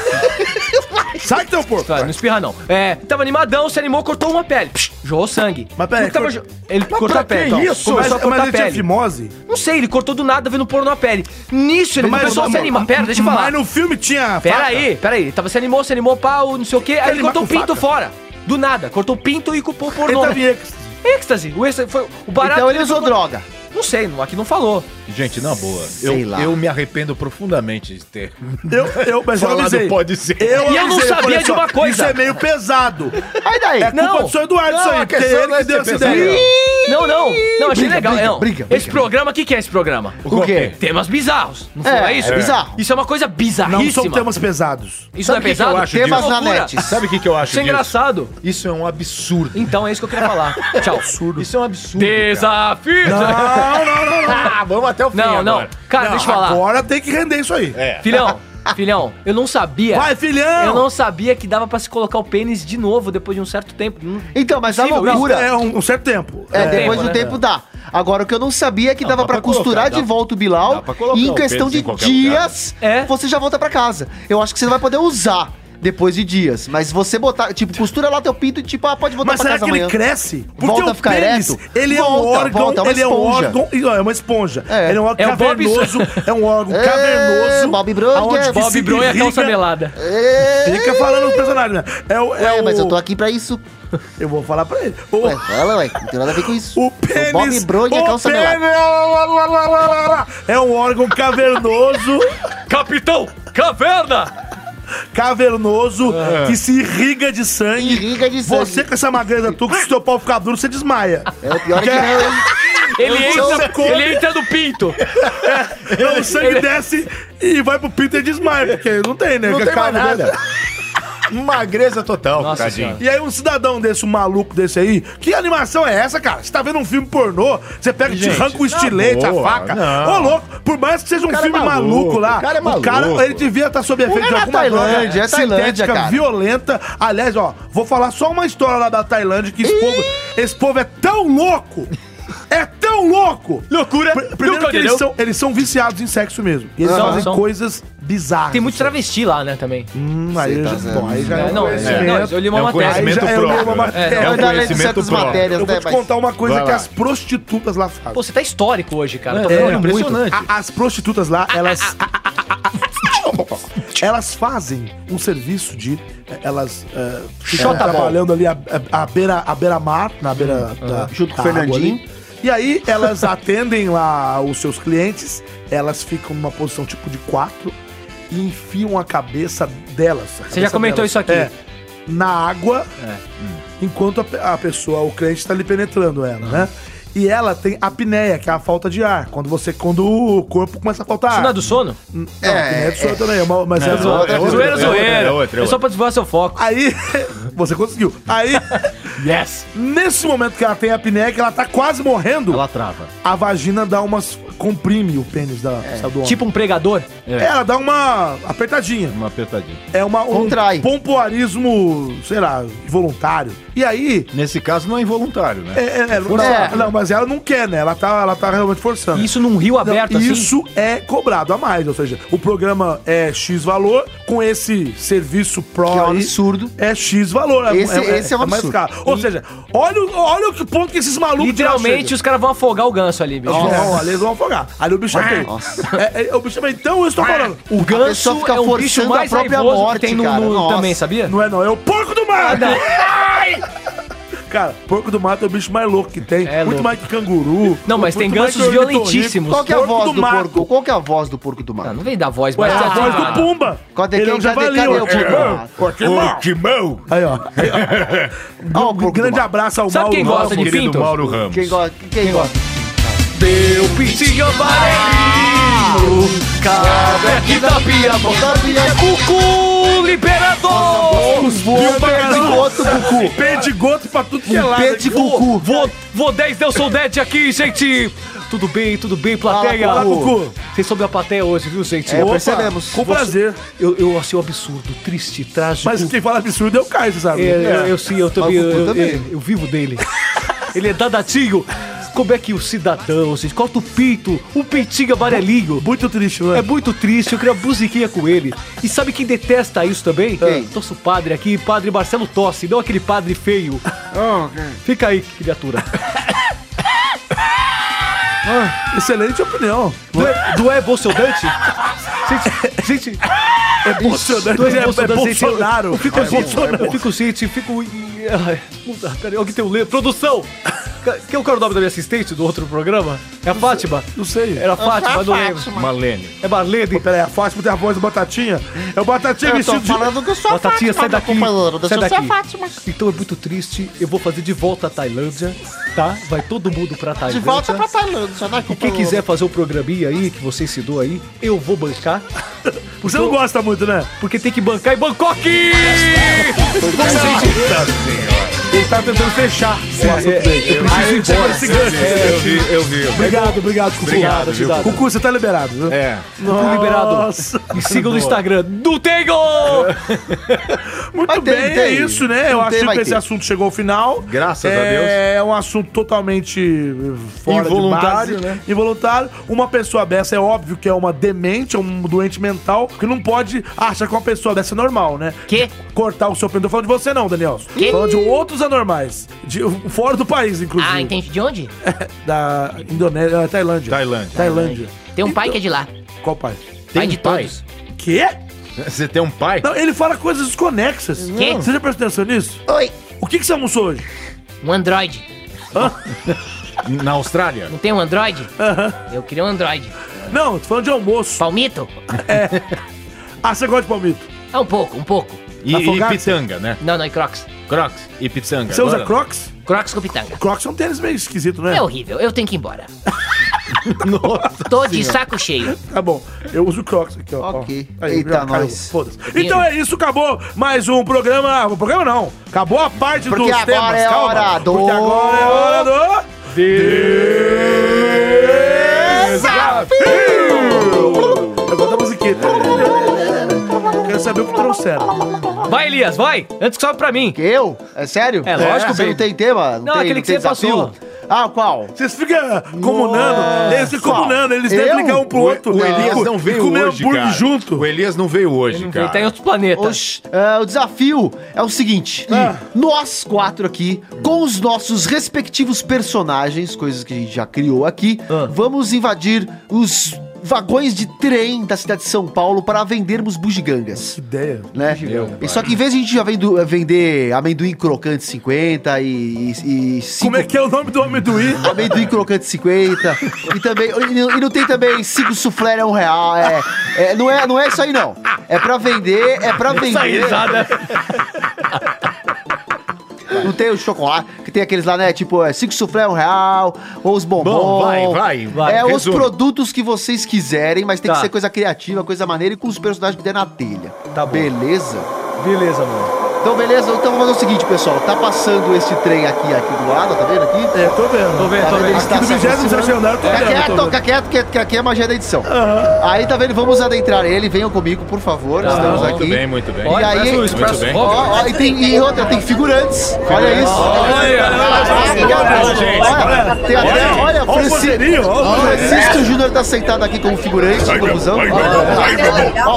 Speaker 3: Sai do teu porco.
Speaker 2: Tá, não espirra não. É, tava animadão, se animou, cortou uma pele. Psh, jorrou sangue.
Speaker 3: Mas pera aí,
Speaker 2: Tava
Speaker 3: cor-
Speaker 2: jo- Ele cortou
Speaker 5: pra
Speaker 2: a pele.
Speaker 5: que
Speaker 2: então.
Speaker 5: isso?
Speaker 2: Começou a
Speaker 3: Mas, mas
Speaker 2: cortar a
Speaker 3: ele tinha
Speaker 2: pele.
Speaker 3: fimose?
Speaker 2: Não sei, ele cortou do nada vendo pornô a pele. Nisso, ele começou a se animar. Pera, deixa eu falar.
Speaker 3: Mas no filme tinha
Speaker 2: Pera
Speaker 3: faca.
Speaker 2: aí, pera aí. Tava se animou, se animou, pau, não sei o quê. Aí ele
Speaker 3: animar
Speaker 2: cortou o
Speaker 3: com
Speaker 2: pinto
Speaker 3: faca?
Speaker 2: fora. Do nada, cortou o pinto e culpou o
Speaker 3: Ele
Speaker 2: pornô.
Speaker 3: tava em êxtase.
Speaker 2: êxtase. O êxtase foi o barato.
Speaker 1: Então ele
Speaker 2: dele foi-
Speaker 1: usou droga.
Speaker 2: Não sei, não- aqui não falou.
Speaker 5: Gente, na boa,
Speaker 1: Sei
Speaker 5: eu,
Speaker 1: lá.
Speaker 5: eu me arrependo profundamente de ter
Speaker 3: Eu, eu, mas eu
Speaker 5: falado
Speaker 3: avisei.
Speaker 5: pode ser.
Speaker 2: E eu não
Speaker 3: avisei,
Speaker 2: sabia
Speaker 3: falei
Speaker 2: de uma coisa.
Speaker 3: Isso é meio pesado.
Speaker 1: Aí daí.
Speaker 3: É culpa
Speaker 2: Não.
Speaker 3: do seu Eduardo isso
Speaker 5: Não,
Speaker 3: aí,
Speaker 5: a
Speaker 3: porque
Speaker 5: questão
Speaker 3: ele
Speaker 5: não é
Speaker 3: que deu essa
Speaker 5: ser
Speaker 3: ideia.
Speaker 5: pesado.
Speaker 2: Não, não. Não, achei
Speaker 1: Briga,
Speaker 2: legal.
Speaker 1: briga,
Speaker 2: não.
Speaker 1: briga,
Speaker 2: esse
Speaker 1: briga.
Speaker 2: programa, o que, que é esse programa?
Speaker 1: O quê?
Speaker 2: Temas bizarros. Não foi
Speaker 1: É,
Speaker 2: é, isso?
Speaker 1: é bizarro.
Speaker 2: Isso é uma coisa bizarríssima.
Speaker 3: Não são temas pesados.
Speaker 2: Isso não é
Speaker 5: Sabe o que que
Speaker 2: pesado?
Speaker 5: eu acho
Speaker 1: Temas
Speaker 2: disso?
Speaker 1: na
Speaker 2: Loucura.
Speaker 1: net.
Speaker 5: Sabe o que, que eu acho
Speaker 2: Isso é
Speaker 5: disso?
Speaker 2: engraçado.
Speaker 5: Isso é um absurdo.
Speaker 2: Então é isso que eu queria falar. Tchau.
Speaker 5: Isso é um absurdo. cara.
Speaker 2: Desafio.
Speaker 3: Não, não, não, não.
Speaker 5: Ah, vamos até o fim
Speaker 2: Não, não.
Speaker 5: agora.
Speaker 1: Tá,
Speaker 2: Cara,
Speaker 3: Não,
Speaker 2: deixa eu falar.
Speaker 3: Agora tem que render isso aí.
Speaker 5: É.
Speaker 2: Filhão, filhão, eu não
Speaker 1: É.
Speaker 2: sabia.
Speaker 3: Vai, filhão!
Speaker 2: Eu não sabia que dava pra se colocar o pênis de novo depois de um certo tempo. Hum.
Speaker 1: Então, mas a
Speaker 2: Possível,
Speaker 1: loucura.
Speaker 3: É um, um certo tempo.
Speaker 1: É, depois
Speaker 2: tempo,
Speaker 1: do
Speaker 2: né?
Speaker 1: tempo dá. Agora, o que eu não sabia é que dava
Speaker 5: dá
Speaker 1: pra
Speaker 5: pra colocar,
Speaker 1: costurar
Speaker 5: dá
Speaker 1: de
Speaker 5: pra-
Speaker 1: volta o
Speaker 5: dá
Speaker 1: Bilau
Speaker 5: pra colocar
Speaker 1: e em
Speaker 5: o
Speaker 1: questão
Speaker 5: pênis
Speaker 1: de
Speaker 5: em qualquer
Speaker 1: dias,
Speaker 2: lugar. É.
Speaker 1: você já volta pra casa. Eu acho que você não vai poder usar depois de dias. Mas você botar, tipo, costura lá teu pinto e tipo, ah, pode voltar
Speaker 3: Mas
Speaker 1: pra
Speaker 3: será
Speaker 1: casa
Speaker 3: que
Speaker 1: amanhã.
Speaker 3: ele cresce? Porque
Speaker 1: Volta a
Speaker 3: o
Speaker 1: ficar
Speaker 3: pênis,
Speaker 1: ereto?
Speaker 3: ele é um
Speaker 1: Volta,
Speaker 3: órgão,
Speaker 1: volta, é uma
Speaker 3: ele é um
Speaker 1: esponja.
Speaker 3: órgão, e, ó, é uma esponja.
Speaker 1: É.
Speaker 3: Ele é um
Speaker 2: É
Speaker 3: órgão
Speaker 2: o Bob-
Speaker 3: cavernoso, é um órgão
Speaker 1: (laughs) É,
Speaker 3: cavernoso.
Speaker 1: Bob Brown,
Speaker 3: aonde
Speaker 1: que é-
Speaker 3: que se
Speaker 2: Bob Brown e a calça
Speaker 3: irriga-
Speaker 2: melada.
Speaker 1: É,
Speaker 3: Fica falando os personagens, né? É, o, é
Speaker 1: ué,
Speaker 3: o-
Speaker 1: mas eu tô aqui pra isso.
Speaker 3: eu vou falar pra ele. O,
Speaker 1: Ué, fala, ué, não tem nada a ver com isso.
Speaker 3: o
Speaker 1: O Bob
Speaker 3: pênis.
Speaker 1: Brown e a
Speaker 3: o
Speaker 1: calça
Speaker 3: pênis-
Speaker 1: melada.
Speaker 3: (laughs) É um órgão cavernoso,
Speaker 2: Capitão, caverna!
Speaker 3: cavernoso, que se irriga de sangue.
Speaker 1: Irriga de sangue.
Speaker 3: Você com essa magreza tua, que se teu pau ficar duro, você desmaia.
Speaker 1: É, o pior é que não, hein?
Speaker 2: Ele
Speaker 3: Eu sou
Speaker 2: entra,
Speaker 3: contra.
Speaker 2: ele entra no pinto.
Speaker 3: Não, o sangue desce e vai pro Peter e desmaia, porque não tem, né?
Speaker 5: Não
Speaker 3: Que
Speaker 5: tem mais
Speaker 3: acaba-
Speaker 5: nada. Magreza total,
Speaker 2: Nossa
Speaker 5: tadinho. É
Speaker 3: E aí um cidadão desse, um maluco desse aí, que animação é essa, cara? Você tá vendo um filme pornô, você pega, te
Speaker 5: Gente,
Speaker 3: arranca o
Speaker 5: na
Speaker 3: estilete, a
Speaker 5: boa,
Speaker 3: faca.
Speaker 5: não.
Speaker 3: Ô, louco, por mais que seja um
Speaker 5: cara é
Speaker 3: filme maluco,
Speaker 5: maluco,
Speaker 3: lá,
Speaker 5: o cara é maluco.
Speaker 3: ele devia estar sob efeito
Speaker 1: é
Speaker 3: de
Speaker 1: na
Speaker 3: alguma
Speaker 1: Tailândia,
Speaker 3: droga
Speaker 1: é Tailândia,
Speaker 3: sintética,
Speaker 1: cara.
Speaker 3: violenta. Aliás, ó, vou falar só uma história lá da Tailândia, que esse povo, esse povo é tão louco... É tão louco!
Speaker 2: Loucura.
Speaker 3: Pr- Primeiro
Speaker 2: Nunca
Speaker 3: que eles
Speaker 2: entendeu.
Speaker 3: são, eles são viciados em sexo mesmo. E eles
Speaker 2: São,
Speaker 3: fazem
Speaker 2: são.
Speaker 3: coisas bizarro.
Speaker 10: Tem muito travesti lá, né, também.
Speaker 3: Hum, aí, eu já, bom, aí já
Speaker 10: É, não,
Speaker 3: um conhecimento.
Speaker 10: é, não, eu li uma
Speaker 3: É um
Speaker 10: matéria. Aí
Speaker 3: conhecimento
Speaker 10: já- eu li uma
Speaker 5: né?
Speaker 3: próprio.
Speaker 10: matéria.
Speaker 3: É um
Speaker 10: Eu ainda leio
Speaker 3: conhecimento
Speaker 10: certas
Speaker 3: próprio.
Speaker 10: matérias,
Speaker 3: Eu vou
Speaker 10: né,
Speaker 3: te
Speaker 10: mas-
Speaker 3: contar uma coisa
Speaker 10: Vai
Speaker 3: que
Speaker 10: lá.
Speaker 3: as prostitutas lá fazem.
Speaker 10: Pô, você tá histórico hoje, cara. Tô
Speaker 3: É,
Speaker 10: falando,
Speaker 3: é
Speaker 10: impressionante. Ah,
Speaker 3: muito. A- as prostitutas lá, elas. elas fazem um serviço de. Elas eh, ficam
Speaker 10: tá
Speaker 1: Xota-bol.
Speaker 3: trabalhando ali à, à- à beira, à beira-mar, na beira
Speaker 10: Hum,
Speaker 3: da.
Speaker 1: Junto com
Speaker 3: da
Speaker 1: o
Speaker 3: água
Speaker 1: Fernandinho.
Speaker 3: ali. E aí elas (laughs) atendem lá os seus clientes, elas ficam numa posição tipo de quatro e enfiam a cabeça delas. a
Speaker 10: Você já
Speaker 3: cabeça
Speaker 10: comentou
Speaker 3: delas,
Speaker 10: isso aqui.
Speaker 3: é, na água É, hum. enquanto a, pe- a pessoa, o cliente está ali penetrando ela, né? E ela tem apneia, que é a falta de ar. Quando você, quando o corpo começa a faltar
Speaker 10: Isso não é
Speaker 3: ar.
Speaker 10: do sono?
Speaker 3: É, é, do sono também, é uma- mas é,
Speaker 10: zoeira,
Speaker 3: outra coisa.
Speaker 10: zoeira. zoeira.
Speaker 3: É outra, é
Speaker 10: É só
Speaker 3: outra.
Speaker 10: pra desviar seu foco.
Speaker 3: Aí, (laughs) você conseguiu. Aí, (laughs) yes. Nesse momento que ela tem apneia, que ela tá quase morrendo. Ela trava. A vagina dá umas comprime o pênis da sabe, do homem.
Speaker 10: Tipo um pregador?
Speaker 3: É, Ela dá uma apertadinha.
Speaker 5: Uma apertadinha.
Speaker 3: É uma, um
Speaker 5: Contrai.
Speaker 3: pompoarismo, sei lá, voluntário. E aí.
Speaker 5: Nesse caso não é involuntário, né?
Speaker 3: É, é, é, não, não, mas ela não quer, né? Ela tá, ela tá realmente forçando.
Speaker 10: Isso num rio
Speaker 3: aberto
Speaker 10: assim?
Speaker 3: Isso é cobrado a mais, ou seja, o programa é X valor, com esse serviço pró. Que é um absurdo. É X valor.
Speaker 1: Esse- esse é um
Speaker 3: mais
Speaker 1: absurdo.
Speaker 3: caro. Ou seja, olha, o- olha o que ponto que esses malucos
Speaker 10: Literalmente, os caras vão afogar o ganso ali, bicho.
Speaker 3: Eles vão- olha, eles vão afogar. Ali o bicho é feio. É, é, o bicho é feio. Então eu estou falando.
Speaker 10: O ganso fica é o bicho mais raivoso que tem no, no- também, sabia?
Speaker 3: Não é não, é o porco do
Speaker 10: Ah,
Speaker 3: mato!
Speaker 10: não.
Speaker 3: Cara, porco do mato é o bicho mais louco que tem. muito mais que canguru.
Speaker 10: Não, mas
Speaker 3: muito
Speaker 10: tem
Speaker 3: mais
Speaker 10: gansos
Speaker 3: que ornitorrinco.
Speaker 10: violentíssimos.
Speaker 1: Qual que é a
Speaker 3: Porco
Speaker 1: voz do,
Speaker 3: mato.
Speaker 1: porco? Qual que é a voz do porco do mato?
Speaker 10: Ah, Não vem dar voz,
Speaker 1: Ué,
Speaker 10: mas
Speaker 1: é a
Speaker 10: tá
Speaker 1: voz do
Speaker 10: errado.
Speaker 3: Pumba!
Speaker 1: Cadê
Speaker 3: ah, Ele é
Speaker 1: quem?
Speaker 3: um
Speaker 1: Cadê,
Speaker 3: javali,
Speaker 1: cadê
Speaker 3: ó.
Speaker 1: o porco do mato?
Speaker 3: Timão! Aí, ó.
Speaker 1: Ó, Ah, o
Speaker 3: Um
Speaker 1: porco do
Speaker 3: grande
Speaker 1: mato.
Speaker 3: abraço ao
Speaker 1: Sabe
Speaker 3: Mauro
Speaker 1: quem gosta de
Speaker 3: Ramos.
Speaker 1: pinto? Mauro
Speaker 5: Ramos.
Speaker 1: Quem gosta? Quem, gosta?
Speaker 2: Meu pintinho
Speaker 10: amarelinho,
Speaker 2: cada
Speaker 10: que da pia,
Speaker 1: da pia,
Speaker 10: cucu, liberador!
Speaker 3: voam pra caramba. Um
Speaker 10: cucu.
Speaker 3: Pedigoto pra tudo que é
Speaker 10: Um
Speaker 3: lado.
Speaker 10: pé de cucu. Vou, vou 10, eu sou 10 aqui, gente. Tudo bem, tudo bem, plateia.
Speaker 3: Fala, Cucu.
Speaker 10: Vocês sobre a plateia hoje, viu, gente?
Speaker 3: É, percebemos. Com
Speaker 10: Você-
Speaker 3: prazer.
Speaker 10: Eu, eu achei um absurdo, triste, trágico.
Speaker 3: Mas quem fala absurdo é o Caio, você
Speaker 10: É,
Speaker 3: sabe?
Speaker 10: eu, eu sim, eu também.
Speaker 3: Mas o
Speaker 10: Eu,
Speaker 3: Cucu
Speaker 10: eu-
Speaker 3: também.
Speaker 10: eu vivo dele. (laughs) Ele é dadatinho. Como é que o cidadão, gente, corta o pinto, um peitinho amarelinho.
Speaker 3: Muito triste, né?
Speaker 10: É muito triste, eu queria uma musiquinha com ele. E sabe quem detesta isso também? Nosso padre aqui, padre Marcelo Tosse, não aquele padre feio. Fica aí, criatura.
Speaker 1: É
Speaker 3: Ah, excelente opinião.
Speaker 10: Não é, não é emocionante? Gente, gente.
Speaker 3: É emocionante,
Speaker 10: Não
Speaker 3: é- é
Speaker 10: emocionante, gente.
Speaker 3: Bolsonaro.
Speaker 10: Eu fico,
Speaker 3: É
Speaker 10: gente,
Speaker 3: Bolsonaro.
Speaker 10: eu fico, gente, fico. ih, ai, puta, Peraí, alguém tem um letra. Produção! Ca- Que é o cara o nome da minha assistente do outro programa? É a Fátima?
Speaker 3: Não sei.
Speaker 10: Era a Fátima, não lembro.
Speaker 5: Malene.
Speaker 10: É Marlene?
Speaker 3: Pô, peraí, a Fátima tem a voz do Batatinha? É o Batatinha
Speaker 1: Eu tô
Speaker 3: vestido de...
Speaker 1: falando que eu sou a
Speaker 10: Batatinha, sai daqui.
Speaker 1: companheiro.
Speaker 10: Sai
Speaker 1: Eu sou a
Speaker 10: daqui.
Speaker 1: Fátima.
Speaker 10: Então é muito triste. Eu vou fazer de volta à Tailândia, tá? Vai todo mundo pra
Speaker 1: De
Speaker 10: Tailândia.
Speaker 1: volta pra Tailândia, né?
Speaker 2: é
Speaker 10: E quem quiser fazer o programinha aí, que você ensinou aí, eu vou bancar.
Speaker 3: Você não gosta muito, né?
Speaker 10: Porque tem que bancar em Bangkok! Vamos,
Speaker 3: Ele tá tentando fechar. o assunto
Speaker 10: é,
Speaker 3: dele.
Speaker 10: eu
Speaker 3: Eu preciso
Speaker 10: preciso ir embora.
Speaker 3: esse gancho.
Speaker 5: É, eu vi, eu vi.
Speaker 3: Obrigado, obrigado, Cucu.
Speaker 5: Obrigado,
Speaker 3: Cucu,
Speaker 5: viu, Cucu.
Speaker 3: Cucu, você tá liberado, viu?
Speaker 5: É.
Speaker 10: Cucu liberado. Me sigam no Instagram, do Tengo!
Speaker 3: Muito
Speaker 1: Mas tem,
Speaker 3: bem, é
Speaker 1: tem.
Speaker 3: isso, né? Eu
Speaker 1: Tem,
Speaker 3: acho que
Speaker 1: vai
Speaker 3: esse
Speaker 1: ter.
Speaker 3: assunto chegou ao final.
Speaker 5: Graças a
Speaker 3: é,
Speaker 5: Deus.
Speaker 3: É um assunto totalmente eh, fora
Speaker 5: Involuntário,
Speaker 3: de base,
Speaker 5: né?
Speaker 3: Involuntário. Uma pessoa dessa é óbvio que é uma demente, é um doente mental, que não pode achar que uma pessoa dessa é normal, né?
Speaker 8: Que?
Speaker 3: Cortar o seu pênis. Não tô falando de você não, Daniel.
Speaker 8: Que?
Speaker 3: Falando de outros anormais. De, fora do país, inclusive.
Speaker 8: Ah, entendi. De onde?
Speaker 3: Da Indonésia, Tailândia.
Speaker 5: Tailândia.
Speaker 3: Tailândia.
Speaker 8: Tem um pai que é de lá.
Speaker 3: Qual pai?
Speaker 8: Pai de todos.
Speaker 3: Quê?
Speaker 5: Você tem um pai?
Speaker 3: Não, ele fala coisas desconexas.
Speaker 8: Quê?
Speaker 3: Você já prestou atenção nisso?
Speaker 8: Oi.
Speaker 3: O que, que você almoçou hoje?
Speaker 8: Um Android.
Speaker 5: Na Austrália?
Speaker 8: Não tem um Android? Eu queria um Android.
Speaker 3: Não, tô falando de almoço.
Speaker 8: Palmito?
Speaker 3: Ah, você gosta de palmito?
Speaker 8: Ah, um pouco, um pouco.
Speaker 5: E, e
Speaker 3: Afogados?
Speaker 5: pitanga, né?
Speaker 8: Não, não, é Crocs.
Speaker 5: Crocs e pitanga.
Speaker 3: Você usa
Speaker 5: Agora-
Speaker 3: Crocs?
Speaker 8: Crocs com pitanga.
Speaker 3: Crocs é um tênis meio esquisito, né?
Speaker 8: É horrível, eu tenho que ir
Speaker 3: (laughs)
Speaker 8: embora.
Speaker 5: Nossa.
Speaker 8: Tô de saco cheio.
Speaker 3: Tá bom, eu uso Crocs aqui, ó.
Speaker 1: Ok.
Speaker 3: Ó. Aí,
Speaker 1: Eita,
Speaker 3: já caiu.
Speaker 1: nós.
Speaker 3: Foda-se. Então é isso, acabou mais um programa. O programa não. Acabou a parte
Speaker 1: Porque
Speaker 3: dos
Speaker 1: agora
Speaker 3: temas.
Speaker 1: é
Speaker 3: Calma.
Speaker 1: hora do-
Speaker 3: Porque agora é hora do... Eu gosto da musiquinha. Quero saber o que trouxeram.
Speaker 10: Vai, Elias, vai! Antes que sobe pra mim.
Speaker 1: Eu? É sério?
Speaker 10: É lógico,
Speaker 1: Você
Speaker 10: baby.
Speaker 1: não tem tema?
Speaker 10: Não,
Speaker 1: tem,
Speaker 10: aquele que
Speaker 1: tem
Speaker 10: você passou.
Speaker 1: Ah, qual?
Speaker 3: Vocês ficam comunando. Eles ficam comunando. Eles devem ligar um pro
Speaker 5: O-
Speaker 3: outro.
Speaker 5: O Elias não veio
Speaker 3: Comer
Speaker 5: hoje,
Speaker 3: hambúrguer
Speaker 5: cara.
Speaker 3: junto.
Speaker 5: O Elias não veio hoje,
Speaker 1: não veio,
Speaker 5: cara.
Speaker 1: tá em outro
Speaker 2: planeta.
Speaker 1: eh, o desafio é o seguinte:
Speaker 10: Ah.
Speaker 1: nós quatro aqui, com os nossos respectivos personagens, coisas que a gente já criou aqui,
Speaker 10: Ah.
Speaker 1: vamos invadir os vagões de trem da cidade de São Paulo para vendermos bugigangas. Que
Speaker 3: ideia.
Speaker 1: Né? E só que em vez de a gente já vendo- eh, vender amendoim crocante 50 e. e, e cinco-
Speaker 3: Como é que é o nome do amendoim?
Speaker 1: Amendoim crocante 50. e também. E não, e não tem também cinco suflé é um real. É, é, não, é, não é isso aí, não. É pra vender, é pra
Speaker 8: um
Speaker 1: vender.
Speaker 2: Essa risada.
Speaker 1: Não tem o chocolate, que tem aqueles lá, né? Tipo, é cinco suflé é um real, ou os bombons.
Speaker 5: Bom, vai, vai, vai,
Speaker 1: É os
Speaker 5: resume.
Speaker 1: produtos que vocês quiserem, mas tem
Speaker 2: Tá.
Speaker 1: que ser coisa criativa, coisa maneira e com os personagens que der na telha.
Speaker 2: Tá bom.
Speaker 1: Beleza?
Speaker 2: Beleza, mano.
Speaker 1: Então, beleza? Então vamos fazer o seguinte, pessoal. Tá passando esse trem aqui, aqui do lado, tá vendo tá aqui?
Speaker 3: É, tô vendo.
Speaker 2: Tô vendo, tô vendo.
Speaker 1: Ele
Speaker 2: Aqui
Speaker 1: está
Speaker 2: do
Speaker 1: se
Speaker 2: 27º
Speaker 1: aproximando.
Speaker 2: andar, eu tô
Speaker 1: Fica
Speaker 2: vendo, eu tô
Speaker 1: quieto,
Speaker 2: vendo.
Speaker 1: fica quieto, que, que aqui é a magia da edição. Aí, tá vendo? Vamos adentrar ele. Venham comigo, por favor.
Speaker 5: Tá
Speaker 1: Estamos
Speaker 5: bom.
Speaker 1: aqui.
Speaker 5: Muito bem, muito bem.
Speaker 1: E
Speaker 5: Olha,
Speaker 1: aí,
Speaker 5: parece um Expresso
Speaker 1: muito bem.
Speaker 5: Rock.
Speaker 1: Ó, ó, e, tem, e outra, tem figurantes. Olha isso. Tá
Speaker 5: Olha, gente,
Speaker 1: Olha, tem até, olha,
Speaker 3: Olha o
Speaker 1: Franci-
Speaker 3: Rogerinho, olha o Rogerinho.
Speaker 1: Francisco Júnior tá sentado aqui como figurante, confusão.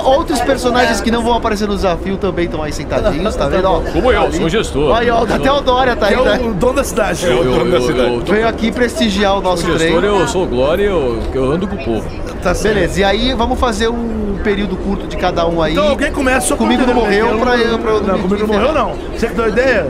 Speaker 1: Outros personagens que não vão aparecer no desafio também estão aí sentadinhos, tá vendo? Ó,
Speaker 10: Como eu,
Speaker 1: ali.
Speaker 10: sou gestor.
Speaker 1: Aí, ó, até o Dória tá aí,
Speaker 10: Que é
Speaker 1: né?
Speaker 10: o
Speaker 3: dono da cidade.
Speaker 10: Eu- eu- eu- eu- eu-
Speaker 1: Veio aqui prestigiar o nosso
Speaker 10: Sou
Speaker 1: trem.
Speaker 10: gestor, eu sou o Glória, eu, eu ando com o povo.
Speaker 1: Beleza, e aí vamos fazer um período curto de cada um aí.
Speaker 3: Então alguém começa só
Speaker 1: Comigo não morreu, pra eu. Pra eu
Speaker 3: Não, comigo não morreu, não. Você que deu a ideia?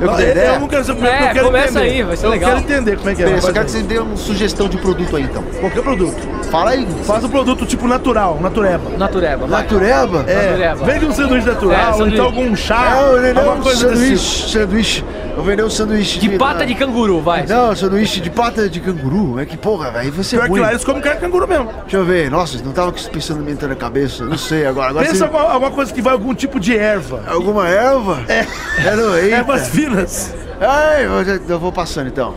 Speaker 1: Eu que dei
Speaker 3: eu
Speaker 1: ideia?
Speaker 3: não quero saber,
Speaker 1: É,
Speaker 3: eu quero
Speaker 1: começa
Speaker 3: entender.
Speaker 1: aí, vai ser
Speaker 3: eu
Speaker 1: legal.
Speaker 3: Eu quero entender como é que é.
Speaker 1: Beleza,
Speaker 3: rapaz.
Speaker 1: eu quero que você dê uma sugestão de produto aí então.
Speaker 3: Qualquer produto.
Speaker 1: Fala aí.
Speaker 3: Faz um produto tipo natural, natureba.
Speaker 2: Natureba.
Speaker 3: vai.
Speaker 1: Natureba?
Speaker 3: É.
Speaker 1: Natureba.
Speaker 3: Vende um sanduíche natural,
Speaker 1: É,
Speaker 3: ou
Speaker 1: sanduíche.
Speaker 3: então algum chá,
Speaker 1: Não, eu vendeu
Speaker 3: alguma
Speaker 1: um
Speaker 3: coisa
Speaker 1: sanduíche,
Speaker 3: desse. tipo.
Speaker 1: sanduíche. Eu vendeu um sanduíche. Ah,
Speaker 2: De pata de canguru, vai.
Speaker 1: Não, um sanduíche de pata de canguru. É que porra, velho. Você
Speaker 3: Pior que lá eles comem carne de canguru mesmo.
Speaker 1: Deixa eu ver. Nossa, não tava com esse pensamento na cabeça. Não sei agora. agora
Speaker 3: Pensa
Speaker 1: você-
Speaker 3: alguma, alguma coisa que vai algum tipo de erva.
Speaker 1: Alguma erva?
Speaker 3: É.
Speaker 1: Heroína.
Speaker 3: Ervas finas.
Speaker 1: Ai, eu, já- eu vou passando então.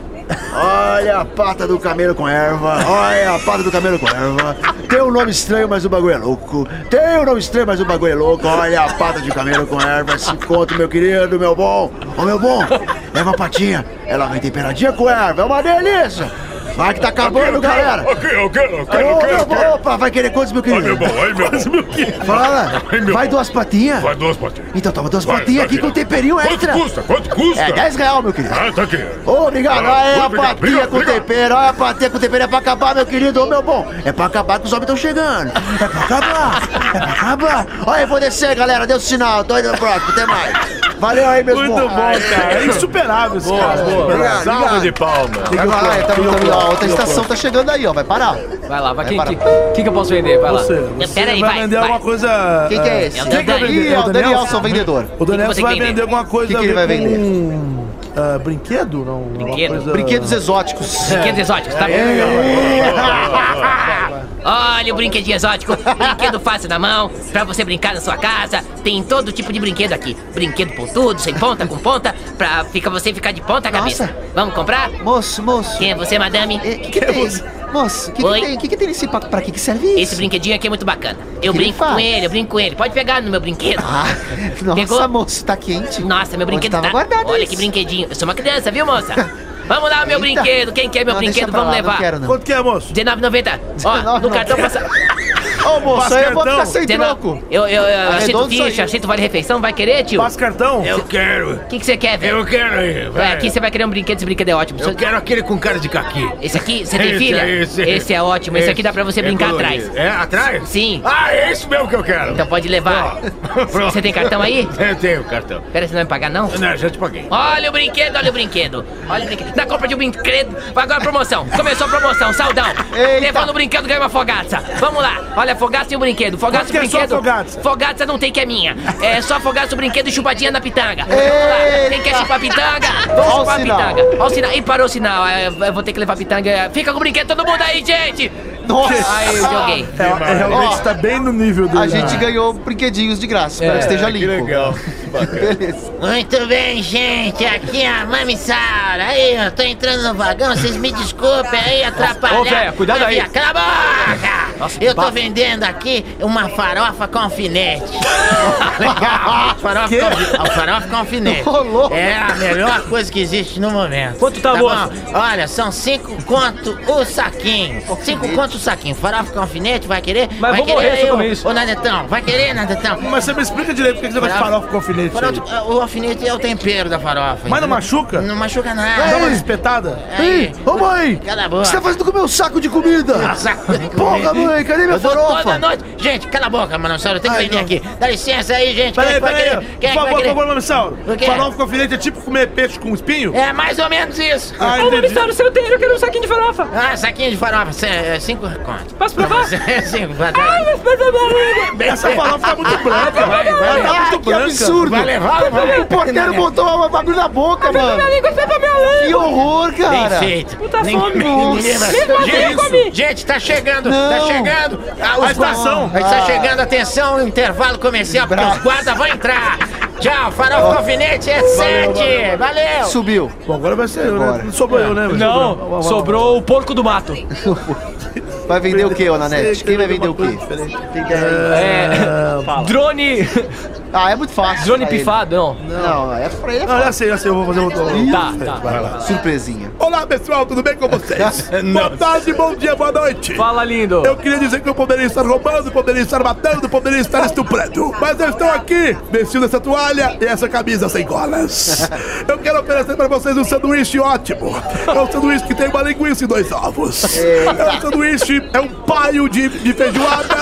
Speaker 1: Olha a pata do camelo com erva. Olha a pata do camelo com erva. Tem um nome estranho, mas o bagulho é louco. Tem um nome estranho, mas o bagulho é louco. Olha a pata de camelo com erva. Se conta, meu querido, meu bom. Ô, meu bom, leva a patinha. Ela vem temperadinha com erva. É uma delícia. Vai que tá acabando, galera.
Speaker 12: Ok, ok, ok,
Speaker 1: Ô,
Speaker 12: ok,
Speaker 1: meu
Speaker 12: ok.
Speaker 1: bom, opa, vai querer quantos, meu
Speaker 12: Ai,
Speaker 1: querido?
Speaker 12: meu bom, ai, meu bom.
Speaker 1: Fala,
Speaker 12: Ai, meu
Speaker 1: vai
Speaker 12: bom.
Speaker 1: duas patinhas.
Speaker 12: Vai duas patinhas.
Speaker 1: Então toma duas
Speaker 12: Vai,
Speaker 1: patinhas
Speaker 12: tá
Speaker 1: aqui
Speaker 12: aqui.
Speaker 1: com temperinho
Speaker 12: Quanto
Speaker 1: extra.
Speaker 12: custa? Quanto custa?
Speaker 1: É 10 real, meu querido.
Speaker 12: Ah, tá aqui.
Speaker 1: Ô, Obrigado,
Speaker 12: Ah,
Speaker 1: ah, é a
Speaker 12: obrigado,
Speaker 1: patinha
Speaker 12: obrigado,
Speaker 1: com
Speaker 12: obrigado.
Speaker 1: tempero, olha a patinha com tempero, é pra acabar, meu querido, ô meu bom. É pra acabar que os homens estão chegando. É pra acabar, é pra acabar. Olha, eu vou descer, galera, deu sinal, tô indo pro próximo, até mais. Valeu aí, meus
Speaker 3: Muito
Speaker 1: bons.
Speaker 3: bom, cara. É insuperável esse cara.
Speaker 1: Obrigado,
Speaker 5: Salva
Speaker 1: obrigado.
Speaker 5: de palmas.
Speaker 1: Vai lá,
Speaker 3: Fica
Speaker 1: tá
Speaker 3: o plano,
Speaker 1: voltando, ó, a
Speaker 3: fica
Speaker 1: outra
Speaker 3: o
Speaker 1: estação
Speaker 3: plano.
Speaker 1: tá chegando aí, ó, vai parar.
Speaker 2: Vai lá, vai. Quem
Speaker 1: parar.
Speaker 2: que, quem que eu posso vender? Vai lá.
Speaker 3: É Você,
Speaker 2: Eu-
Speaker 3: você
Speaker 2: pera aí,
Speaker 3: vai,
Speaker 2: vai,
Speaker 3: vender
Speaker 2: vai.
Speaker 3: alguma coisa... ah,
Speaker 1: Quem que é esse?
Speaker 3: Quem que vai vender?
Speaker 1: Ih, é o Danielson,
Speaker 3: Danielson?
Speaker 1: vendedor.
Speaker 3: O Daniel
Speaker 8: você
Speaker 3: vai
Speaker 8: quer
Speaker 3: vender?
Speaker 8: vender?
Speaker 3: alguma coisa
Speaker 1: Que que ele
Speaker 3: a ver
Speaker 1: vai vender?
Speaker 3: com, ah, brinquedo? Não,
Speaker 8: Brinquedo.
Speaker 3: Coisa...
Speaker 1: Brinquedos exóticos.
Speaker 3: É.
Speaker 8: Brinquedos exóticos, tá bom? Olha o brinquedinho exótico, brinquedo fácil na mão, pra você brincar na sua casa. Tem todo tipo de brinquedo aqui. Brinquedo pontudo, sem ponta, com ponta, pra fica você ficar de ponta cabeça. Vamos comprar?
Speaker 1: Moço, moço.
Speaker 8: Quem é você, madame?
Speaker 1: Que
Speaker 3: é
Speaker 1: que tem? Moço, que que
Speaker 8: Oi?
Speaker 1: tem? Que que tem nesse pacote? Pra que que serve isso?
Speaker 8: Esse brinquedinho aqui é muito bacana. Eu
Speaker 1: Que
Speaker 8: brinco
Speaker 1: ele
Speaker 8: com
Speaker 1: faz?
Speaker 8: ele, eu brinco com ele. Pode pegar no meu brinquedo.
Speaker 1: Ah,
Speaker 8: (laughs)
Speaker 1: Nossa,
Speaker 8: Pegou?
Speaker 1: moço, tá quente.
Speaker 8: Nossa, meu
Speaker 1: Onde
Speaker 8: brinquedo
Speaker 1: tava
Speaker 8: tá.
Speaker 1: guardado
Speaker 8: Olha
Speaker 1: isso?
Speaker 8: que brinquedinho. Eu sou uma criança, viu,
Speaker 1: (laughs)
Speaker 8: moça? Vamos lá, meu
Speaker 1: Eita.
Speaker 8: brinquedo. Quem quer meu
Speaker 1: Não, deixa
Speaker 8: brinquedo?
Speaker 1: pra
Speaker 8: Vamos
Speaker 1: lá, não
Speaker 8: levar.
Speaker 1: quero, não.
Speaker 3: Quanto que é, moço?
Speaker 8: R$19,90. Ó, no cartão passa.
Speaker 1: Ô, moço,
Speaker 3: Passa
Speaker 1: aí eu vou
Speaker 3: cartão.
Speaker 1: ficar sem
Speaker 8: Dezenove-
Speaker 1: troco.
Speaker 8: Eu, eu, eu aceito
Speaker 1: Arredondo isso
Speaker 8: ficha,
Speaker 1: aí.
Speaker 8: aceito vale refeição, vai querer, tio?
Speaker 3: Passa cartão?
Speaker 10: Eu quero,
Speaker 8: O que que você quer, velho?
Speaker 10: eu quero aí,
Speaker 8: Ué,
Speaker 10: vai.
Speaker 8: aqui você vai querer um brinquedo, esse brinquedo é ótimo.
Speaker 10: Eu quero aquele com cara de caqui.
Speaker 8: Esse aqui, você tem
Speaker 10: Esse,
Speaker 8: filha?
Speaker 10: esse.
Speaker 8: é ótimo, esse, aqui dá pra você
Speaker 10: É
Speaker 8: brincar
Speaker 10: colorido.
Speaker 8: atrás.
Speaker 10: É, atrás?
Speaker 8: Sim.
Speaker 10: Ah, é isso mesmo que eu quero.
Speaker 8: Então pode levar.
Speaker 10: Pronto.
Speaker 8: Você tem cartão aí?
Speaker 10: Eu tenho cartão.
Speaker 8: Pera, você não vai me pagar, não?
Speaker 10: Não, já te paguei.
Speaker 8: Olha o brinquedo, olha o brinquedo. Olha o brinquedo. Na compra de um brinquedo, vai agora a promoção. Começou a promoção, saudão.
Speaker 1: Eita.
Speaker 8: Levando o brinquedo, ganha uma fogaça. Vamos lá. Olha, a fogaça e o brinquedo. Fogaça e o
Speaker 3: Porque é só
Speaker 8: brinquedo.
Speaker 3: fogaça.
Speaker 8: Fogaça não tem que é minha. É só fogaça, o brinquedo e chupadinha na pitanga. Vamos lá.
Speaker 1: Eita.
Speaker 8: Quem quer chupar pitanga?
Speaker 1: Ó
Speaker 8: Vamos
Speaker 1: o
Speaker 8: chupar a
Speaker 1: sinal.
Speaker 8: pitanga. Olha o sinal. Ih, parou o sinal. É, Eu vou ter que levar a pitanga. Fica com o brinquedo, todo mundo aí, gente.
Speaker 1: Nossa.
Speaker 8: Aí, joguei.
Speaker 3: É, é, realmente tá bem no nível dele. né?
Speaker 1: A gente ganhou brinquedinhos de graça.
Speaker 3: É,
Speaker 1: Espero que
Speaker 10: Tá
Speaker 1: esteja
Speaker 5: Que
Speaker 1: limpo.
Speaker 5: legal. Que bacana.
Speaker 1: Beleza.
Speaker 11: Muito bem, gente. Aqui é a Mami Sara. Aí, eu tô entrando no vagão. Vocês me desculpem aí
Speaker 2: Ô, véia,
Speaker 11: atrapalhar.
Speaker 2: cuidado
Speaker 11: a
Speaker 2: aí.
Speaker 11: minha- Cala a boca! Eu tô vendendo aqui uma farofa com alfinete. farofa,
Speaker 4: Quê?
Speaker 11: com, alfi- farofa com alfinete.
Speaker 4: Ô, louco.
Speaker 11: É a melhor coisa que existe no momento.
Speaker 4: Quanto tá, moço?
Speaker 11: Olha, são cinco conto o saquinho. Cinco conto o saquinho. Farofa com alfinete, vai querer?
Speaker 3: Mas
Speaker 11: vai
Speaker 3: vou
Speaker 11: querer
Speaker 3: morrer se eu comer
Speaker 11: Ô, Nadetão, vai querer, Nadetão?
Speaker 3: Mas você me explica direito por que você gosta de farofa com alfinete.
Speaker 11: Farofa-
Speaker 3: aí.
Speaker 11: o alfinete é o tempero da farofa.
Speaker 3: Mas não
Speaker 11: entendeu?
Speaker 3: machuca?
Speaker 11: Não machuca nada. um
Speaker 3: Dá uma espetada?
Speaker 11: Aí.
Speaker 1: Ô mãe!
Speaker 11: Cala a
Speaker 1: O
Speaker 11: boca.
Speaker 1: que você tá fazendo com o meu saco de comida? Porra, mãe, cadê minha
Speaker 11: Eu dou Toda
Speaker 1: farofa?
Speaker 11: noite. Gente, cala a boca, Manossauro, eu tenho que
Speaker 1: Ai,
Speaker 11: vender
Speaker 1: não.
Speaker 11: aqui. Dá licença aí, gente.
Speaker 3: Peraí,
Speaker 11: quem é que vai
Speaker 3: peraí.
Speaker 11: querer?
Speaker 3: Por
Speaker 11: Quem é que vai
Speaker 3: favor, por
Speaker 11: querer?
Speaker 3: favor, Mamissauro.
Speaker 11: O quê?
Speaker 3: Farofa com alfinete é tipo comer peixe com espinho?
Speaker 11: É mais ou menos isso.
Speaker 3: Ah, Ô, entendi. Manossauro,
Speaker 11: seu dinheiro, eu quero um saquinho de farofa. Ah, saquinho de farofa, cê- é cinco contos. Posso provar? cinco, Tá vai dar. Ai, mas
Speaker 3: Essa farofa tá muito branca, vai, vai. Tá muito
Speaker 1: que
Speaker 11: é
Speaker 3: branca.
Speaker 1: absurdo!
Speaker 3: Vai levar, vai.
Speaker 1: O porteiro
Speaker 3: né?
Speaker 1: botou uma bagulho na boca, mano!
Speaker 8: é
Speaker 1: Que horror, cara!
Speaker 11: Puta
Speaker 1: fome.
Speaker 11: Ninguém vai...
Speaker 1: Nossa. Nem comi, nem comi.
Speaker 11: gente, gente, tá chegando, tá
Speaker 1: Não.
Speaker 11: chegando. Ah,
Speaker 1: A estação.
Speaker 11: Ah, Está
Speaker 1: Ah.
Speaker 11: chegando, atenção, intervalo comercial, porque os guardas vão entrar. Tchau, farofa com alfinete é sete. Valeu.
Speaker 1: Subiu.
Speaker 3: Bom, agora vai ser eu, né? Não sobrou eu, né?
Speaker 2: Não,
Speaker 3: Vai, vai, vai.
Speaker 2: sobrou o porco do mato.
Speaker 1: Vai vender o que, Onanete? Quem vai vender o quê?
Speaker 2: É. Drone.
Speaker 1: Ah, é muito fácil.
Speaker 2: Drone
Speaker 1: pra ele.
Speaker 2: pifado, não.
Speaker 1: Não, é pra ele.
Speaker 3: Ah,
Speaker 1: é fácil.
Speaker 3: já sei, já sei, eu vou fazer um...
Speaker 2: Tá, tá.
Speaker 3: Vai lá.
Speaker 1: Surpresinha.
Speaker 3: Olá, pessoal, tudo bem com
Speaker 11: (laughs)
Speaker 3: vocês? boa tarde, bom dia, boa noite.
Speaker 2: Fala, lindo.
Speaker 3: Eu queria dizer que eu poderia estar roubando, poderia estar matando, poderia estar estuprando. Mas eu estou aqui, vestindo essa toalha e essa camisa sem golas. Eu quero oferecer para vocês um sanduíche ótimo. É um sanduíche que tem uma linguiça e dois ovos. É um sanduíche, é um paio de, de feijoada.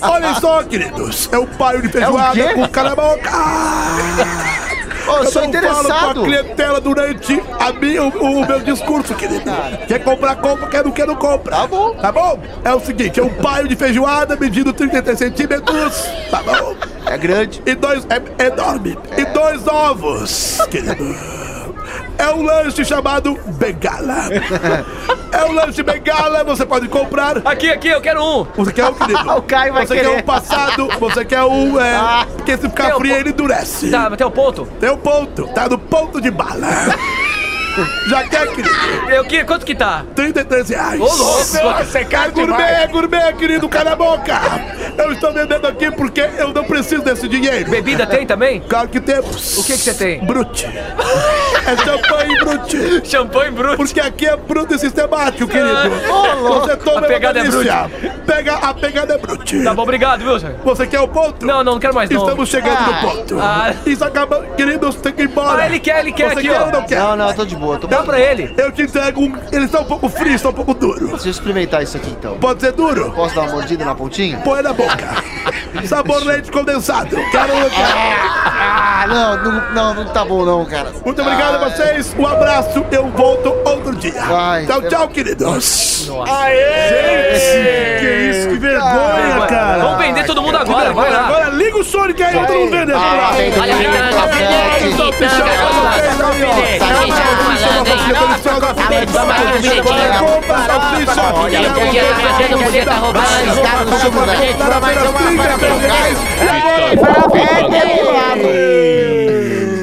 Speaker 3: Olha só, queridos. É um paio de feijoada
Speaker 1: quê?
Speaker 3: com calaboca.
Speaker 1: Ô, eu sou
Speaker 3: não Falo um com
Speaker 1: interessado.
Speaker 3: a clientela durante a minha, o, o meu discurso, querido. Quer comprar, compra. Quer não quer, não compra. Tá bom. Tá bom? É o seguinte, é um paio de feijoada medindo 33 centímetros. Tá bom?
Speaker 1: É grande.
Speaker 3: E dois... É enorme. E dois ovos, querido. É um lanche chamado bengala. É um lanche bengala, você pode comprar.
Speaker 2: Aqui, aqui, eu quero um.
Speaker 3: Você quer um, querido?
Speaker 1: (laughs) O Caio vai
Speaker 3: você
Speaker 1: querer. Ah.
Speaker 3: quer um passado, você quer um... É, porque se ficar
Speaker 2: Tem o
Speaker 3: frio,
Speaker 2: po-
Speaker 3: ele endurece.
Speaker 2: Tá, mas tem o ponto?
Speaker 3: Tem o ponto, tá no ponto
Speaker 2: (laughs)
Speaker 3: de bala. Já quer, querido?
Speaker 2: Eu que, quanto que tá?
Speaker 3: 33 reais.
Speaker 2: Ô, louco.
Speaker 3: Nossa, é caro gourmet, é gourmet, querido, cala a boca. Eu estou vendendo aqui porque eu não preciso desse dinheiro.
Speaker 2: Bebida tem também?
Speaker 3: Claro que temos.
Speaker 2: O que que você tem?
Speaker 3: Brute. É champanhe brute.
Speaker 2: Champanhe bruto.
Speaker 3: Porque aqui é bruto e sistemático, querido.
Speaker 2: Ô, louco.
Speaker 3: Você toma
Speaker 2: A pegada é
Speaker 3: uma delícia. Pega, a pegada é brute.
Speaker 2: Tá bom, obrigado, viu, senhor?
Speaker 3: Você quer o ponto?
Speaker 2: Não, não, não quero mais, não.
Speaker 3: Estamos chegando
Speaker 1: Ah.
Speaker 3: no ponto.
Speaker 2: Ah.
Speaker 3: Isso acaba, queridos, tem que ir embora.
Speaker 2: Ah, ele quer, ele quer
Speaker 3: Você
Speaker 2: aqui,
Speaker 3: quer
Speaker 2: ó.
Speaker 3: ou não quer?
Speaker 1: Não, não, eu tô de boa. Tô
Speaker 2: Dá pra ele.
Speaker 3: Eu te entrego um. Ele está um pouco frio, está um pouco duro.
Speaker 1: Deixa eu experimentar isso aqui então.
Speaker 3: Pode ser duro?
Speaker 1: Posso dar uma mordida na pontinha?
Speaker 3: Põe na boca. Sabor leite condensado. Quero não quero.
Speaker 1: Ah, não, não, não, não tá bom não, cara.
Speaker 3: Muito obrigado a vocês. Um abraço. Eu volto outro dia.
Speaker 1: Vai.
Speaker 3: Tchau, tchau, queridos.
Speaker 2: Nossa.
Speaker 3: Gente, que isso, que vergonha, Ah, cara.
Speaker 2: Vamos vender todo mundo agora, vai lá.
Speaker 3: Agora liga o Sonic aí, todo mundo vende.
Speaker 8: Olha a pitanga, a pitanga, a pitanga, vamos lá.
Speaker 2: tá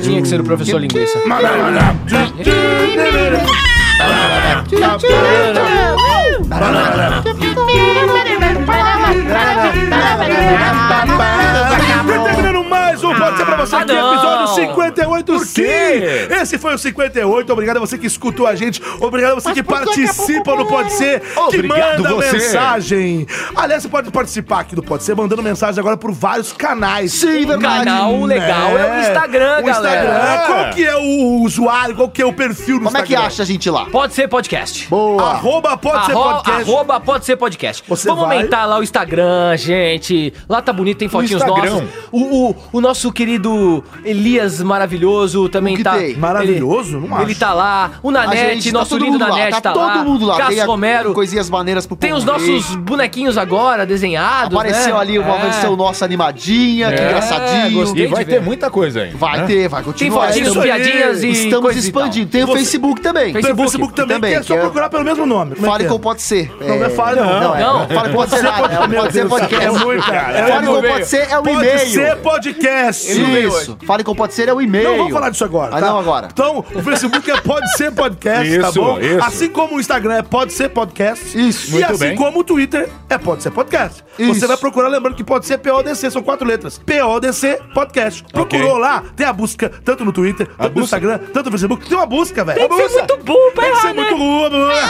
Speaker 2: Tinha que ser o professor linguiça.
Speaker 3: Tá
Speaker 7: Tá
Speaker 3: Terminando mais um tá Pode Ser Pra Você
Speaker 2: Ah,
Speaker 3: aqui,
Speaker 2: não.
Speaker 3: episódio 58, sim!
Speaker 6: quê?
Speaker 3: Esse foi o 58, obrigado a você que escutou a gente, obrigado a você que participa do Pode Ser, que
Speaker 5: Obrigado
Speaker 3: manda
Speaker 5: você.
Speaker 3: mensagem. Aliás, você pode participar aqui do Pode Ser, mandando mensagem agora por vários canais. Um
Speaker 1: Sim,
Speaker 2: O canal legal é o Instagram,
Speaker 3: O
Speaker 2: galera.
Speaker 3: Instagram, qual que é o usuário, qual que é o perfil do
Speaker 1: Como é que
Speaker 3: Instagram?
Speaker 1: acha a gente lá?
Speaker 2: Pode ser podcast.
Speaker 1: Boa.
Speaker 3: Arroba Pode Ser
Speaker 2: Arro-
Speaker 3: Podcast.
Speaker 2: Arroba pode ser podcast.
Speaker 3: Você
Speaker 2: Vamos
Speaker 3: vai?
Speaker 2: aumentar lá o Instagram, gente. Lá tá bonito, tem fotinhos
Speaker 5: Instagram.
Speaker 2: nossos. O, o, o nosso querido Elias maravilhoso também
Speaker 1: O que
Speaker 2: tá.
Speaker 1: tem?
Speaker 3: Maravilhoso?
Speaker 2: Ele,
Speaker 3: Não acho.
Speaker 2: ele tá lá. O
Speaker 1: A
Speaker 2: Nanete,
Speaker 1: gente- tá
Speaker 2: nosso
Speaker 1: todo
Speaker 2: lindo
Speaker 1: mundo lá,
Speaker 2: Nanete tá,
Speaker 1: todo
Speaker 2: lá.
Speaker 1: mundo lá.
Speaker 2: Cássio
Speaker 1: Tem a-
Speaker 2: Romero.
Speaker 1: Coisinhas maneiras pro
Speaker 2: Tem os
Speaker 1: povo ver.
Speaker 2: nossos bonequinhos agora desenhados.
Speaker 1: Apareceu
Speaker 2: né?
Speaker 1: ali uma
Speaker 2: É.
Speaker 1: versão nossa animadinha, que
Speaker 2: É,
Speaker 1: engraçadinho.
Speaker 2: gostei.
Speaker 5: E vai ter muita coisa ainda.
Speaker 1: Vai
Speaker 5: né?
Speaker 1: ter, vai
Speaker 2: Tem
Speaker 1: continuar.
Speaker 2: fotinhos,
Speaker 3: isso aí.
Speaker 2: piadinhas e.
Speaker 1: Estamos
Speaker 2: coisas e tal.
Speaker 1: expandindo. Tem o Facebook também.
Speaker 3: Tem o Facebook também,
Speaker 1: Também,
Speaker 3: que é só
Speaker 1: que é-
Speaker 3: procurar pelo mesmo nome. Como é
Speaker 1: Fale
Speaker 3: que é?
Speaker 1: com pode ser.
Speaker 3: Não, não é fale, não.
Speaker 1: Não, é.
Speaker 2: Não.
Speaker 1: Fale com pode ser. nada, é o
Speaker 3: Meu
Speaker 1: Pode ser
Speaker 3: Deus,
Speaker 1: podcast.
Speaker 3: É muito, cara.
Speaker 1: Fale com pode ser é o
Speaker 3: Pode
Speaker 1: e-mail.
Speaker 3: ser podcast.
Speaker 1: Isso. Fale com pode ser é o e-mail.
Speaker 3: Não, vamos falar disso agora.
Speaker 1: Ah,
Speaker 3: tá?
Speaker 1: não, agora.
Speaker 3: Então, o Facebook é Pode Ser Podcast, tá
Speaker 1: Isso,
Speaker 3: bom?
Speaker 1: isso.
Speaker 3: Assim como o Instagram é Pode Ser Podcast. Isso, E
Speaker 1: muito
Speaker 3: assim
Speaker 1: bem.
Speaker 3: como o Twitter é Pode Ser Podcast. Você vai procurar, lembrando que pode ser PODC, são quatro letras. PODC Podcast. Procurou lá, tem a busca, tanto no Twitter, tanto no Instagram, tanto no Facebook. Tem uma busca, velho.
Speaker 10: Tem que ser
Speaker 3: muito
Speaker 2: burro
Speaker 3: Tem que
Speaker 10: errar,
Speaker 3: ser muito
Speaker 10: né?
Speaker 3: burro pra errar,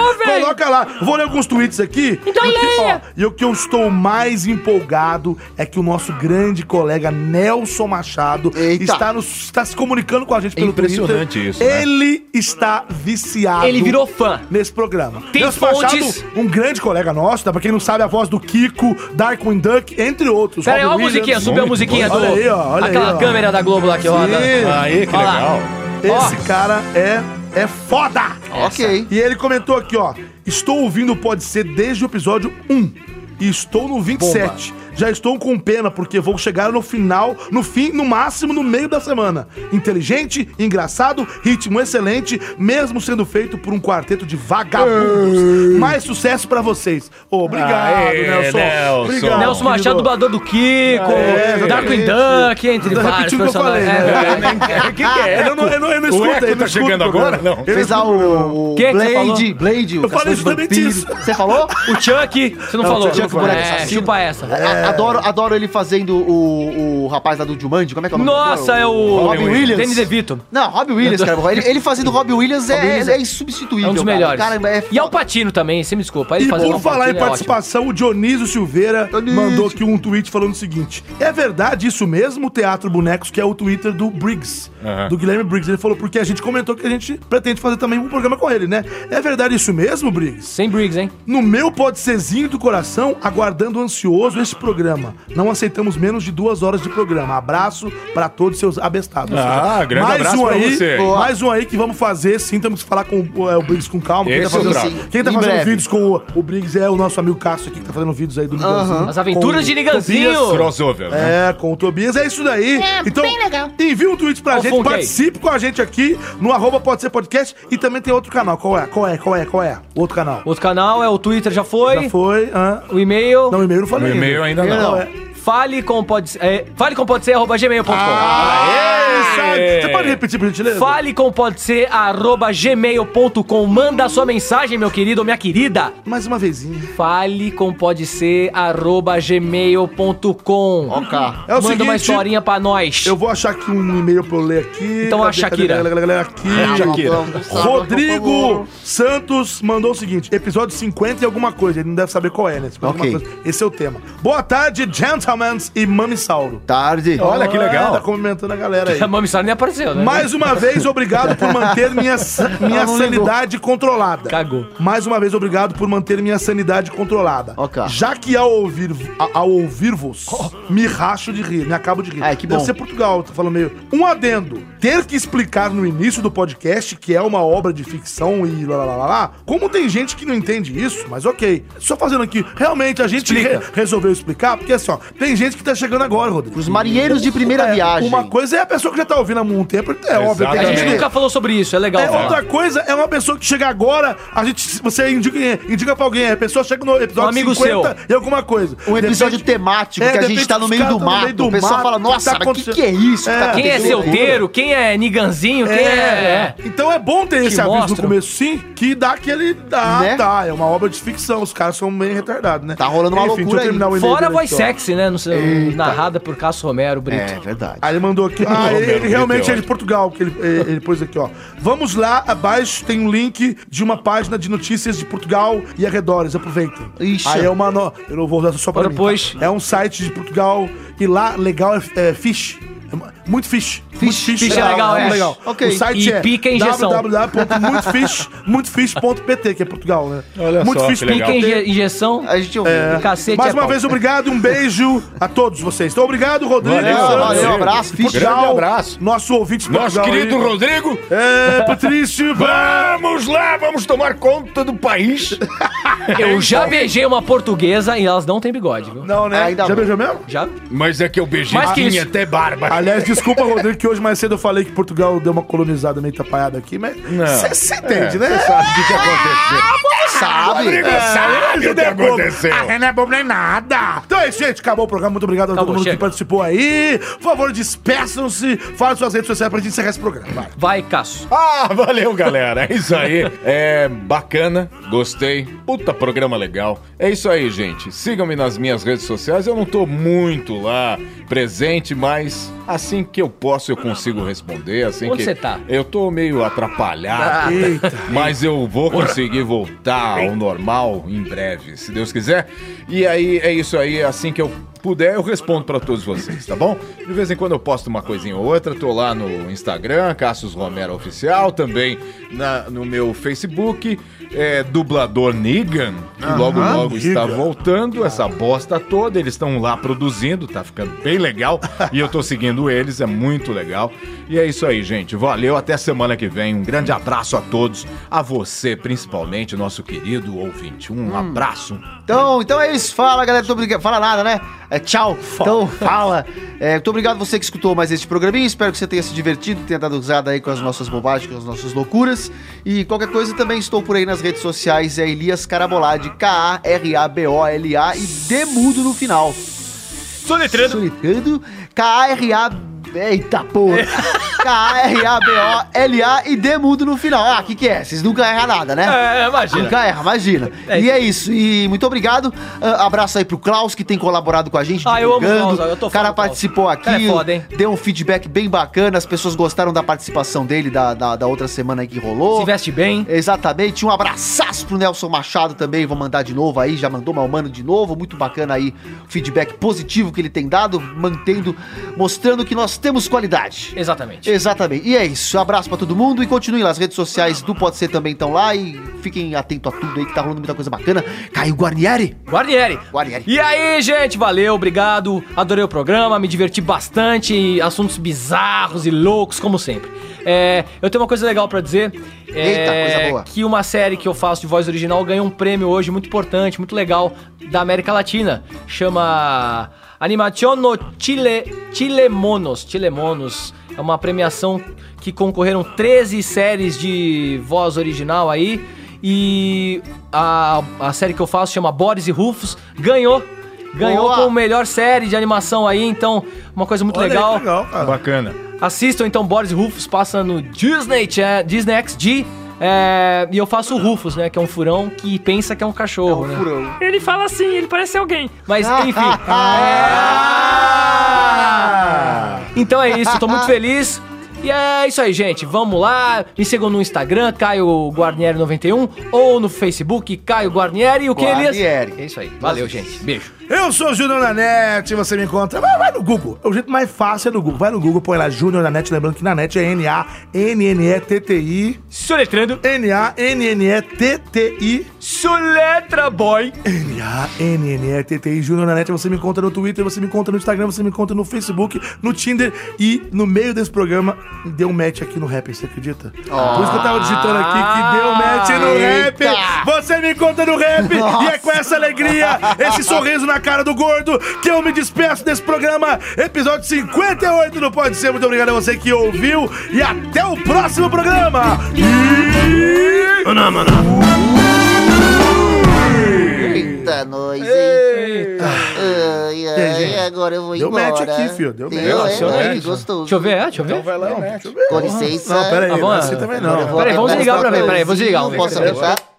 Speaker 10: Ah,
Speaker 3: ué.
Speaker 10: velho.
Speaker 3: Coloca lá. Vou ler alguns tweets aqui.
Speaker 10: Então
Speaker 3: e o que-
Speaker 10: leia.
Speaker 3: ó, e o que eu estou mais empolgado é que o nosso grande colega Nelson Machado está, nos, está se comunicando com a gente
Speaker 5: É
Speaker 3: pelo
Speaker 5: impressionante
Speaker 3: Twitter.
Speaker 5: isso, né?
Speaker 3: Ele está viciado.
Speaker 2: Ele virou fã.
Speaker 3: Nesse programa.
Speaker 2: Tem
Speaker 3: Nelson
Speaker 2: fontes-
Speaker 3: Machado, um grande colega nosso, tá? Pra quem não sabe, a voz do Kiko, Darkwing Duck, entre outros.
Speaker 2: Pera aí, ó a
Speaker 3: Robin Williams.
Speaker 2: musiquinha, subiu a musiquinha do.
Speaker 3: Olha aí, ó, olha aí,
Speaker 2: aquela
Speaker 3: ó.
Speaker 2: câmera da Globo lá que roda.
Speaker 3: Sim.
Speaker 5: Ah,
Speaker 2: Ó lá.
Speaker 3: Esse cara é, é foda.
Speaker 1: Ok.
Speaker 3: E ele comentou aqui, ó. Estou ouvindo o Pode Ser desde o episódio 1. E estou no 27. Já estou com pena, porque vou chegar no final, no fim, no máximo, no meio da semana. Inteligente, engraçado, ritmo excelente, mesmo sendo feito por um quarteto de vagabundos. Mais sucesso pra vocês. Obrigado,
Speaker 2: Aê,
Speaker 3: Nelson.
Speaker 2: Nelson. Nelson Machado, dublador do Kiko,
Speaker 3: É,
Speaker 2: Darkwing
Speaker 3: exatamente.
Speaker 2: Duck, entre
Speaker 3: Tá
Speaker 2: vários
Speaker 3: repetindo o que eu
Speaker 2: personagens.
Speaker 3: falei, né?
Speaker 2: É, é, é?
Speaker 3: Eu não, eu não, eu não
Speaker 2: O
Speaker 3: escuto,
Speaker 2: Eco
Speaker 3: eu não
Speaker 2: tá
Speaker 3: escuto
Speaker 2: chegando
Speaker 3: o programa.
Speaker 2: agora? Não.
Speaker 3: Eu
Speaker 1: Fez lá
Speaker 3: escuto
Speaker 1: o, o
Speaker 3: Quem é que você
Speaker 1: Blade,
Speaker 3: falou?
Speaker 1: Blade, o
Speaker 3: Eu
Speaker 1: caçador
Speaker 3: falei
Speaker 1: de
Speaker 3: justamente
Speaker 1: vampiros.
Speaker 3: isso. (laughs)
Speaker 1: Você falou?
Speaker 2: O Chuck, você não falou.
Speaker 1: Chuck, o boneco
Speaker 2: É,
Speaker 1: assassino.
Speaker 2: chupa essa.
Speaker 3: É.
Speaker 1: A- Adoro, adoro ele fazendo o, o rapaz lá do Jumanji, como é que é o nome
Speaker 2: Nossa,
Speaker 1: dele?
Speaker 2: é o
Speaker 1: Robin Williams.
Speaker 2: Danny DeVito.
Speaker 1: Não, Rob Williams, cara. Ele, ele fazendo Rob Williams é,
Speaker 2: Robin Williams
Speaker 1: é insubstituível.
Speaker 2: É um dos
Speaker 1: cara.
Speaker 2: melhores.
Speaker 1: Cara, é
Speaker 2: e é o Patino também, você me desculpa. Ele
Speaker 3: E
Speaker 2: fazendo
Speaker 3: por
Speaker 2: Al
Speaker 3: falar em
Speaker 2: Pacino é ótimo.
Speaker 3: participação, o Dionísio Silveira mandou aqui um tweet falando o seguinte: É verdade isso mesmo, Teatro Bonecos, que é o Twitter do Briggs,
Speaker 10: Aham.
Speaker 3: do Guilherme Briggs. Ele falou, porque a gente comentou que a gente pretende fazer também um programa com ele, né? É verdade isso mesmo, Briggs?
Speaker 2: Sem Briggs, hein?
Speaker 3: No meu pode serzinho do coração, aguardando ansioso esse programa. Não aceitamos menos de duas horas de programa. Abraço pra todos seus abestados.
Speaker 5: Ah,
Speaker 3: Ou seja,
Speaker 5: grande abraço
Speaker 3: um
Speaker 5: pra
Speaker 3: aí,
Speaker 5: você.
Speaker 3: Mais um aí que vamos fazer, sim, temos que falar com é, o Briggs com calma.
Speaker 5: Esse
Speaker 3: quem tá
Speaker 5: é o
Speaker 3: fazendo,
Speaker 5: brabo.
Speaker 3: quem tá
Speaker 5: Em
Speaker 3: fazendo
Speaker 5: breve.
Speaker 3: vídeos com o, o Briggs é o nosso amigo Cássio aqui, que tá fazendo vídeos aí do Niganzinho.
Speaker 2: As aventuras
Speaker 3: Com
Speaker 2: de
Speaker 3: o
Speaker 2: Niganzinho.
Speaker 3: Tobias.
Speaker 5: Crossover,
Speaker 3: É, com o Tobias. É isso daí.
Speaker 7: É,
Speaker 3: então,
Speaker 7: bem legal.
Speaker 3: envie um tweet pra
Speaker 2: Ó,
Speaker 3: gente,
Speaker 2: Funk aí.
Speaker 3: participe com a gente aqui no arroba pode ser podcast e também tem outro canal. Qual é? Qual é? Qual é? Qual é? Outro canal.
Speaker 2: Outro canal é o Twitter, já foi?
Speaker 3: Já foi. ah.
Speaker 2: O e-mail.
Speaker 3: Não, o e-mail não falei.
Speaker 5: O e-mail ainda não.
Speaker 3: é.
Speaker 2: Fale com pode é, fale com pode ser arroba gmail.com.
Speaker 3: É, Você pode repetir pra gente ler?
Speaker 2: Fale com pode ser arroba gmail.com. Manda sua mensagem, meu querido ou minha querida.
Speaker 3: Mais uma vezinha.
Speaker 2: Fale com pode ser arroba gmail.com.
Speaker 1: Ok.
Speaker 3: É o
Speaker 2: Manda
Speaker 3: seguinte,
Speaker 2: uma historinha pra nós.
Speaker 3: Eu vou achar aqui um e-mail pra eu ler aqui.
Speaker 2: Então a
Speaker 3: Cadê, cadê,
Speaker 2: Shakira.
Speaker 3: cadê, cadê, cadê, Aqui.
Speaker 2: É, a Shakira.
Speaker 3: Rodrigo Santos mandou o seguinte: episódio 50 e alguma coisa. Ele não deve saber qual é, né? 50 e alguma
Speaker 1: Ok.
Speaker 3: coisa. Esse é o tema. Boa tarde, gentlemen e mamisauro.
Speaker 1: Tarde.
Speaker 3: Olha que legal. Tá comentando a galera
Speaker 2: (laughs)
Speaker 3: aí.
Speaker 2: A Mami Sara nem apareceu, né?
Speaker 3: Mais uma vez, obrigado por
Speaker 2: (laughs)
Speaker 3: manter minha, sa- minha
Speaker 2: não ligou.
Speaker 3: sanidade controlada.
Speaker 2: Cagou.
Speaker 3: Mais uma vez, obrigado por manter minha sanidade controlada. Já que ao ouvir a- ao ouvir-vos,
Speaker 2: Oh.
Speaker 3: me racho de rir, me acabo de rir.
Speaker 1: Ai, que
Speaker 3: Deve
Speaker 1: bom.
Speaker 3: ser Portugal, tô falando meio. Um adendo. Ter que explicar no início do podcast que é uma obra de ficção e lá lá lá lá. lá. Como tem gente que não entende isso, mas ok. Só fazendo aqui, realmente a gente re- resolveu explicar, porque assim, ó, tem gente que tá chegando agora, Rodrigo.
Speaker 1: Os marinheiros de primeira
Speaker 3: É,
Speaker 1: viagem.
Speaker 3: Uma coisa é a pessoa que já tá ouvindo há muito tempo, é óbvio. que
Speaker 2: A gente
Speaker 3: entender.
Speaker 2: nunca falou sobre isso, é legal.
Speaker 3: É,
Speaker 2: falar.
Speaker 3: outra coisa é uma pessoa que chega agora, a gente, você indica, indica pra alguém, a pessoa chega no episódio
Speaker 2: Um amigo seu.
Speaker 3: e alguma coisa.
Speaker 1: Um episódio
Speaker 3: Depende-
Speaker 1: temático,
Speaker 3: É,
Speaker 1: que a
Speaker 3: depende
Speaker 1: gente tá no
Speaker 3: dos
Speaker 1: meio
Speaker 3: caras
Speaker 1: do
Speaker 3: tão no
Speaker 1: mato.
Speaker 3: meio do
Speaker 1: o pessoal
Speaker 3: mato,
Speaker 1: fala,
Speaker 3: o que
Speaker 1: nossa,
Speaker 3: tá
Speaker 1: mas o que,
Speaker 3: acontecendo?"
Speaker 1: que é isso? que
Speaker 3: É.
Speaker 1: tá
Speaker 2: Quem é
Speaker 1: acontecendo?
Speaker 2: solteiro? Quem é niganzinho? Quem é.
Speaker 3: É. Então é bom ter esse aviso
Speaker 2: mostra.
Speaker 3: no começo, sim, que dá aquele. Ah,
Speaker 1: Né?
Speaker 3: tá. É uma obra de ficção. Os caras são meio retardados, né?
Speaker 1: Tá rolando uma
Speaker 3: deixa eu
Speaker 1: loucura aí.
Speaker 3: terminar o e-mail
Speaker 2: Fora a
Speaker 3: dele
Speaker 2: voz
Speaker 3: aqui, ó.
Speaker 2: sexy, né? Não sei, narrada por Cássio Romero Brito.
Speaker 1: É verdade.
Speaker 3: Aí ele mandou aqui. Ah,
Speaker 5: Romero
Speaker 3: ele,
Speaker 5: Brito
Speaker 3: ele realmente
Speaker 5: é
Speaker 3: é de Portugal, que ele, eh, ele pôs aqui, ó. Vamos lá, abaixo tem um link de uma página de notícias de Portugal e arredores. Aproveitem.
Speaker 1: Ixi.
Speaker 3: Aí é uma. No... Eu não vou usar só pra
Speaker 2: Ora,
Speaker 3: mim.
Speaker 2: pois.
Speaker 3: tá? É um site de Portugal e lá legal é, é fish. É mu- Muito fish. Muito fish.
Speaker 2: Fish é legal, é.
Speaker 3: muito legal.
Speaker 1: Ok.
Speaker 3: O site
Speaker 2: E
Speaker 3: é
Speaker 2: pica a injeção.
Speaker 3: www.muitofish.pt, que é Portugal, né?
Speaker 5: Olha só, que
Speaker 3: Muito
Speaker 2: Pica
Speaker 5: legal.
Speaker 2: inje- injeção,
Speaker 1: A gente ouviu.
Speaker 3: é.
Speaker 2: cacete
Speaker 3: Mais
Speaker 2: é
Speaker 3: uma
Speaker 2: pau.
Speaker 3: vez, obrigado e um beijo a todos vocês. Então, obrigado, Rodrigo.
Speaker 5: Valeu,
Speaker 3: Santos.
Speaker 5: valeu,
Speaker 1: abraço,
Speaker 3: Portugal,
Speaker 5: grande abraço.
Speaker 3: Nosso ouvinte de
Speaker 5: Nosso
Speaker 3: Portugal
Speaker 5: querido
Speaker 3: aí.
Speaker 5: Rodrigo,
Speaker 3: É,
Speaker 5: (laughs)
Speaker 3: Patrício.
Speaker 5: vamos lá, vamos tomar conta do país.
Speaker 3: é
Speaker 2: Eu já beijei uma portuguesa e elas não têm bigode, viu?
Speaker 3: Não, né?
Speaker 1: Ainda
Speaker 3: Já
Speaker 1: bom.
Speaker 3: beijou mesmo?
Speaker 2: Já?
Speaker 5: Mas é que eu beijei
Speaker 2: Mais que
Speaker 5: tinha
Speaker 2: isso.
Speaker 5: até barba.
Speaker 3: A Aliás, desculpa, Rodrigo, que hoje mais cedo eu falei que Portugal deu uma colonizada meio tapaiada aqui, mas você entende,
Speaker 5: É,
Speaker 3: né?
Speaker 5: cê sabe o que que aconteceu.
Speaker 3: Ah, o povo sabe.
Speaker 5: Rodrigo,
Speaker 3: É,
Speaker 5: sabe o que
Speaker 10: né,
Speaker 3: não
Speaker 5: que
Speaker 3: é bobo.
Speaker 5: aconteceu.
Speaker 3: Ah, não é bobo nem nada. Então é isso, gente. Acabou o programa. Muito obrigado a todo mundo que participou aí. Por favor, despeçam-se. Fala suas redes sociais pra gente encerrar esse programa. Vai.
Speaker 2: Vai, Cássio.
Speaker 5: Ah, valeu, galera. É isso aí. É bacana, gostei. Puta programa legal. É isso aí, gente. Sigam-me nas minhas redes sociais. Eu não tô muito lá presente, mas assim que eu posso, eu consigo responder. Assim
Speaker 2: Onde
Speaker 5: que
Speaker 2: você tá?
Speaker 5: Eu tô meio atrapalhado.
Speaker 2: Ah. Eita.
Speaker 5: Mas eu vou conseguir voltar ao normal em breve, se Deus quiser. E aí, é isso aí. Assim que eu puder, eu respondo pra todos vocês, tá bom? De vez em quando eu posto uma coisinha ou outra. Tô lá no Instagram, Cassius Romero Oficial. Também na- no meu Facebook, é, Dublador Negan. Que logo,
Speaker 3: Aham,
Speaker 5: logo está
Speaker 3: Negan.
Speaker 5: voltando. Essa bosta toda. Eles estão lá produzindo. Tá ficando bem
Speaker 3: (laughs)
Speaker 5: legal. e eu tô seguindo eles. É muito legal. E é isso aí, gente. Valeu. Até semana que vem. Um grande abraço a todos. A você, principalmente, nosso querido ouvinte.
Speaker 3: Hum.
Speaker 5: Um abraço.
Speaker 1: Então, então é isso. Fala, galera. Muito obrigado. Fala nada, né? É, tchau. Então, fala. É, muito obrigado você que escutou mais este programinha. Espero que você tenha se divertido, tenha dado risada aí com as nossas bobagens, com as nossas loucuras. E qualquer coisa, também estou por aí nas redes sociais. É Elias Carabolade, K-A-R-A-B-O-L-A e Demudo no final.
Speaker 13: Soletrando.
Speaker 1: Soletrando. K-A-R-A...
Speaker 2: (laughs)
Speaker 1: Eita, porra. K-A-R-A-B-O-L-A e Demudo no final. Ah, o que que é? Vocês nunca erram nada, né?
Speaker 2: É, imagina.
Speaker 1: Nunca erra, imagina.
Speaker 2: É
Speaker 1: e é isso. E muito obrigado. Ah, abraço aí pro Klaus, que tem colaborado com a gente.
Speaker 2: Ah, eu amo o
Speaker 1: divulgando.
Speaker 2: Klaus, eu tô
Speaker 1: O cara
Speaker 2: fã do Klaus.
Speaker 1: participou aqui.
Speaker 2: Cara é foda, hein?
Speaker 1: Deu um feedback bem bacana. As pessoas gostaram da participação dele da, da, da outra semana aí que rolou.
Speaker 2: Se veste bem.
Speaker 1: Exatamente. Um abraçaço pro Nelson Machado também. Vou mandar de novo aí. Já mandou meu mano de novo. Muito bacana aí o feedback positivo que ele tem dado, mantendo, mostrando que nós temos qualidade.
Speaker 3: é.
Speaker 2: Exatamente.
Speaker 1: Exatamente. E é isso. Um abraço pra todo mundo e continuem lá. As redes sociais do Pode Ser também estão lá e fiquem atentos a tudo aí que tá rolando muita coisa bacana. Caio Guarnieri.
Speaker 2: Guarnieri.
Speaker 1: Guarnieri.
Speaker 2: E aí, gente, valeu, obrigado. Adorei o programa, me diverti bastante. Assuntos bizarros e loucos, como sempre. É, eu tenho uma coisa legal pra dizer.
Speaker 1: Eita, coisa boa.
Speaker 2: É Que uma série que eu faço de voz original ganhou um prêmio hoje muito importante, muito legal, da América Latina. Chama Animaciono Chile, Chilemonos. Chilemonos. É uma premiação que concorreram 13 séries de voz original aí. E a, a série que eu faço chama Boris e Rufus. Ganhou. Ganhou
Speaker 1: Boa.
Speaker 2: como melhor série de animação aí. Então, uma coisa muito
Speaker 3: Olha aí,
Speaker 2: legal.
Speaker 3: que legal, cara.
Speaker 5: Bacana.
Speaker 2: Assistam então Boris e Rufus, passa no Disney, Cha- Disney XD. é, e eu faço o Rufus, né? Que é um furão que pensa que é um cachorro, né?
Speaker 1: furão.
Speaker 13: Ele fala assim, ele parece alguém.
Speaker 2: Mas enfim. Então é isso, tô muito feliz. E é isso aí, gente. Vamos lá. Me sigam no Instagram, Caio Guarnieri91, ou no Facebook, Caio Guarnieri. E o que, Elias?
Speaker 1: Guarnieri.
Speaker 2: É isso aí. Valeu, gente. Beijo.
Speaker 3: Eu sou o Júnior na net, você me encontra. Vai, vai no Google. O jeito mais fácil é no Google. Vai no Google, põe lá Júnior na net, lembrando que na net é N-A-N-N-E-T-T-I.
Speaker 2: Soletrando.
Speaker 3: N-A-N-N-E-T-T-I.
Speaker 2: Soletra, boy.
Speaker 3: N-A-N-N-E-T-T-I. Júnior na net, você me encontra no Twitter, você me encontra no Instagram, você me encontra no Facebook, no Tinder e no meio desse programa deu um match aqui no rap, você acredita? Por isso que eu tava digitando aqui que deu match no
Speaker 6: Eita.
Speaker 3: rap. Você me encontra no rap e é com essa alegria, esse sorriso na cara do gordo que eu me despeço desse programa. Episódio 58 do Pode Ser. Muito obrigado a você que ouviu e até o próximo programa. E...
Speaker 1: Eita, nós, Eita. Ai, ai, agora eu vou
Speaker 3: Deu
Speaker 1: embora.
Speaker 3: match aqui, filho. Deu match.
Speaker 1: Deu,
Speaker 3: Seu
Speaker 1: é,
Speaker 3: match.
Speaker 1: gostoso.
Speaker 2: Deixa eu ver, é? Deixa eu ver.
Speaker 5: vai lá,
Speaker 1: Com licença.
Speaker 3: Não, peraí,
Speaker 2: Ah, vamos
Speaker 3: não é
Speaker 2: lá.
Speaker 3: assim também
Speaker 1: tá Agora eu
Speaker 3: não.
Speaker 1: vou
Speaker 2: Peraí, vamos
Speaker 1: apertar
Speaker 2: ligar
Speaker 1: essa
Speaker 2: pra ver, peraí, vou
Speaker 1: coisinha,
Speaker 2: desligar,
Speaker 1: Não
Speaker 2: vamos ver.
Speaker 1: posso apertar?